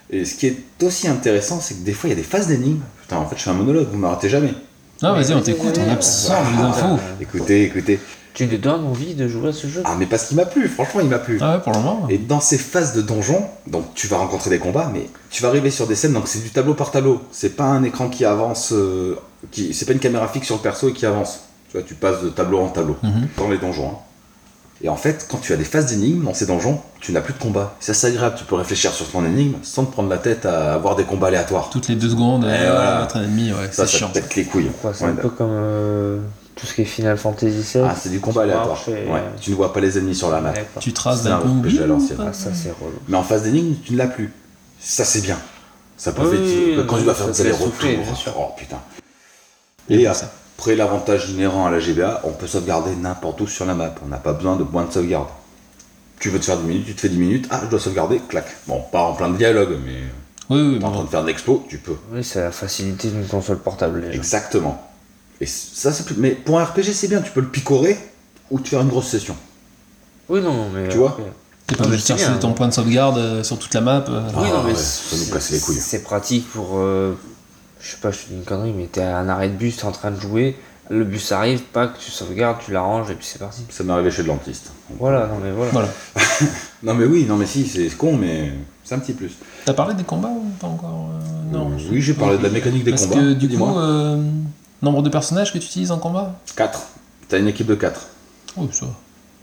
Speaker 2: Et ce qui est aussi intéressant, c'est que des fois, il y a des phases d'énigmes. Putain, en fait, je suis un monologue, vous m'arrêtez jamais. Ah,
Speaker 6: Non, vas-y, on t'écoute, on absorbe les infos.
Speaker 2: Écoutez, écoutez.
Speaker 3: Tu te donnes envie de jouer à ce jeu
Speaker 2: Ah, mais parce qu'il m'a plu, franchement, il m'a plu.
Speaker 6: Ah ouais, pour le moment.
Speaker 2: Et dans ces phases de donjon, donc tu vas rencontrer des combats, mais tu vas arriver sur des scènes, donc c'est du tableau par tableau. C'est pas un écran qui avance, euh, qui, c'est pas une caméra fixe sur le perso et qui avance. Tu vois, tu passes de tableau en tableau
Speaker 6: Mhm.
Speaker 2: dans les donjons. hein. Et en fait, quand tu as des phases d'énigmes dans ces donjons, tu n'as plus de combat. Ça, c'est agréable, tu peux réfléchir sur ton énigme sans te prendre la tête à avoir des combats aléatoires.
Speaker 6: Toutes les deux secondes,
Speaker 2: Et
Speaker 6: euh,
Speaker 2: voilà.
Speaker 6: notre ennemi, ouais,
Speaker 2: Eh ça,
Speaker 6: c'est
Speaker 2: ça
Speaker 6: chiant.
Speaker 2: te pète les couilles.
Speaker 3: Quoi, C'est
Speaker 2: Ouais,
Speaker 3: un peu comme euh, tout ce qui est Final Fantasy VII.
Speaker 2: Ah, c'est du combat aléatoire.
Speaker 3: marche et-
Speaker 2: Ouais, Tu ne vois pas les ennemis sur la map.
Speaker 3: D'accord.
Speaker 6: Tu traces
Speaker 2: C'est
Speaker 6: d'un
Speaker 2: un
Speaker 6: coup.
Speaker 2: RPG à l'ancienne.
Speaker 3: Ah, ça c'est relou.
Speaker 2: Mais en phase d'énigme, tu ne l'as plus. Ça, c'est bien. Ça peut
Speaker 3: Oui, oui, oui,
Speaker 2: quand tu dois faire
Speaker 3: ça
Speaker 2: des
Speaker 3: te laisse souffler,
Speaker 2: allers-retours.
Speaker 3: bien sûr.
Speaker 2: Oh putain.
Speaker 6: Et
Speaker 2: Et
Speaker 6: comme ça.
Speaker 2: après, l'avantage inhérent à la GBA, on peut sauvegarder n'importe où sur la map. On n'a pas besoin de points de sauvegarde. Tu veux te faire 10 minutes, tu te fais 10 minutes. Ah, je dois sauvegarder, clac. Bon, pas en plein de dialogue, mais
Speaker 6: Oui, oui,
Speaker 2: t'es en train
Speaker 6: bon.
Speaker 2: de faire de l'expo, tu peux.
Speaker 3: Oui, c'est la facilité d'une console portable. déjà.
Speaker 2: Exactement. Et ça, c'est plus. Mais pour un RPG, c'est bien. Tu peux le picorer ou te faire une grosse session.
Speaker 3: Oui, non, non, mais.
Speaker 2: Tu vois
Speaker 3: après-
Speaker 6: T'es pas
Speaker 3: Ah, mais
Speaker 6: obligé de
Speaker 3: c'est bien.
Speaker 6: chercher ton point de sauvegarde euh, sur toute la map. euh.
Speaker 2: Ah,
Speaker 3: Oui, non, mais.
Speaker 2: hein. ouais, ça nous casse les couilles.
Speaker 3: C'est pratique pour. euh, je sais pas, je te dis une connerie, mais t'es à un arrêt de bus, t'es en train de jouer, le bus arrive, pack, tu sauvegardes, tu l'arranges et puis c'est parti.
Speaker 2: Ça m'est arrivé chez le dentiste. euh,
Speaker 3: Voilà, non, mais voilà.
Speaker 6: Voilà.
Speaker 2: Non, mais oui, non, mais si, c'est con, mais c'est un petit plus.
Speaker 6: T'as parlé des combats ou pas encore euh, Non.
Speaker 2: Oui, j'ai parlé de la mécanique des
Speaker 6: Parce
Speaker 2: combats.
Speaker 6: que du coup,
Speaker 2: Dis-moi.
Speaker 6: euh,
Speaker 4: euh,
Speaker 6: nombre de personnages que tu utilises en combat
Speaker 2: 4. T'as une équipe de 4.
Speaker 6: Oui, ça.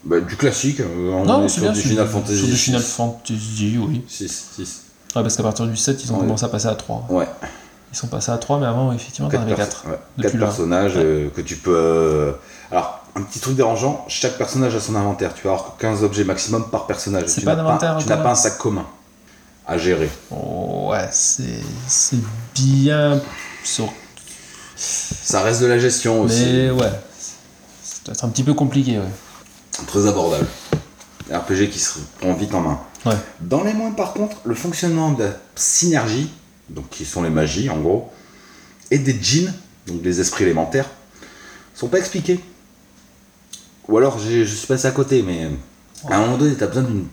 Speaker 2: Bah, du classique, euh, on est sur du Final Fantasy.
Speaker 4: Sur du
Speaker 2: VI.
Speaker 4: Final Fantasy, oui.
Speaker 2: 6, 6.
Speaker 4: Ouais, parce qu'à partir du 7, ils ont
Speaker 2: Ouais.
Speaker 4: commencé à passer à 3.
Speaker 2: Ouais,
Speaker 4: Ils sont passés à 3, mais avant, effectivement, t'en avais 4.
Speaker 2: ouais,
Speaker 4: depuis
Speaker 2: quatre
Speaker 4: là.
Speaker 2: personnages euh, que tu peux. euh, Alors, un petit truc dérangeant, chaque personnage a son inventaire. Tu vas avoir 15 objets maximum par personnage.
Speaker 4: C'est
Speaker 2: Tu
Speaker 4: pas
Speaker 2: n'as
Speaker 4: d'inventaire,
Speaker 2: Tu
Speaker 4: quand
Speaker 2: n'as
Speaker 4: même.
Speaker 2: pas un sac commun à gérer.
Speaker 4: ouais, c'est c'est bien. sur-
Speaker 2: Ça reste de la gestion aussi.
Speaker 4: Mais ouais, ça doit être un petit peu compliqué, ouais.
Speaker 2: Très abordable. RPG qui se prend vite en main.
Speaker 4: Ouais.
Speaker 2: Dans les moins, par contre, le fonctionnement de la synergie, donc qui sont les magies en gros, et des djinns, donc des esprits élémentaires, sont pas expliqués. Ou alors j'ai- je suis passé à côté, mais à un moment donné, tu as besoin d'une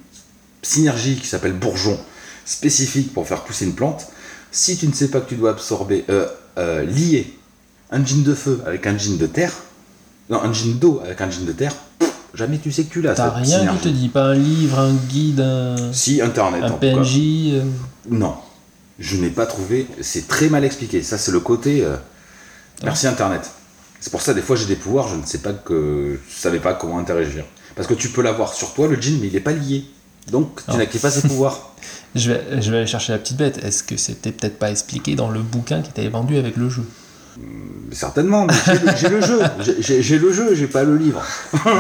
Speaker 2: synergie qui s'appelle bourgeon, spécifique pour faire pousser une plante. Si tu ne sais pas que tu dois absorber, euh, euh, lier un djinn de feu avec un djinn de terre, non, un djinn d'eau avec un djinn de terre, pff, jamais tu sais que tu l'as.
Speaker 4: T'as
Speaker 2: Ah, cette
Speaker 4: rien qui
Speaker 2: synergie.
Speaker 4: te dit, pas un livre, un guide, un,
Speaker 2: Si, Internet.
Speaker 4: un
Speaker 2: en tout cas.
Speaker 4: PNJ. euh,
Speaker 2: Non, je n'ai pas trouvé. C'est très mal expliqué. Ça, c'est le côté. euh, merci Internet. C'est pour ça, des fois, j'ai des pouvoirs, je ne sais pas que. Je savais pas comment interagir. Parce que tu peux l'avoir sur toi, le jean, mais il n'est pas lié. Donc, tu
Speaker 4: Non.
Speaker 2: n'actives pas ses pouvoirs.
Speaker 4: Je vais, je vais aller chercher la petite bête. Est-ce que c'était peut-être pas expliqué dans le bouquin qui t'avait vendu avec le jeu
Speaker 2: Mais certainement, mais j'ai le- j'ai le, jeu. J'ai- J'ai j'ai le jeu, j'ai pas le livre.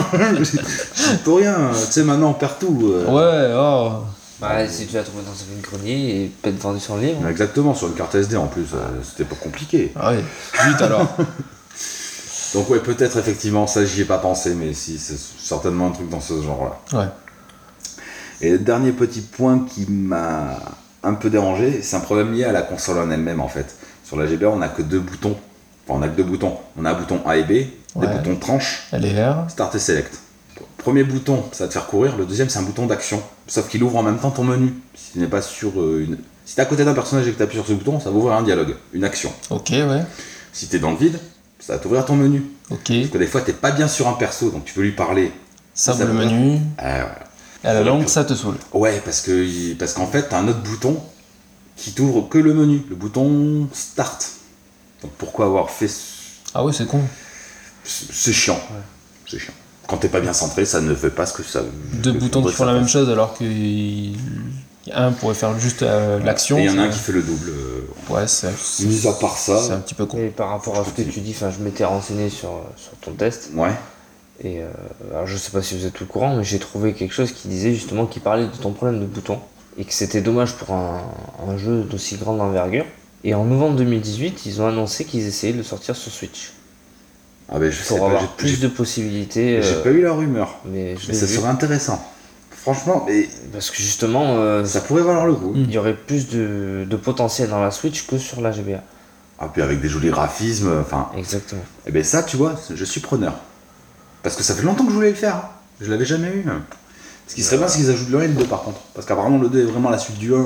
Speaker 2: C'est pour rien. Tu sais, maintenant, on perd tout. euh.
Speaker 4: Ouais, oh.
Speaker 3: Bah, si tu l'as trouvé dans un grenier et peut-être vendu sur le livre.
Speaker 2: Exactement, sur une carte SD en plus, euh, c'était pas compliqué.
Speaker 4: Ah ouais, vite alors.
Speaker 2: Donc, ouais, peut-être effectivement, ça, j'y ai pas pensé, mais si, c'est certainement un truc dans ce genre-là.
Speaker 4: Ouais.
Speaker 2: Et le dernier petit point qui m'a un peu dérangé, c'est un problème lié à la console en elle-même en fait. Sur la GBA, on n'a que deux boutons. Enfin, on n'a que deux boutons. On a un bouton A et B, des
Speaker 4: Ouais.
Speaker 2: boutons tranche,
Speaker 4: Elle est verte.
Speaker 2: Start et Select. Premier bouton, ça va te faire courir. Le deuxième, c'est un bouton d'action. Sauf qu'il ouvre en même temps ton menu. Si tu n'es pas sur euh, une. Si t'es à côté d'un personnage et que tu appuies sur ce bouton, ça va ouvrir un dialogue, une action.
Speaker 4: Ok, ouais.
Speaker 2: Si t'es dans le vide, ça va t'ouvrir ton menu.
Speaker 4: Ok.
Speaker 2: Parce que des fois, t'es pas bien sur un perso, donc tu peux lui parler.
Speaker 4: Ça,
Speaker 2: Ça
Speaker 4: le
Speaker 2: va.
Speaker 4: menu.
Speaker 2: Ah, ouais.
Speaker 4: À la langue, ça te saoule.
Speaker 2: Ouais, parce que il- parce qu'en fait, t'as un autre bouton qui t'ouvre que le menu, le bouton Start. Donc pourquoi avoir fait ce-
Speaker 4: Ah ouais, c'est con.
Speaker 2: C'est chiant. C'est chiant. Quand t'es pas bien centré, ça ne fait pas ce que ça.
Speaker 4: Deux
Speaker 2: que
Speaker 4: boutons
Speaker 2: faudrait
Speaker 4: qui font la
Speaker 2: faire.
Speaker 4: même chose alors que il- un pourrait faire juste euh, l'action.
Speaker 2: Et il y en a un
Speaker 4: ça-
Speaker 2: qui Ah. fait le double. euh,
Speaker 4: Ouais, c'est. c'est-
Speaker 2: Mis à part ça-
Speaker 4: C'est un petit peu con.
Speaker 3: Et par rapport à ce que tu dis, enfin, je m'étais renseigné sur, euh, sur ton test.
Speaker 2: Ouais.
Speaker 3: Et euh, alors, je sais pas si vous êtes au courant, mais j'ai trouvé quelque chose qui disait justement qu'il parlait de ton problème de bouton. Et que c'était dommage pour un, un jeu d'aussi grande envergure. Et en novembre 2018, ils ont annoncé qu'ils essayaient de le sortir sur Switch.
Speaker 2: Ah ben je sais
Speaker 3: Pour
Speaker 2: pas.
Speaker 3: avoir
Speaker 2: j'ai-
Speaker 3: plus
Speaker 2: j'ai-
Speaker 3: de possibilités.
Speaker 2: J'ai
Speaker 3: euh,
Speaker 2: pas eu la rumeur.
Speaker 3: mais je
Speaker 2: Mais
Speaker 3: l'ai
Speaker 2: ça
Speaker 3: vu.
Speaker 2: serait intéressant. Franchement, mais
Speaker 3: Parce que justement, euh,
Speaker 2: ça pourrait valoir le coup.
Speaker 3: il y aurait plus de, de potentiel dans la Switch que sur la GBA.
Speaker 2: Ah puis avec des jolis graphismes, enfin.
Speaker 3: Exactement.
Speaker 2: Eh ben ça, tu vois, je suis preneur. Parce que ça fait longtemps que je voulais le faire. hein. Je l'avais jamais eu. hein. Ce qui serait bien, c'est qu'ils ajoutent le 1 et le 2 par contre. Parce qu'apparemment, le 2 est vraiment la suite du 1.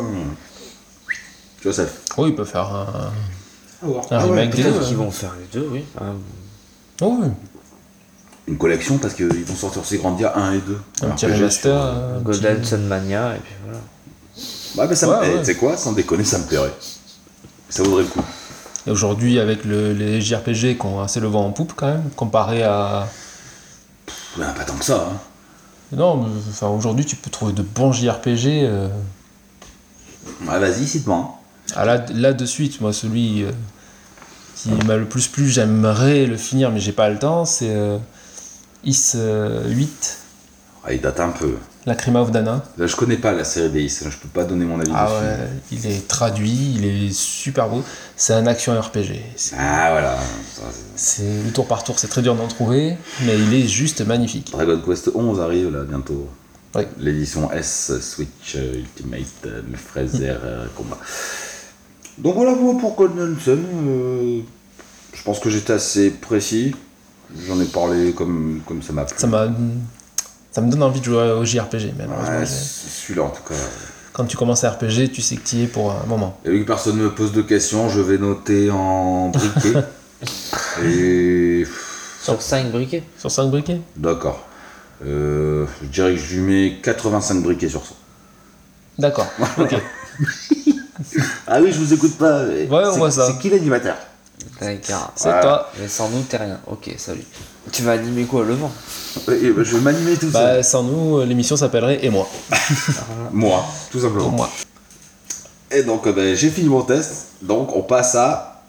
Speaker 2: Tu vois, ça fait.
Speaker 4: Oh, il peut faire un.
Speaker 2: Ah ouais,
Speaker 4: Un remake des
Speaker 2: peut-être.
Speaker 4: deux.
Speaker 3: Peut-être qu'ils vont faire les deux, oui. Ah,
Speaker 4: Oh, oui.
Speaker 2: Une collection parce qu'ils vont sortir ces Grandia 1 et 2.
Speaker 4: Un
Speaker 2: Alors
Speaker 4: petit
Speaker 2: que j'ai
Speaker 4: remaster.
Speaker 2: sur-
Speaker 4: un
Speaker 3: Golden
Speaker 4: petit-
Speaker 3: Sun Mania, Hein, et puis voilà.
Speaker 2: Ouais, mais ça me-
Speaker 4: Ouais,
Speaker 2: eh,
Speaker 4: ouais.
Speaker 2: Tu sais quoi, sans déconner, ça me plairait. Ça vaudrait le coup.
Speaker 4: Et aujourd'hui, avec le- les JRPG qui ont assez le vent en poupe quand même, comparé à.
Speaker 2: Ouais, pas tant que ça. hein.
Speaker 4: Non, mais, enfin, aujourd'hui, tu peux trouver de bons JRPG. euh,
Speaker 2: Ouais, vas-y, cite-moi. hein.
Speaker 4: Ah, là, là, de suite, moi, celui euh, qui m'a le plus plu, j'aimerais le finir, mais j'ai pas le temps, c'est euh, Is euh, 8,
Speaker 2: Ah, il date un peu.
Speaker 4: La Crima of Dana.
Speaker 2: Là, je connais pas la série des Is, là, hein. je peux pas donner mon avis
Speaker 4: Ah
Speaker 2: dessus.
Speaker 4: ouais, il est traduit, il est super beau. C'est un action RPG. C'est-
Speaker 2: Ah voilà. Ça, c'est-
Speaker 4: C'est le tour par tour, c'est très dur d'en trouver, mais il est juste magnifique.
Speaker 2: Dragon Quest 11 arrive là bientôt.
Speaker 4: Oui.
Speaker 2: L'édition S Switch euh, Ultimate euh, Fraser euh, Combat. Donc voilà pour- pour Golden Sun. euh, je pense que j'étais assez précis. J'en ai parlé comme, comme ça m'a plu.
Speaker 4: Ça m'a. Ça me donne envie de jouer au JRPG, mais malheureusement.
Speaker 2: Ouais,
Speaker 4: j'ai-
Speaker 2: c- celui-là en tout cas.
Speaker 4: Quand tu commences à RPG, tu sais que tu y es pour un moment.
Speaker 2: Et vu que personne ne me pose de questions, je vais noter en briquet. Et.
Speaker 3: Sur 5 briquets
Speaker 4: Sur 5 briquets
Speaker 2: D'accord. Euh, je dirais que je lui mets 85 briquets sur ça.
Speaker 4: D'accord, ok.
Speaker 2: Ah oui, je vous écoute pas. Ouais,
Speaker 4: on voit ça.
Speaker 2: C'est qui l'animateur
Speaker 3: D'accord.
Speaker 4: C'est
Speaker 2: Ouais.
Speaker 4: toi.
Speaker 3: Mais sans nous, t'es rien. Ok, salut. Tu vas animer quoi le vent
Speaker 2: Et bah, je vais m'animer tout seul.
Speaker 4: Bah, sans nous, euh, l'émission s'appellerait Et moi.
Speaker 2: Moi, tout simplement.
Speaker 4: Pour Bah, moi.
Speaker 2: Et donc, euh, ben, j'ai fini mon test. Donc, on passe à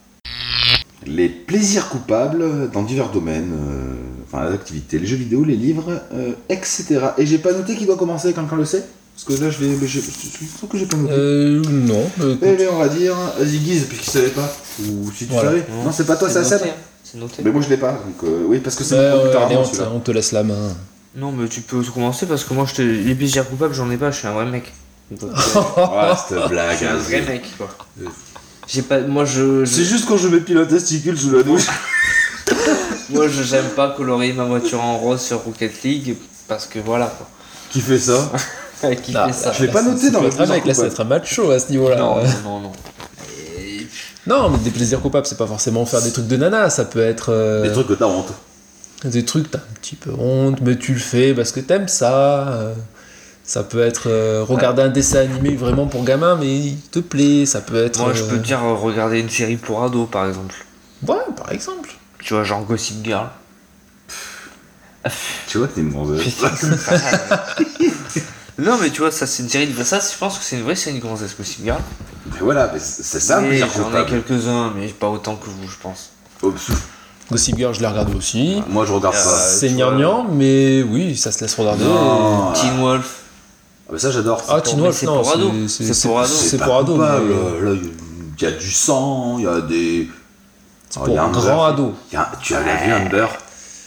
Speaker 2: les plaisirs coupables dans divers domaines. euh, enfin, les activités, les jeux vidéo, les livres, euh, etc. Et j'ai pas noté qui doit commencer, quelqu'un le sait Parce que là, je vais. ben, Je, je- je trouve que j'ai pas noté.
Speaker 4: Euh, non. euh,
Speaker 2: Eh bien, on va dire, vas-y Guise, puisqu'il savait pas. Ou si tu
Speaker 4: Voilà.
Speaker 2: savais. Non, c'est pas toi, c'est à
Speaker 3: noté,
Speaker 2: Seb.
Speaker 3: hein, C'est noté.
Speaker 2: Mais moi, je l'ai pas. Donc, euh, oui, parce que c'est
Speaker 4: bah,
Speaker 2: mon
Speaker 4: euh,
Speaker 2: conducteur
Speaker 4: allez,
Speaker 2: avant,
Speaker 4: on, te,
Speaker 2: celui-là.
Speaker 4: on te laisse la main.
Speaker 3: Non, mais tu peux commencer parce que moi, je te... les plaisirs coupables, j'en ai pas, je suis un vrai mec. Donc, euh,
Speaker 2: Ah, cette
Speaker 3: je
Speaker 2: blague.
Speaker 3: suis un
Speaker 2: hein,
Speaker 3: vrai
Speaker 2: c'est-
Speaker 3: mec, quoi. J'ai pas. Moi, je. je-
Speaker 2: C'est juste quand je mets pile un testicule sous la douche.
Speaker 3: Moi, je j'aime pas colorer ma voiture en rose sur Rocket League parce que voilà, quoi. Bah,
Speaker 2: Qui fait ça
Speaker 3: Qui
Speaker 4: Ah,
Speaker 3: fait ça
Speaker 2: je l'ai
Speaker 4: là,
Speaker 2: pas
Speaker 4: ça-
Speaker 2: noté
Speaker 4: ça
Speaker 2: dans
Speaker 4: peut
Speaker 2: le
Speaker 4: être un mec,
Speaker 2: plaisir
Speaker 4: Là, ça va
Speaker 2: coupable.
Speaker 4: être un macho à ce niveau-là.
Speaker 3: Non,
Speaker 4: Euh,
Speaker 3: non, non. Et-
Speaker 4: Non, mais des plaisirs coupables, c'est pas forcément faire des trucs de nana, ça peut être euh,
Speaker 2: Des trucs que t'as honte.
Speaker 4: des trucs t'as un petit peu honte, mais tu le fais parce que t'aimes ça. euh, Ça peut être euh, regarder un dessin animé vraiment pour gamin, mais il te plaît. Ça peut être.
Speaker 3: Moi, je peux
Speaker 4: euh,
Speaker 3: dire euh, regarder une série pour ados, par exemple.
Speaker 4: Ouais, par exemple.
Speaker 3: Tu vois, genre Gossip Girl.
Speaker 2: Tu vois que t'es une bronzeuse.
Speaker 3: non, mais tu vois, ça, c'est une série de. Ça, je pense que c'est une vraie série de grossesse Gossip Girl.
Speaker 2: Mais voilà, mais c'est c'est ça un
Speaker 3: Mais
Speaker 2: plaisir
Speaker 3: J'en ai
Speaker 2: coupable.
Speaker 3: quelques-uns, mais pas autant que vous, je pense.
Speaker 2: Oh, pff,
Speaker 4: Gossip Girl, je la regarde aussi.
Speaker 2: Moi, je regarde
Speaker 3: Euh,
Speaker 2: ça.
Speaker 4: c'est
Speaker 3: tu vois.
Speaker 4: gnangnan, mais oui, ça se laisse regarder.
Speaker 2: Ah, Non. Ah.
Speaker 3: Euh, Teen Wolf.
Speaker 2: Ah, mais ça, j'adore.
Speaker 4: Ah,
Speaker 3: pour-
Speaker 4: Teen
Speaker 3: mais
Speaker 4: Wolf,
Speaker 3: c'est
Speaker 4: non,
Speaker 3: pour ados.
Speaker 4: c'est
Speaker 3: C'est pour ados.
Speaker 4: C'est
Speaker 2: pas
Speaker 4: pour ados,
Speaker 2: coupable. Oh,
Speaker 4: mais
Speaker 2: Là, il y a du sang, il y a des. C'est
Speaker 4: pour grand ado.
Speaker 2: Tu avais vu Amber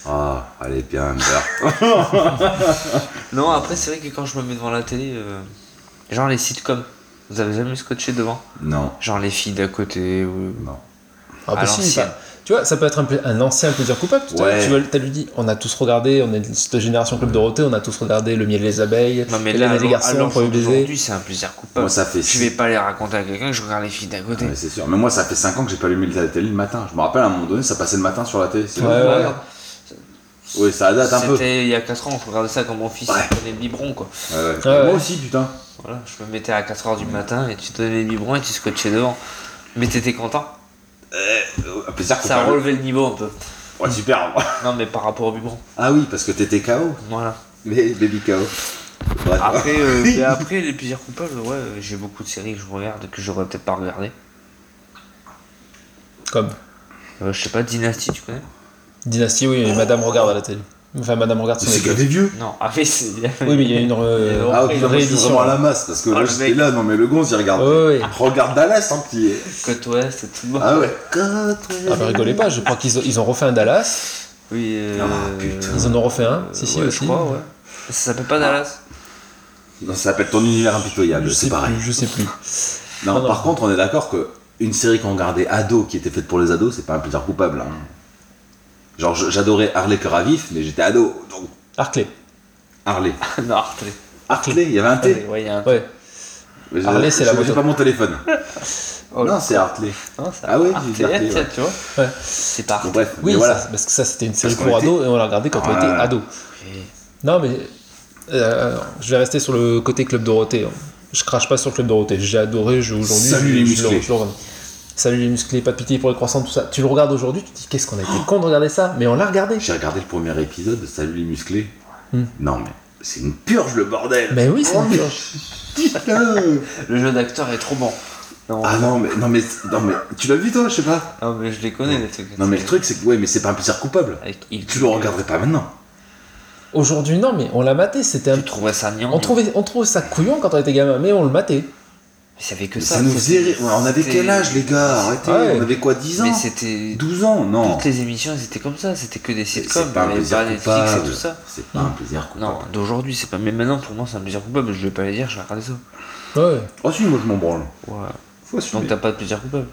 Speaker 2: Ah, elle est bien Amber.
Speaker 3: Non, après, c'est vrai que quand je me mets devant la télé, euh, genre les sitcoms. Vous avez jamais scotché devant
Speaker 2: non,
Speaker 3: Genre les filles d'à côté. ou-
Speaker 2: non.
Speaker 4: Ah,
Speaker 3: À
Speaker 4: bah si,
Speaker 3: l'ancienne.
Speaker 4: bah, tu vois, ça peut être un, pla- un ancien plaisir coupable. Tout à l'heure,
Speaker 2: Ouais.
Speaker 4: Tu vois, t'as lui dit, on a tous regardé, on est de cette génération Club Dorothée, on a tous regardé Le miel et les abeilles,
Speaker 3: Non, mais
Speaker 4: Hélène
Speaker 3: là,
Speaker 4: et les
Speaker 3: alors,
Speaker 4: garçons,
Speaker 3: alors,
Speaker 4: Premier baiser.
Speaker 3: aujourd'hui, c'est un plaisir coupable.
Speaker 2: Moi, ça fait.
Speaker 3: Je vais Euh, pas les raconter à quelqu'un que je regarde les filles d'à côté.
Speaker 2: Ouais, c'est sûr. Mais moi, ça fait 5 ans que j'ai pas allumé la télé le matin. Je me rappelle à un moment donné, ça passait le matin sur la télé. C'est
Speaker 4: Ouais,
Speaker 2: vrai,
Speaker 4: ouais.
Speaker 2: regarde. Oui, ça date un peu. Ouais,
Speaker 3: C'était il y a 4 ans, je regardais ça quand mon fils
Speaker 2: Ouais.
Speaker 3: prenait le biberon quoi.
Speaker 2: ouais.
Speaker 4: Ouais,
Speaker 2: Moi
Speaker 4: ouais.
Speaker 2: aussi, putain.
Speaker 3: Voilà, je me mettais à 4h du matin et tu donnais le biberon et tu scotchais devant. Mais t'étais content
Speaker 2: Euh, Un plaisir
Speaker 3: Ça
Speaker 2: coupable.
Speaker 3: relevait le niveau un peu.
Speaker 2: Ouais, super.
Speaker 3: Non mais par rapport au biberon.
Speaker 2: Ah oui, parce que t'étais KO.
Speaker 3: Voilà.
Speaker 2: Mais Baby KO. Ouais.
Speaker 3: Après, euh, mais après les plaisirs coupables, ouais, euh, j'ai beaucoup de séries que je regarde que j'aurais peut-être pas regardé.
Speaker 4: Comme
Speaker 3: Euh, je sais pas, Dynasty, tu connais
Speaker 4: Dynastie, oui, et Madame regarde à la télé. Enfin, Madame regarde son
Speaker 2: Ah, C'est
Speaker 4: écran.
Speaker 2: que des vieux.
Speaker 3: Non, ah mais c'est.
Speaker 4: Oui, mais il y a une.
Speaker 3: Il y a
Speaker 4: euh,
Speaker 3: une-
Speaker 2: Ah, ok,
Speaker 4: une
Speaker 2: moi, je suis
Speaker 4: réédition,
Speaker 2: vraiment à
Speaker 4: là.
Speaker 2: la masse parce que
Speaker 3: Ah,
Speaker 2: là,
Speaker 3: le
Speaker 2: j'étais
Speaker 3: mec.
Speaker 2: là. Non, mais le gonze, il regarde.
Speaker 4: Ouais, ouais.
Speaker 2: Regarde Dallas, hein, petit.
Speaker 3: Côte Ouest et tout.
Speaker 2: Ah ouais.
Speaker 4: Ah, bah rigolez pas, je crois qu'ils ont, ils ont refait un Dallas.
Speaker 3: Oui, euh,
Speaker 2: Ah, putain.
Speaker 4: Ils en ont refait un. Si, si,
Speaker 3: ouais,
Speaker 4: aussi.
Speaker 3: je crois, ouais. Ça s'appelle pas Dallas
Speaker 2: Non, ça s'appelle ton univers
Speaker 4: Je
Speaker 2: impitoyable.
Speaker 4: sais
Speaker 2: C'est pareil.
Speaker 4: plus, je sais plus. Ah,
Speaker 2: Non,
Speaker 4: Non, non.
Speaker 2: par contre, on est d'accord que une série qu'on regardait ado qui était faite pour les ados, c'est pas un plaisir coupable. hein. Genre, je- j'adorais Harley Cœur à vif, mais j'étais ado. Donc,
Speaker 4: Harclay.
Speaker 2: Harley.
Speaker 3: Non, Arte.
Speaker 2: Harley, il y avait un T.
Speaker 3: Ouais, il y a un-
Speaker 4: Ouais.
Speaker 2: Mais
Speaker 4: Harley,
Speaker 2: j'ai-
Speaker 4: c'est la
Speaker 2: j'ai-
Speaker 4: moto.
Speaker 2: J'ai pas mon téléphone.
Speaker 3: Oh,
Speaker 2: non, c'est Harley.
Speaker 3: Non, ça-
Speaker 2: Ah oui,
Speaker 3: Arte,
Speaker 2: j'ai dit Arte,
Speaker 3: tiens,
Speaker 2: ouais.
Speaker 3: tu vois.
Speaker 4: Ouais.
Speaker 3: C'est pas
Speaker 2: Bon,
Speaker 3: Arte.
Speaker 2: bref,
Speaker 4: Oui,
Speaker 2: mais voilà.
Speaker 4: ça- parce que ça c'était une série
Speaker 2: Parce
Speaker 4: pour
Speaker 2: qu'on était-
Speaker 4: ados et on la regardait quand on était
Speaker 2: Voilà.
Speaker 4: ados. Non mais euh, je vais rester sur le côté Club Dorothée. hein. Je crache pas sur le Club Dorothée. J'ai adoré, je aujourd'hui.
Speaker 2: Salut
Speaker 4: je-
Speaker 2: les
Speaker 4: je
Speaker 2: musclés.
Speaker 4: le- je le regarde. Salut les musclés, pas de pitié pour les croissants, tout ça. Tu le regardes aujourd'hui, tu te dis qu'est-ce qu'on a été con de regarder ça, mais on l'a regardé.
Speaker 2: J'ai regardé le premier épisode de Salut les musclés.
Speaker 4: Hmm.
Speaker 2: Non, mais c'est une purge le bordel.
Speaker 4: Mais oui, c'est
Speaker 2: Oh,
Speaker 4: une
Speaker 2: mais-
Speaker 4: purge.
Speaker 2: Putain.
Speaker 3: Le jeu d'acteur est trop bon. Non,
Speaker 2: Ah non, mais, non, mais, non, mais tu l'as vu toi, je sais pas.
Speaker 3: non, mais je les connais les trucs.
Speaker 2: Non, mais le truc, c'est que ouais, mais c'est pas un plaisir coupable.
Speaker 3: Avec- il-
Speaker 2: Tu le regarderais pas maintenant.
Speaker 4: Aujourd'hui non, mais on l'a maté. C'était un...
Speaker 3: Tu trouvais ça niant.
Speaker 4: on trouvait on trouvait ça couillon quand on était gamin, mais on le matait.
Speaker 3: Mais ça fait que
Speaker 2: Mais
Speaker 3: ça.
Speaker 2: ça nous faisait
Speaker 3: c'était-
Speaker 2: rire. Ouais, On avait
Speaker 3: c'était-
Speaker 2: quel âge, les gars Arrêtez,
Speaker 4: Ouais.
Speaker 2: on avait quoi 10 ans
Speaker 3: Mais c'était.
Speaker 2: 12 ans Non.
Speaker 3: Toutes les émissions, elles étaient comme ça. C'était que des
Speaker 2: C'est
Speaker 3: sitcoms.
Speaker 2: c'est pas un
Speaker 3: mais
Speaker 2: plaisir
Speaker 3: Netflix et
Speaker 2: coupable.
Speaker 3: tout ça.
Speaker 2: C'est pas un plaisir coupable.
Speaker 3: Non, d'aujourd'hui, c'est pas. Mais maintenant, pour moi, c'est un plaisir coupable. Je vais pas les dire, je vais regarder ça.
Speaker 4: Ouais.
Speaker 2: Oh si, moi je m'en branle.
Speaker 3: Voilà.
Speaker 2: Faut assumer.
Speaker 3: Donc t'as pas de plaisir coupable.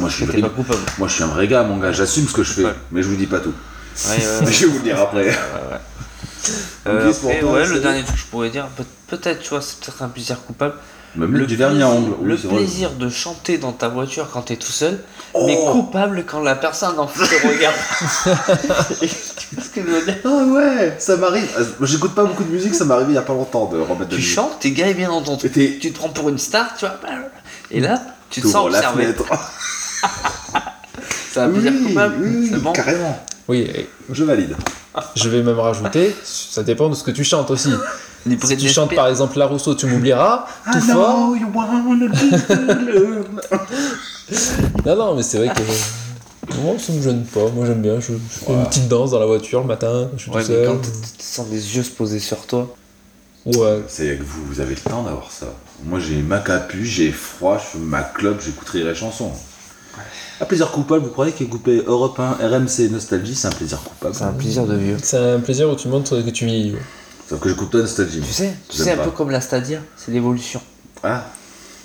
Speaker 2: Moi je suis
Speaker 3: T'es
Speaker 2: vrai...
Speaker 3: pas coupable.
Speaker 2: Moi je suis un vrai gars, mon gars. J'assume ce que je fais,
Speaker 3: Ouais.
Speaker 2: mais je vous dis pas tout.
Speaker 3: Ouais, ouais, ouais.
Speaker 2: je vais vous le dire après.
Speaker 3: Euh,
Speaker 2: Ok, c'est
Speaker 3: après,
Speaker 2: pour toi,
Speaker 3: ouais, le
Speaker 2: c'est-
Speaker 3: dernier truc que je pourrais dire, peut- peut-être, tu vois, c'est peut-être un plaisir coupable.
Speaker 2: Même le du
Speaker 3: plaisir-
Speaker 2: vernis à ongles. Oui,
Speaker 3: le
Speaker 2: c'est vrai.
Speaker 3: plaisir de chanter dans ta voiture quand t'es tout seul,
Speaker 2: Oh.
Speaker 3: mais coupable quand la personne en face te regarde. tu vois ce que je veux dire
Speaker 2: Ah ouais, ça m'arrive. Euh, moi, J'écoute pas beaucoup de musique, ça m'est arrivé il y a pas longtemps de remettre de
Speaker 3: Tu
Speaker 2: la musique.
Speaker 3: chantes, tes gars est bien entendu.
Speaker 2: Et t'es-
Speaker 3: Tu te prends pour une star, tu vois. bah, Et là, tu te
Speaker 2: T'ouvres
Speaker 3: sens
Speaker 2: la
Speaker 3: observé.
Speaker 2: fenêtre.
Speaker 3: C'est un
Speaker 2: Oui,
Speaker 3: plaisir coupable.
Speaker 2: oui,
Speaker 3: c'est bon.
Speaker 2: carrément.
Speaker 4: Oui, et
Speaker 2: Je valide.
Speaker 4: je vais même rajouter, ça dépend de ce que tu chantes aussi.
Speaker 3: On est près
Speaker 4: Si
Speaker 3: de
Speaker 4: tu chantes
Speaker 3: l'espère-
Speaker 4: par exemple La Rousseau, tu m'oublieras,
Speaker 3: Ah
Speaker 2: Ah
Speaker 4: tout fort.
Speaker 2: you wanna be
Speaker 4: Non, non, mais c'est vrai que. euh, Moi, ça me gêne pas, moi j'aime bien, je, je fais une petite danse dans la voiture le matin, je suis
Speaker 3: Ouais,
Speaker 4: tout
Speaker 3: mais
Speaker 4: seul.
Speaker 3: quand tu sens des yeux se poser sur toi.
Speaker 4: Ouais,
Speaker 2: C'est que vous, vous avez le temps d'avoir ça. Moi, j'ai ma capuche, j'ai froid, je fume ma clope, j'écouterai les chansons. À plaisir coupable, vous croyez qu'écouter Europe 1, RMC, Nostalgie, c'est un plaisir coupable
Speaker 3: C'est un plaisir de vieux.
Speaker 4: c'est un plaisir où tu montres que tu vieillis. ouais.
Speaker 2: Sauf que j'écoute pas Nostalgie.
Speaker 3: Tu sais, tu
Speaker 2: J'aime
Speaker 3: sais un
Speaker 2: pas.
Speaker 3: peu comme la Stadia, c'est l'évolution.
Speaker 2: Ah,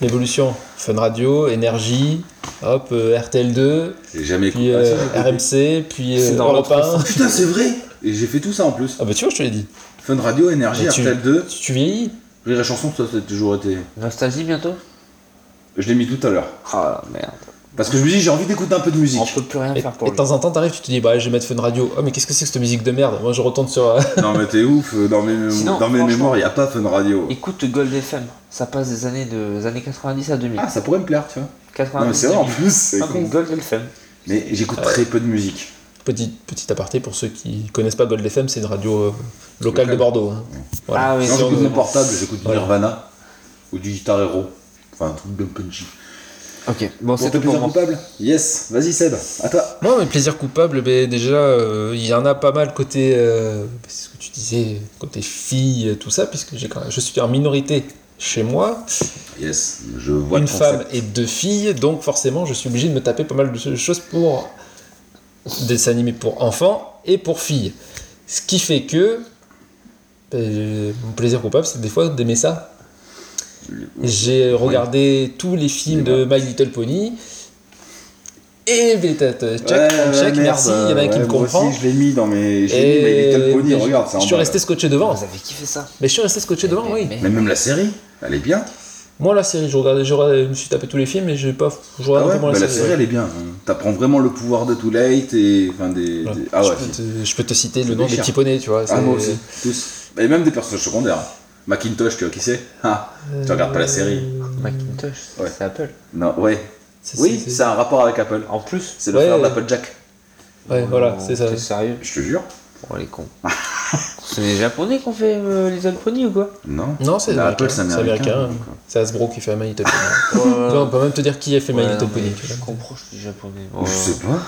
Speaker 4: L'évolution, Fun Radio, Énergie, hop, euh, RTL2,
Speaker 2: j'ai jamais
Speaker 4: puis
Speaker 2: écouté. Ah, si,
Speaker 4: euh,
Speaker 2: j'ai écouté.
Speaker 4: RMC, puis
Speaker 3: C'est
Speaker 4: euh,
Speaker 3: dans
Speaker 4: Europe 1.
Speaker 2: Oh, Putain, c'est vrai Et j'ai fait tout ça en plus.
Speaker 4: Ah bah tu vois, je te l'ai dit.
Speaker 2: Fun Radio, Énergie,
Speaker 3: Bah,
Speaker 4: Mais tu-
Speaker 2: RTL 2.
Speaker 4: Tu, tu vieillis
Speaker 2: Rire et chanson, ça, ça a toujours été.
Speaker 3: Nostalgie bientôt
Speaker 2: Je l'ai mis tout à l'heure.
Speaker 3: Ah merde.
Speaker 2: Parce que je me dis, j'ai envie d'écouter un peu de musique.
Speaker 3: On peut plus rien
Speaker 4: et,
Speaker 3: faire
Speaker 4: et
Speaker 3: pour
Speaker 4: de
Speaker 3: lui.
Speaker 4: temps en temps, t'arrives, tu te dis, bah, je vais mettre Fun Radio. Oh, mais qu'est-ce que c'est que cette musique de merde Moi, je retourne sur. euh,
Speaker 2: Non, mais t'es ouf, dans mes,
Speaker 3: Sinon,
Speaker 2: dans mes
Speaker 3: franchement-
Speaker 2: mémoires, il a pas Fun Radio.
Speaker 3: Écoute Gold FM, ça passe des années de des années 90 à 2000.
Speaker 2: Ah, ça pourrait me plaire, tu vois. Non,
Speaker 3: 90
Speaker 2: mais c'est vrai, en plus, c'est
Speaker 3: Ah, mais
Speaker 2: con.
Speaker 3: Gold FM.
Speaker 2: Mais j'écoute très peu de musique.
Speaker 4: petit, petit aparté pour ceux qui connaissent pas Gold FM, c'est une radio euh, locale
Speaker 2: Locale.
Speaker 4: de Bordeaux. hein. Voilà.
Speaker 3: Ah oui,
Speaker 2: Sinon,
Speaker 3: c'est
Speaker 2: j'écoute
Speaker 3: bon.
Speaker 2: mes portables, j'écoute du
Speaker 4: Voilà.
Speaker 2: Nirvana ou du Guitar Hero. Enfin, un truc bien punchy.
Speaker 3: Ok, bon,
Speaker 2: Pour tes
Speaker 3: c'est tout pour
Speaker 2: plaisirs
Speaker 3: moi.
Speaker 2: coupables Yes, vas-y Seb, à toi.
Speaker 4: Moi, mes plaisirs coupables, ben, déjà, euh, il y en a pas mal côté, euh, c'est ce que tu disais, côté filles, tout ça, puisque j'ai quand même- je suis en minorité chez moi,
Speaker 2: Yes, je vois
Speaker 4: une
Speaker 2: le concept.
Speaker 4: femme et deux filles, donc forcément, je suis obligé de me taper pas mal de choses pour dessins animés pour enfants et pour filles. Ce qui fait que ben, mon plaisir coupable, c'est des fois d'aimer ça J'ai regardé tous les films de My Little Pony. Et Beta euh, Jack,
Speaker 2: Ouais,
Speaker 4: check,
Speaker 2: ouais,
Speaker 4: merci,
Speaker 2: merde,
Speaker 4: il y en a un qui
Speaker 2: ouais,
Speaker 4: me
Speaker 2: moi
Speaker 4: comprend.
Speaker 2: aussi, je l'ai mis dans mes. Je l'ai mis, mais
Speaker 4: Et
Speaker 2: les Little Pony,
Speaker 4: mais je-
Speaker 2: regarde, c'est en
Speaker 4: Je suis
Speaker 2: bas,
Speaker 4: resté
Speaker 2: là.
Speaker 4: scotché devant.
Speaker 3: Vous avez kiffé ça
Speaker 4: Mais je suis resté scotché devant,
Speaker 3: Mais-
Speaker 4: oui.
Speaker 3: mais-
Speaker 2: Mais même la série, elle est bien. Ah
Speaker 4: Moi, la série, je, regardais, je, regardais- je me suis tapé tous les films et j'ai pas. Je
Speaker 2: Ah
Speaker 4: regardais
Speaker 2: ouais,
Speaker 4: vraiment
Speaker 2: bah
Speaker 4: la
Speaker 2: la
Speaker 4: série.
Speaker 2: série, elle est bien. hein. T'apprends vraiment le pouvoir de Too Late et. Enfin, des.
Speaker 4: Voilà.
Speaker 2: des- Ah
Speaker 4: je,
Speaker 2: ouais,
Speaker 4: peux
Speaker 2: si.
Speaker 4: te, je peux te citer
Speaker 2: C'est
Speaker 4: le nom des
Speaker 2: méchant.
Speaker 4: petits poneys, tu vois.
Speaker 2: Ah,
Speaker 4: c'est-
Speaker 2: moi aussi, tous. Et même des personnages secondaires. Macintosh, tu vois qui c'est Ah, tu regardes pas la série.
Speaker 3: Macintosh, c'est-
Speaker 2: Ouais.
Speaker 3: c'est Apple.
Speaker 2: Non, ouais.
Speaker 4: c'est-
Speaker 2: Oui,
Speaker 4: c'est-
Speaker 2: c'est un rapport avec Apple.
Speaker 3: En plus Oh,
Speaker 2: C'est le
Speaker 4: Ouais.
Speaker 2: frère d'Applejack.
Speaker 4: Ouais, voilà, c'est ça.
Speaker 3: T'es sérieux
Speaker 2: Je te jure.
Speaker 3: Oh les cons. c'est les japonais qu'on fait euh, les Pony ou quoi
Speaker 2: Non.
Speaker 4: Non, c'est
Speaker 2: Bah,
Speaker 4: américain.
Speaker 2: Apple, c'est
Speaker 4: C'est
Speaker 2: américain,
Speaker 4: américain.
Speaker 2: donc, euh.
Speaker 4: C'est Hasbro qui fait My Little Pony. Tu vois, on peut même te dire qui a fait My
Speaker 3: Ouais,
Speaker 4: Little
Speaker 3: non, mais
Speaker 4: Pony. tu
Speaker 3: Je
Speaker 4: vois.
Speaker 3: comprends, je suis japonais.
Speaker 2: euh, Je
Speaker 3: Ouais.
Speaker 2: sais pas.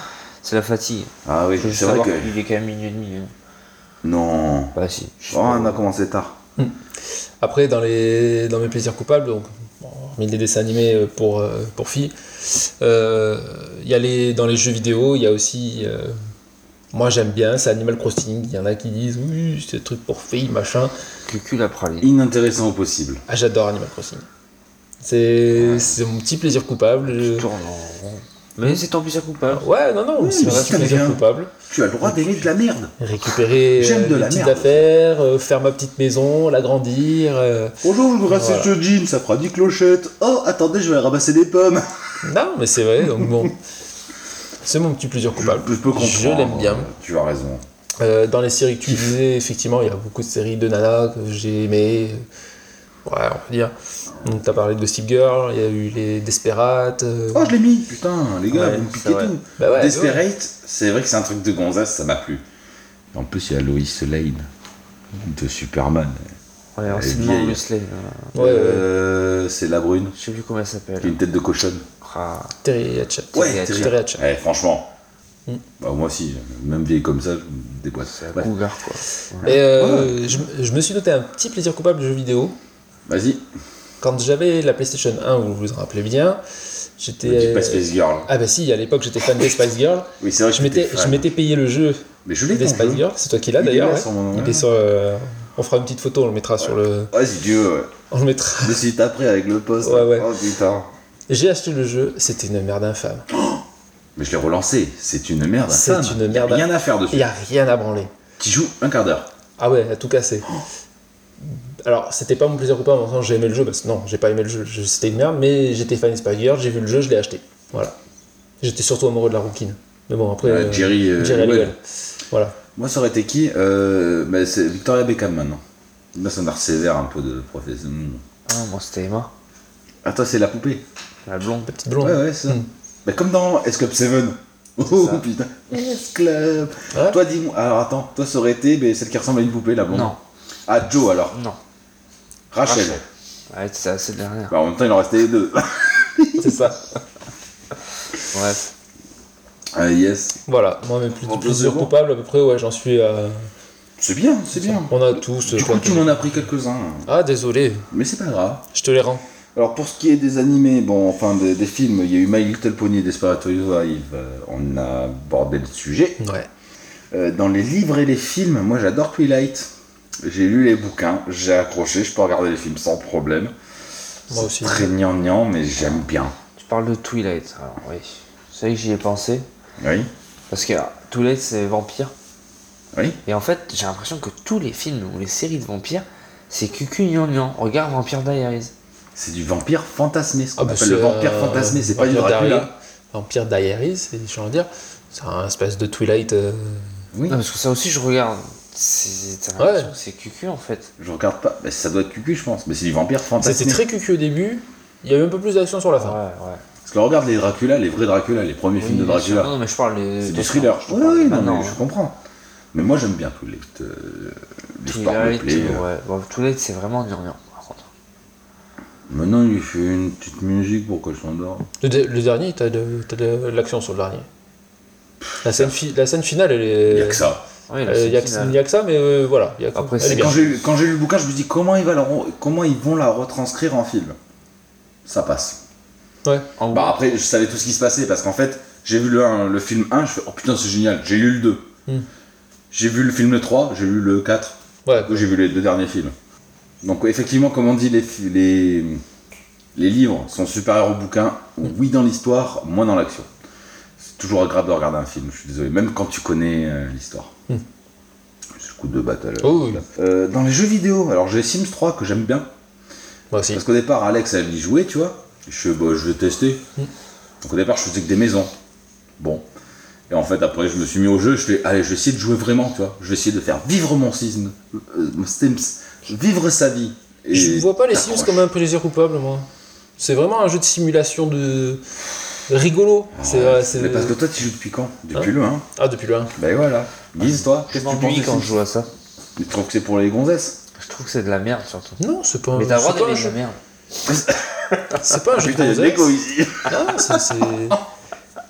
Speaker 3: C'est la fatigue.
Speaker 2: Ah oui,
Speaker 3: Je veux
Speaker 2: c'est vrai
Speaker 3: savoir
Speaker 2: que.
Speaker 3: qu'il est quand même minuit et demi. hein.
Speaker 2: Non.
Speaker 3: Bah si. Je sais
Speaker 2: Oh,
Speaker 3: pas.
Speaker 2: on a commencé tard.
Speaker 4: Après, dans, les, dans mes plaisirs coupables, donc, bon, hormis les dessins animés euh, pour, euh, pour filles, euh, il y a les, dans les jeux vidéo, il y a aussi. euh, moi j'aime bien, c'est Animal Crossing. Il y en a qui disent oui, c'est un truc pour filles, machin.
Speaker 3: Cucu la praline.
Speaker 2: Inintéressant au possible.
Speaker 4: Ah, j'adore Animal Crossing. C'est c'est mon petit plaisir coupable. Je-
Speaker 3: Tourne en rond. Mais c'est tant pis, ça coupable.
Speaker 4: Ouais, non, non, c'est
Speaker 2: mais
Speaker 4: vrai,
Speaker 2: si
Speaker 4: mon
Speaker 2: t'aimes
Speaker 4: plaisir
Speaker 2: bien.
Speaker 4: coupable.
Speaker 2: Tu as le droit d'aimer de la merde.
Speaker 4: Récupérer
Speaker 2: J'aime
Speaker 4: euh,
Speaker 2: de
Speaker 4: mes
Speaker 2: la
Speaker 4: petites
Speaker 2: merde.
Speaker 4: affaires, euh, faire ma petite maison, l'agrandir. euh.
Speaker 2: Bonjour, je voudrais
Speaker 4: Voilà.
Speaker 2: ce jean, ça fera 10 clochettes. Oh, attendez, je vais aller ramasser des pommes.
Speaker 4: Non, mais c'est vrai, donc bon. C'est mon petit plaisir coupable.
Speaker 2: Je peux comprendre.
Speaker 4: Je l'aime bien.
Speaker 2: Tu as raison.
Speaker 4: Euh, dans les séries que tu disais, effectivement, il y a beaucoup de séries de Nana que j'ai aimées. Ouais, on peut dire. Donc, t'as parlé de Gossip Girl, il y a eu les Desperates. euh,
Speaker 2: Oh, je l'ai mis. Putain, les gars,
Speaker 3: Ouais,
Speaker 2: vous me
Speaker 3: c'est
Speaker 2: piquez
Speaker 3: vrai.
Speaker 2: tout.
Speaker 4: Bah ouais,
Speaker 2: Desperate, c'est vrai que c'est un truc de gonzasse, ça m'a plu. En plus, il y a Lois Lane de Superman.
Speaker 3: Ouais, on
Speaker 2: Elle est
Speaker 3: s'est demandé
Speaker 2: vieille.
Speaker 3: le slave, là.
Speaker 4: Ouais, ouais,
Speaker 2: Euh, c'est la brune.
Speaker 3: Je sais plus comment elle
Speaker 2: Qui a
Speaker 3: s'appelle.
Speaker 2: une tête de cochonne.
Speaker 3: Ah,
Speaker 4: Terry Hatchett.
Speaker 2: Ouais,
Speaker 3: Terry
Speaker 4: Terry Hatchett.
Speaker 2: Eh, franchement.
Speaker 4: Mm.
Speaker 2: Bah, moi aussi, même vieille comme ça, je me déboîte.
Speaker 3: c'est
Speaker 2: Ouais.
Speaker 3: un cougar quoi.
Speaker 4: Et euh, je, je me suis noté un petit plaisir coupable de jeux vidéo.
Speaker 2: Vas-y,
Speaker 4: Quand j'avais la PlayStation 1, vous vous en rappelez bien,
Speaker 2: ne dis
Speaker 4: j'étais.
Speaker 2: pas Space Girl.
Speaker 4: Ah, bah si, à l'époque, j'étais fan des Spice Girls.
Speaker 2: Oui, c'est vrai que
Speaker 4: Je m'étais
Speaker 2: t'étais
Speaker 4: je
Speaker 2: fan.
Speaker 4: m'étais payé le jeu
Speaker 2: Mais je l'ai
Speaker 4: des
Speaker 2: ton
Speaker 4: Spice
Speaker 2: jeu.
Speaker 4: Girls, c'est toi qui l'as
Speaker 2: Il est
Speaker 4: d'ailleurs.
Speaker 2: là,
Speaker 4: ouais.
Speaker 2: sur mon-
Speaker 4: Il est sur. euh, on fera une petite photo, on le mettra sur le.
Speaker 2: Ouais, si tu veux, ouais.
Speaker 4: On le mettra.
Speaker 2: De suite après avec le poste.
Speaker 4: Ouais, ouais.
Speaker 2: Oh putain.
Speaker 4: J'ai acheté le jeu, c'était une merde infâme.
Speaker 2: Mais je l'ai relancé, c'est une merde.
Speaker 4: C'est
Speaker 2: infâme.
Speaker 4: une merde.
Speaker 2: Y a Rien à faire dessus.
Speaker 4: Il n'y a rien à branler.
Speaker 2: Tu joues un quart d'heure.
Speaker 4: Ah ouais, à tout casser. Alors, c'était pas mon plaisir coupable, en même temps, j'ai aimé le jeu, parce que non, j'ai pas aimé le jeu, je- c'était une merde, mais j'étais fan Spice Girls, j'ai vu le jeu, je l'ai acheté. Voilà. J'étais surtout amoureux de la rouquine. Mais bon, après.
Speaker 2: Euh,
Speaker 4: euh,
Speaker 2: Jerry, euh,
Speaker 4: Jerry Halliwell.
Speaker 2: Halliwell.
Speaker 4: Voilà.
Speaker 2: Moi, ça aurait été qui Euh, mais C'est Victoria Beckham maintenant. Là, ça m'a sévère un peu de professeur. Hmm.
Speaker 3: Ah, moi c'était Emma,
Speaker 2: Ah, toi, c'est la poupée.
Speaker 3: la blonde.
Speaker 4: La petite blonde.
Speaker 2: Ouais, ouais, ça.
Speaker 4: Mm.
Speaker 2: Bah, comme dans Escape 7. Oh
Speaker 7: ça.
Speaker 2: putain, S Club.
Speaker 7: Ouais.
Speaker 2: Toi, dis-moi. Alors attends, toi, ça aurait été mais celle qui ressemble à une poupée, la blonde.
Speaker 7: Non,
Speaker 2: Ah, Joe alors.
Speaker 7: non.
Speaker 2: Rachel.
Speaker 7: Rachel.
Speaker 3: Ouais, c'est ça, c'est le dernier.
Speaker 2: Bah, en même temps, il en restait deux.
Speaker 7: C'est ça.
Speaker 3: Bref.
Speaker 2: Ah, yes.
Speaker 4: Voilà, moi mes plus,
Speaker 2: En hein. plus,
Speaker 4: plaisirs
Speaker 2: c'est bon.
Speaker 4: coupables à peu près, ouais, j'en suis à.
Speaker 2: C'est bien, c'est bien.
Speaker 4: On a tous.
Speaker 2: Du
Speaker 4: je
Speaker 2: coup,
Speaker 4: crois
Speaker 2: tu
Speaker 4: que-
Speaker 2: m'en as pris quelques-uns.
Speaker 4: Ah, désolé,
Speaker 2: Mais c'est pas grave.
Speaker 4: je te les rends.
Speaker 2: Alors pour ce qui est des animés, bon, enfin des, des films, il y a eu My Little Pony et Desperate Housewives, euh, on a abordé le sujet.
Speaker 4: Ouais.
Speaker 2: Euh, dans les livres et les films, moi j'adore Twilight. J'ai lu les bouquins, j'ai accroché, je peux regarder les films sans problème.
Speaker 4: Moi aussi.
Speaker 2: Très gnangnan, mais j'aime bien.
Speaker 3: Tu parles de Twilight, alors oui. C'est vrai que j'y ai pensé.
Speaker 2: Oui,
Speaker 3: Parce que alors, Twilight, c'est vampire.
Speaker 2: oui.
Speaker 3: Et en fait, j'ai l'impression que tous les films ou les séries de vampires, c'est cucu gnan gnan. Regarde Vampire Diaries.
Speaker 2: C'est du vampire fantasmé, ce qu'on
Speaker 4: Ah, bah,
Speaker 2: appelle le vampire
Speaker 4: euh,
Speaker 2: fantasmé, c'est pas du
Speaker 4: Vampire
Speaker 2: Dracula.
Speaker 4: Diaries- Vampire Diaries, c'est- j'ai envie de dire. C'est un espèce de Twilight. euh,
Speaker 2: Oui,
Speaker 3: Non, parce que ça aussi, je regarde. C'est t'as
Speaker 4: Ouais.
Speaker 3: l'impression que c'est cucu en fait.
Speaker 2: je regarde pas, mais ça doit être cucu je pense, mais c'est du vampire
Speaker 4: C'était
Speaker 2: fantasmé.
Speaker 4: très cucu au début, il y a eu un peu plus d'action sur la fin.
Speaker 3: ouais, ouais.
Speaker 2: Parce que regarde les Dracula, les vrais Dracula, les premiers films de
Speaker 3: Oui, bien sûr.
Speaker 2: Dracula.
Speaker 3: Non, mais je parle des.
Speaker 2: C'est
Speaker 3: des
Speaker 2: du thriller.
Speaker 3: je te
Speaker 2: Oui,
Speaker 3: parle
Speaker 2: Euh, oui,
Speaker 3: pas,
Speaker 2: Ah non, mais
Speaker 3: non.
Speaker 2: je comprends. Mais moi, j'aime bien tous les. euh, L'histoire me
Speaker 3: Twilight,
Speaker 2: plaît. euh.
Speaker 3: ouais. Bon, Twilight, c'est vraiment gnan gnan. par contre.
Speaker 2: Maintenant, il fait une petite musique pour que je m'endorme.
Speaker 4: Le, de- le dernier, t'as de, t'as de l'action sur le dernier. La scène, fi- la scène finale, elle est.
Speaker 2: Il n'y a que ça.
Speaker 3: Ouais, la
Speaker 4: Euh, y a,
Speaker 3: scène
Speaker 4: que-
Speaker 3: finale.
Speaker 4: y a que ça, mais euh, voilà. y a que-
Speaker 3: Après,
Speaker 4: elle
Speaker 3: c'est
Speaker 4: est
Speaker 2: Et
Speaker 4: bien.
Speaker 2: Quand j'ai lu, quand j'ai lu le bouquin, je me dis comment ils, vont la re- comment ils vont la retranscrire en film. Ça passe.
Speaker 4: Ouais.
Speaker 3: En
Speaker 2: Bah, après, je savais tout ce qui se passait parce qu'en fait, j'ai vu le, un- le film 1, je fais oh putain, c'est génial. J'ai lu le 2.
Speaker 4: Hmm.
Speaker 2: J'ai vu le film 3, j'ai lu le 4.
Speaker 4: Ouais.
Speaker 2: J'ai vu les deux derniers films. Donc effectivement, comme on dit, les, fi- les, les livres sont supérieurs aux bouquins, oui dans l'histoire, moins dans l'action. C'est toujours agréable de regarder un film, je suis désolé, même quand tu connais euh, l'histoire.
Speaker 4: Hmm.
Speaker 2: C'est le coup de battle.
Speaker 4: Oh oui.
Speaker 2: Euh, dans les jeux vidéo, alors j'ai Sims 3 que j'aime bien,
Speaker 4: Moi aussi.
Speaker 2: parce qu'au départ Alex elle y jouait, tu vois. Je fais, bah, je vais tester.
Speaker 4: Hmm.
Speaker 2: Donc au départ je faisais que des maisons. Bon. Et en fait après je me suis mis au jeu, je fais, allez je vais essayer de jouer vraiment, tu vois. Je vais essayer de faire vivre mon Sims, euh, mon Sims vivre sa vie. Et
Speaker 4: Je vois pas les Sims
Speaker 2: t'accroches.
Speaker 4: comme un plaisir coupable, moi. C'est vraiment un jeu de simulation de. rigolo. c'est
Speaker 2: Ouais,
Speaker 4: euh, c'est-
Speaker 2: Mais parce que toi tu joues depuis quand Depuis
Speaker 4: Hein
Speaker 2: le 1.
Speaker 4: Ah, depuis le 1.
Speaker 2: Ben voilà. Guise toi,
Speaker 3: Je
Speaker 2: qu'est-ce que tu penses
Speaker 3: m'ennuie
Speaker 2: des
Speaker 3: quand
Speaker 2: Sims
Speaker 3: je joue à ça.
Speaker 2: Tu trouves que c'est pour les gonzesses
Speaker 3: Je trouve que c'est de la merde surtout.
Speaker 4: Non, c'est pas un
Speaker 3: Mais t'as le droit
Speaker 4: Euh, c'est pas un
Speaker 3: d'aimer de la
Speaker 4: jeu.
Speaker 3: merde.
Speaker 4: C'est pas un jeu
Speaker 2: Ah
Speaker 4: de
Speaker 2: Putain, il y a de l'écho
Speaker 4: gonzesse.
Speaker 2: ici.
Speaker 4: Non, c'est- c'est.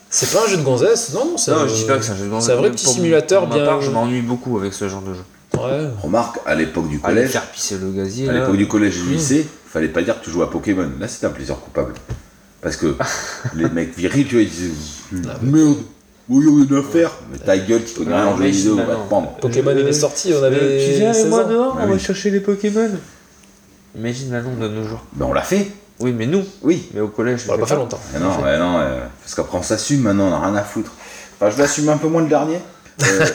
Speaker 4: C'est pas un jeu de gonzesse, non, non, c'est.
Speaker 3: Non, je dis pas que c'est un jeu de
Speaker 4: C'est un vrai
Speaker 3: pour-
Speaker 4: petit simulateur
Speaker 3: pour ma
Speaker 4: bien. euh,
Speaker 3: part, je m'ennuie beaucoup avec ce genre de jeu.
Speaker 4: Ouais.
Speaker 2: Remarque, à l'époque
Speaker 4: Ah,
Speaker 2: du
Speaker 3: Aller
Speaker 2: collège,
Speaker 3: Ah, faire pisser le gazier.
Speaker 2: à
Speaker 3: là.
Speaker 4: Euh,
Speaker 2: l'époque du collège
Speaker 4: hmm.
Speaker 2: et du lycée, fallait pas dire que tu jouais à Pokémon. Là, c'était un plaisir coupable. Parce que les mecs virils, tu vois, ils
Speaker 4: Ah,
Speaker 2: disaient Hmm, Merde, oui, on a faire. Mais ta gueule, tu connais rien en jeu
Speaker 3: Ouais,
Speaker 2: vidéo, bah, on va
Speaker 3: maintenant.
Speaker 2: te pendre.
Speaker 4: Pokémon, il est sorti, on
Speaker 3: Euh,
Speaker 4: avait.
Speaker 3: tu viens avec
Speaker 4: 16
Speaker 3: moi
Speaker 4: ans.
Speaker 3: dehors,
Speaker 2: Bah
Speaker 3: on va
Speaker 2: oui.
Speaker 3: chercher les Pokémon. Imagine la nombre de nos jours.
Speaker 2: Ben, on l'a fait,
Speaker 3: Oui, mais nous.
Speaker 2: oui.
Speaker 3: Mais au collège,
Speaker 4: On l'a
Speaker 3: je
Speaker 4: pas fait
Speaker 3: fais
Speaker 4: longtemps.
Speaker 2: Mais non, mais non, euh, parce qu'après, on s'assume maintenant, on a rien à foutre. Enfin, je l'assume un peu moins le dernier. Euh,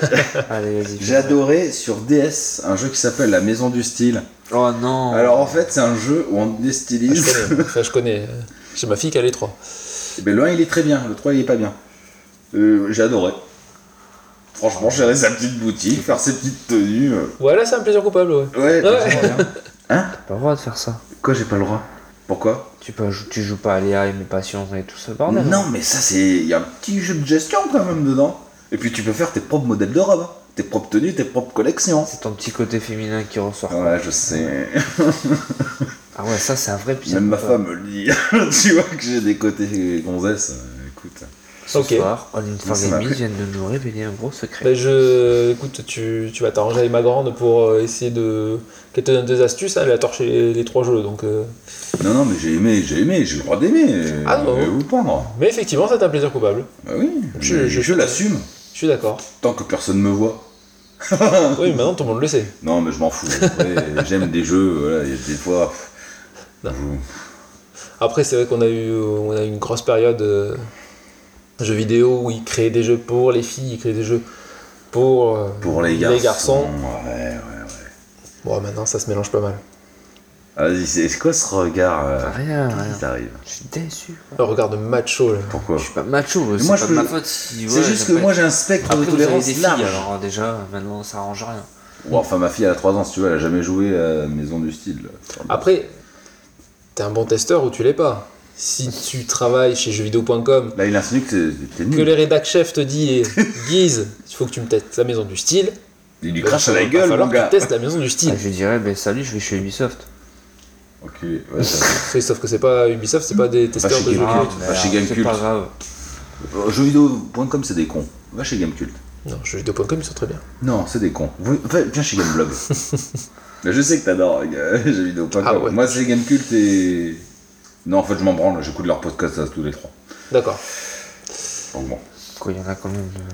Speaker 3: pas. Allez, vas-y.
Speaker 2: J'ai adoré sur DS un jeu qui s'appelle La Maison du Style.
Speaker 3: Oh non.
Speaker 2: Alors en fait, c'est un jeu où on
Speaker 4: Ah,
Speaker 2: destylise.
Speaker 4: je connais. Enfin, je connais. J'ai ma fille qui a les trois.
Speaker 2: Mais Eh ben, le 1 il est très bien, le 3 il est pas bien. Euh, j'ai adoré. Franchement, gérer sa petite boutique, faire ses petites tenues. euh,
Speaker 4: Ouais, là, c'est un plaisir coupable, ouais.
Speaker 2: Ouais,
Speaker 4: Ouais.
Speaker 2: j'aime bien.
Speaker 3: T'as pas le droit de faire ça.
Speaker 2: Quoi, j'ai pas le droit Pourquoi
Speaker 3: Tu, peux, jou- tu joues pas à Léa et mes passions et tout ce bordel. hein.
Speaker 2: Non, Oh, mais ça, c'est. Il y a un petit jeu de gestion quand même dedans. Et puis tu peux faire tes propres modèles de robes, hein. tes propres tenues, tes propres collections.
Speaker 3: C'est ton petit côté féminin qui ressort.
Speaker 2: Ouais, je sais.
Speaker 3: Ah ouais, ça c'est un vrai pire.
Speaker 2: Même ma femme me le dit. tu vois que j'ai des côtés gonzesses. euh, Écoute.
Speaker 3: Ce
Speaker 4: Ok.
Speaker 3: soir, on une
Speaker 2: Ça m'a
Speaker 3: famille
Speaker 2: plu.
Speaker 3: vient de nous révéler un gros secret.
Speaker 4: Ben je, écoute, tu, tu vas t'arranger avec ma grande pour euh, essayer de. qu'elle te donne des astuces. hein, Elle a torché les, les trois jeux, donc. euh.
Speaker 2: Non, non, mais j'ai aimé, j'ai aimé, j'ai le droit d'aimer.
Speaker 4: Ah non.
Speaker 2: Je vais vous prendre.
Speaker 4: Mais effectivement, c'est un plaisir coupable.
Speaker 2: Bah oui,
Speaker 4: Je-
Speaker 2: mais
Speaker 4: je-
Speaker 2: je l'assume.
Speaker 4: Je suis d'accord.
Speaker 2: Tant que personne me voit.
Speaker 4: Oui, maintenant tout le monde le sait.
Speaker 2: Non, mais je m'en fous. Après, J'aime des jeux, voilà, il y a des fois. pff,
Speaker 4: Non.
Speaker 2: je-
Speaker 4: Après, c'est vrai qu'on a eu, on a eu une grosse période euh, jeux vidéo où ils créaient des jeux pour les filles, ils créaient des jeux pour. euh,
Speaker 2: Pour les garçons.
Speaker 4: Les garçons.
Speaker 2: Ouais, ouais.
Speaker 4: Bon, maintenant ça se mélange pas mal.
Speaker 2: Ah, Vas-y, c'est c'est quoi ce regard euh,
Speaker 3: Rien,
Speaker 2: qui
Speaker 3: rien.
Speaker 2: t'arrive
Speaker 3: Je suis déçu.
Speaker 4: Le regard de macho, là.
Speaker 2: Pourquoi
Speaker 3: Je suis pas macho, c'est
Speaker 2: moi,
Speaker 3: pas
Speaker 2: je
Speaker 3: de
Speaker 2: peux-
Speaker 3: ma faute. si,
Speaker 2: C'est
Speaker 3: ouais,
Speaker 2: juste que
Speaker 3: j'aime pas
Speaker 2: moi
Speaker 3: être-
Speaker 2: j'ai un spectre
Speaker 3: Après,
Speaker 2: de
Speaker 3: vous avez
Speaker 2: tolérance
Speaker 3: des filles,
Speaker 2: large.
Speaker 3: alors hein, déjà, maintenant ça arrange rien.
Speaker 2: Bon, enfin, ma fille, elle a 3 ans, si tu veux, elle a jamais joué à Maison du Style.
Speaker 4: Après, t'es un bon testeur ou tu l'es pas. si tu travailles chez jeuxvideo.com,
Speaker 2: Là, il insinue que t'es- t'es
Speaker 4: que
Speaker 2: nul.
Speaker 4: les rédac chefs te disent Guise, il faut que tu me testes la maison du style.
Speaker 2: Il lui
Speaker 4: ben,
Speaker 2: crache à
Speaker 4: va
Speaker 2: la
Speaker 4: pas
Speaker 2: gueule,
Speaker 4: falloir
Speaker 2: mon
Speaker 4: que
Speaker 2: gars.
Speaker 4: tu testes la maison du
Speaker 3: Ah,
Speaker 4: style.
Speaker 3: je dirais, ben salut, je vais chez Ubisoft.
Speaker 2: Ok, ouais, ça-
Speaker 4: C'est- Sauf que c'est pas Ubisoft, c'est pas des testeurs
Speaker 2: chez
Speaker 4: de jeux.
Speaker 2: Gamecube.
Speaker 4: vidéo.
Speaker 2: va
Speaker 3: merde,
Speaker 2: bah, chez Gamecube.
Speaker 3: Ah, C'est pas grave.
Speaker 2: Euh, Jeuxvideo.com, c'est des cons. Va chez Gamecult.
Speaker 4: Non, jeuxvideo.com, ils sont très bien.
Speaker 2: Non, c'est des cons. Vous- enfin, viens chez Gameblog. Mais je sais que t'adores euh, jeuxvideo.com.
Speaker 4: Ah ouais.
Speaker 2: Moi, c'est Gamecult et. Non, en fait, je m'en branle, j'écoute leur podcast à tous les trois.
Speaker 4: D'accord.
Speaker 2: Donc bon.
Speaker 3: Quoi, il y en a quand même. euh,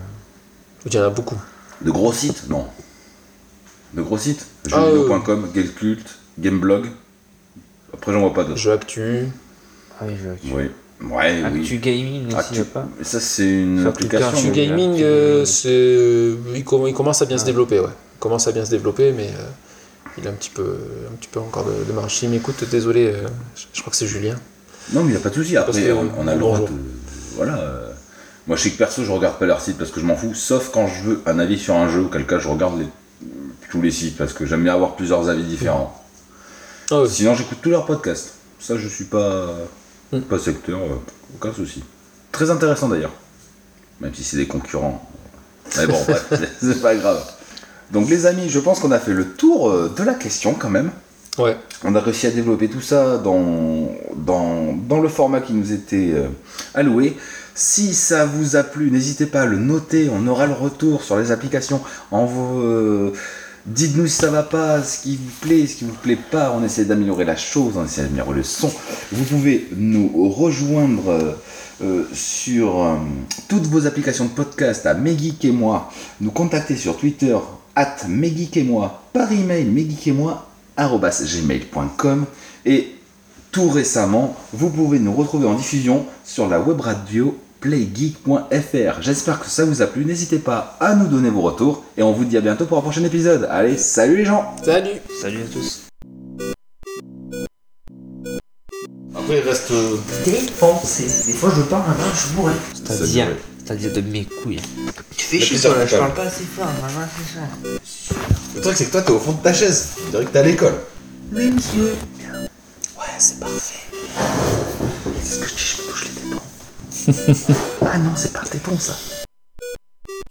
Speaker 4: Il y en a beaucoup.
Speaker 2: De gros sites Non. De gros sites
Speaker 4: Ah, euh.
Speaker 2: Jeuxvideo.com, Gamecult, Gameblog. Après, j'en vois pas d'autres.
Speaker 4: Jeux Actu.
Speaker 3: Ah oui, je veux Actu.
Speaker 2: Oui. Ouais,
Speaker 3: Actu
Speaker 2: oui.
Speaker 3: Gaming, mais
Speaker 2: Actu-
Speaker 3: s'il y a pas.
Speaker 2: Ça, c'est une
Speaker 3: Ça, plus tard,
Speaker 2: application.
Speaker 4: Actu
Speaker 3: oui,
Speaker 4: Gaming,
Speaker 3: Actu
Speaker 4: euh,
Speaker 3: Gaming.
Speaker 4: c'est. euh, Il, com- il commence à
Speaker 2: Ah.
Speaker 4: bien se développer, ouais. Il commence à bien se développer, mais euh, il a un petit peu, un petit peu encore de, de marge. S'il m'écoute, désolé, euh, je, je crois que c'est Julien.
Speaker 2: Non, mais il n'y a pas de souci. Après,
Speaker 4: Parce que-
Speaker 2: on, on a le droit de.
Speaker 4: Bonjour.
Speaker 2: Voilà. euh, Moi, je sais que perso, je regarde pas leur site parce que je m'en fous, sauf quand je veux un avis sur un jeu, auquel cas, je regarde les- tous les sites parce que j'aime bien avoir plusieurs avis différents.
Speaker 4: Ah oui.
Speaker 2: Sinon, j'écoute tous leurs podcasts. Ça, je suis pas.
Speaker 4: Mm.
Speaker 2: pas secteur, euh, aucun souci. Très intéressant d'ailleurs. Même si c'est des concurrents. Mais bon, bref, c'est- c'est pas grave. Donc, les amis, je pense qu'on a fait le tour euh, de la question quand même.
Speaker 4: Ouais.
Speaker 2: On a réussi à développer tout ça dans, dans, dans le format qui nous était euh, alloué. Si ça vous a plu, n'hésitez pas à le noter. On aura le retour sur les applications. En vos, euh, dites-nous si ça va pas, ce qui vous plaît, ce qui vous plaît pas. On essaie d'améliorer la chose, on essaie d'améliorer le son. Vous pouvez nous rejoindre euh, euh, sur euh, toutes vos applications de podcast à Megeek et moi. Nous contacter sur Twitter at Megeek et moi par email Megeek et moi arobase gmail.com et tout récemment, vous pouvez nous retrouver en diffusion sur la web radio playgeek.fr. J'espère que ça vous a plu. N'hésitez pas à nous donner vos retours et on vous dit à bientôt pour un prochain épisode. Allez, salut les gens
Speaker 4: Salut
Speaker 3: Salut à tous.
Speaker 2: Après, il reste... euh,
Speaker 3: Dépensé. Des fois, je parle, maintenant, je suis bourré. C'est-à-dire,
Speaker 2: Salut.
Speaker 3: c'est-à-dire de mes couilles. Tu fais
Speaker 2: Le
Speaker 3: chier,
Speaker 2: plaisir
Speaker 3: toi, là, je
Speaker 2: coupable.
Speaker 3: parle pas assez fort, maman, c'est ça.
Speaker 2: Le truc, c'est que toi, t'es au fond de ta chaise. On dirait que t'es à l'école.
Speaker 3: Oui, monsieur.
Speaker 4: Ouais, c'est parfait.
Speaker 3: Ah non, c'est pas tes ponts, ça.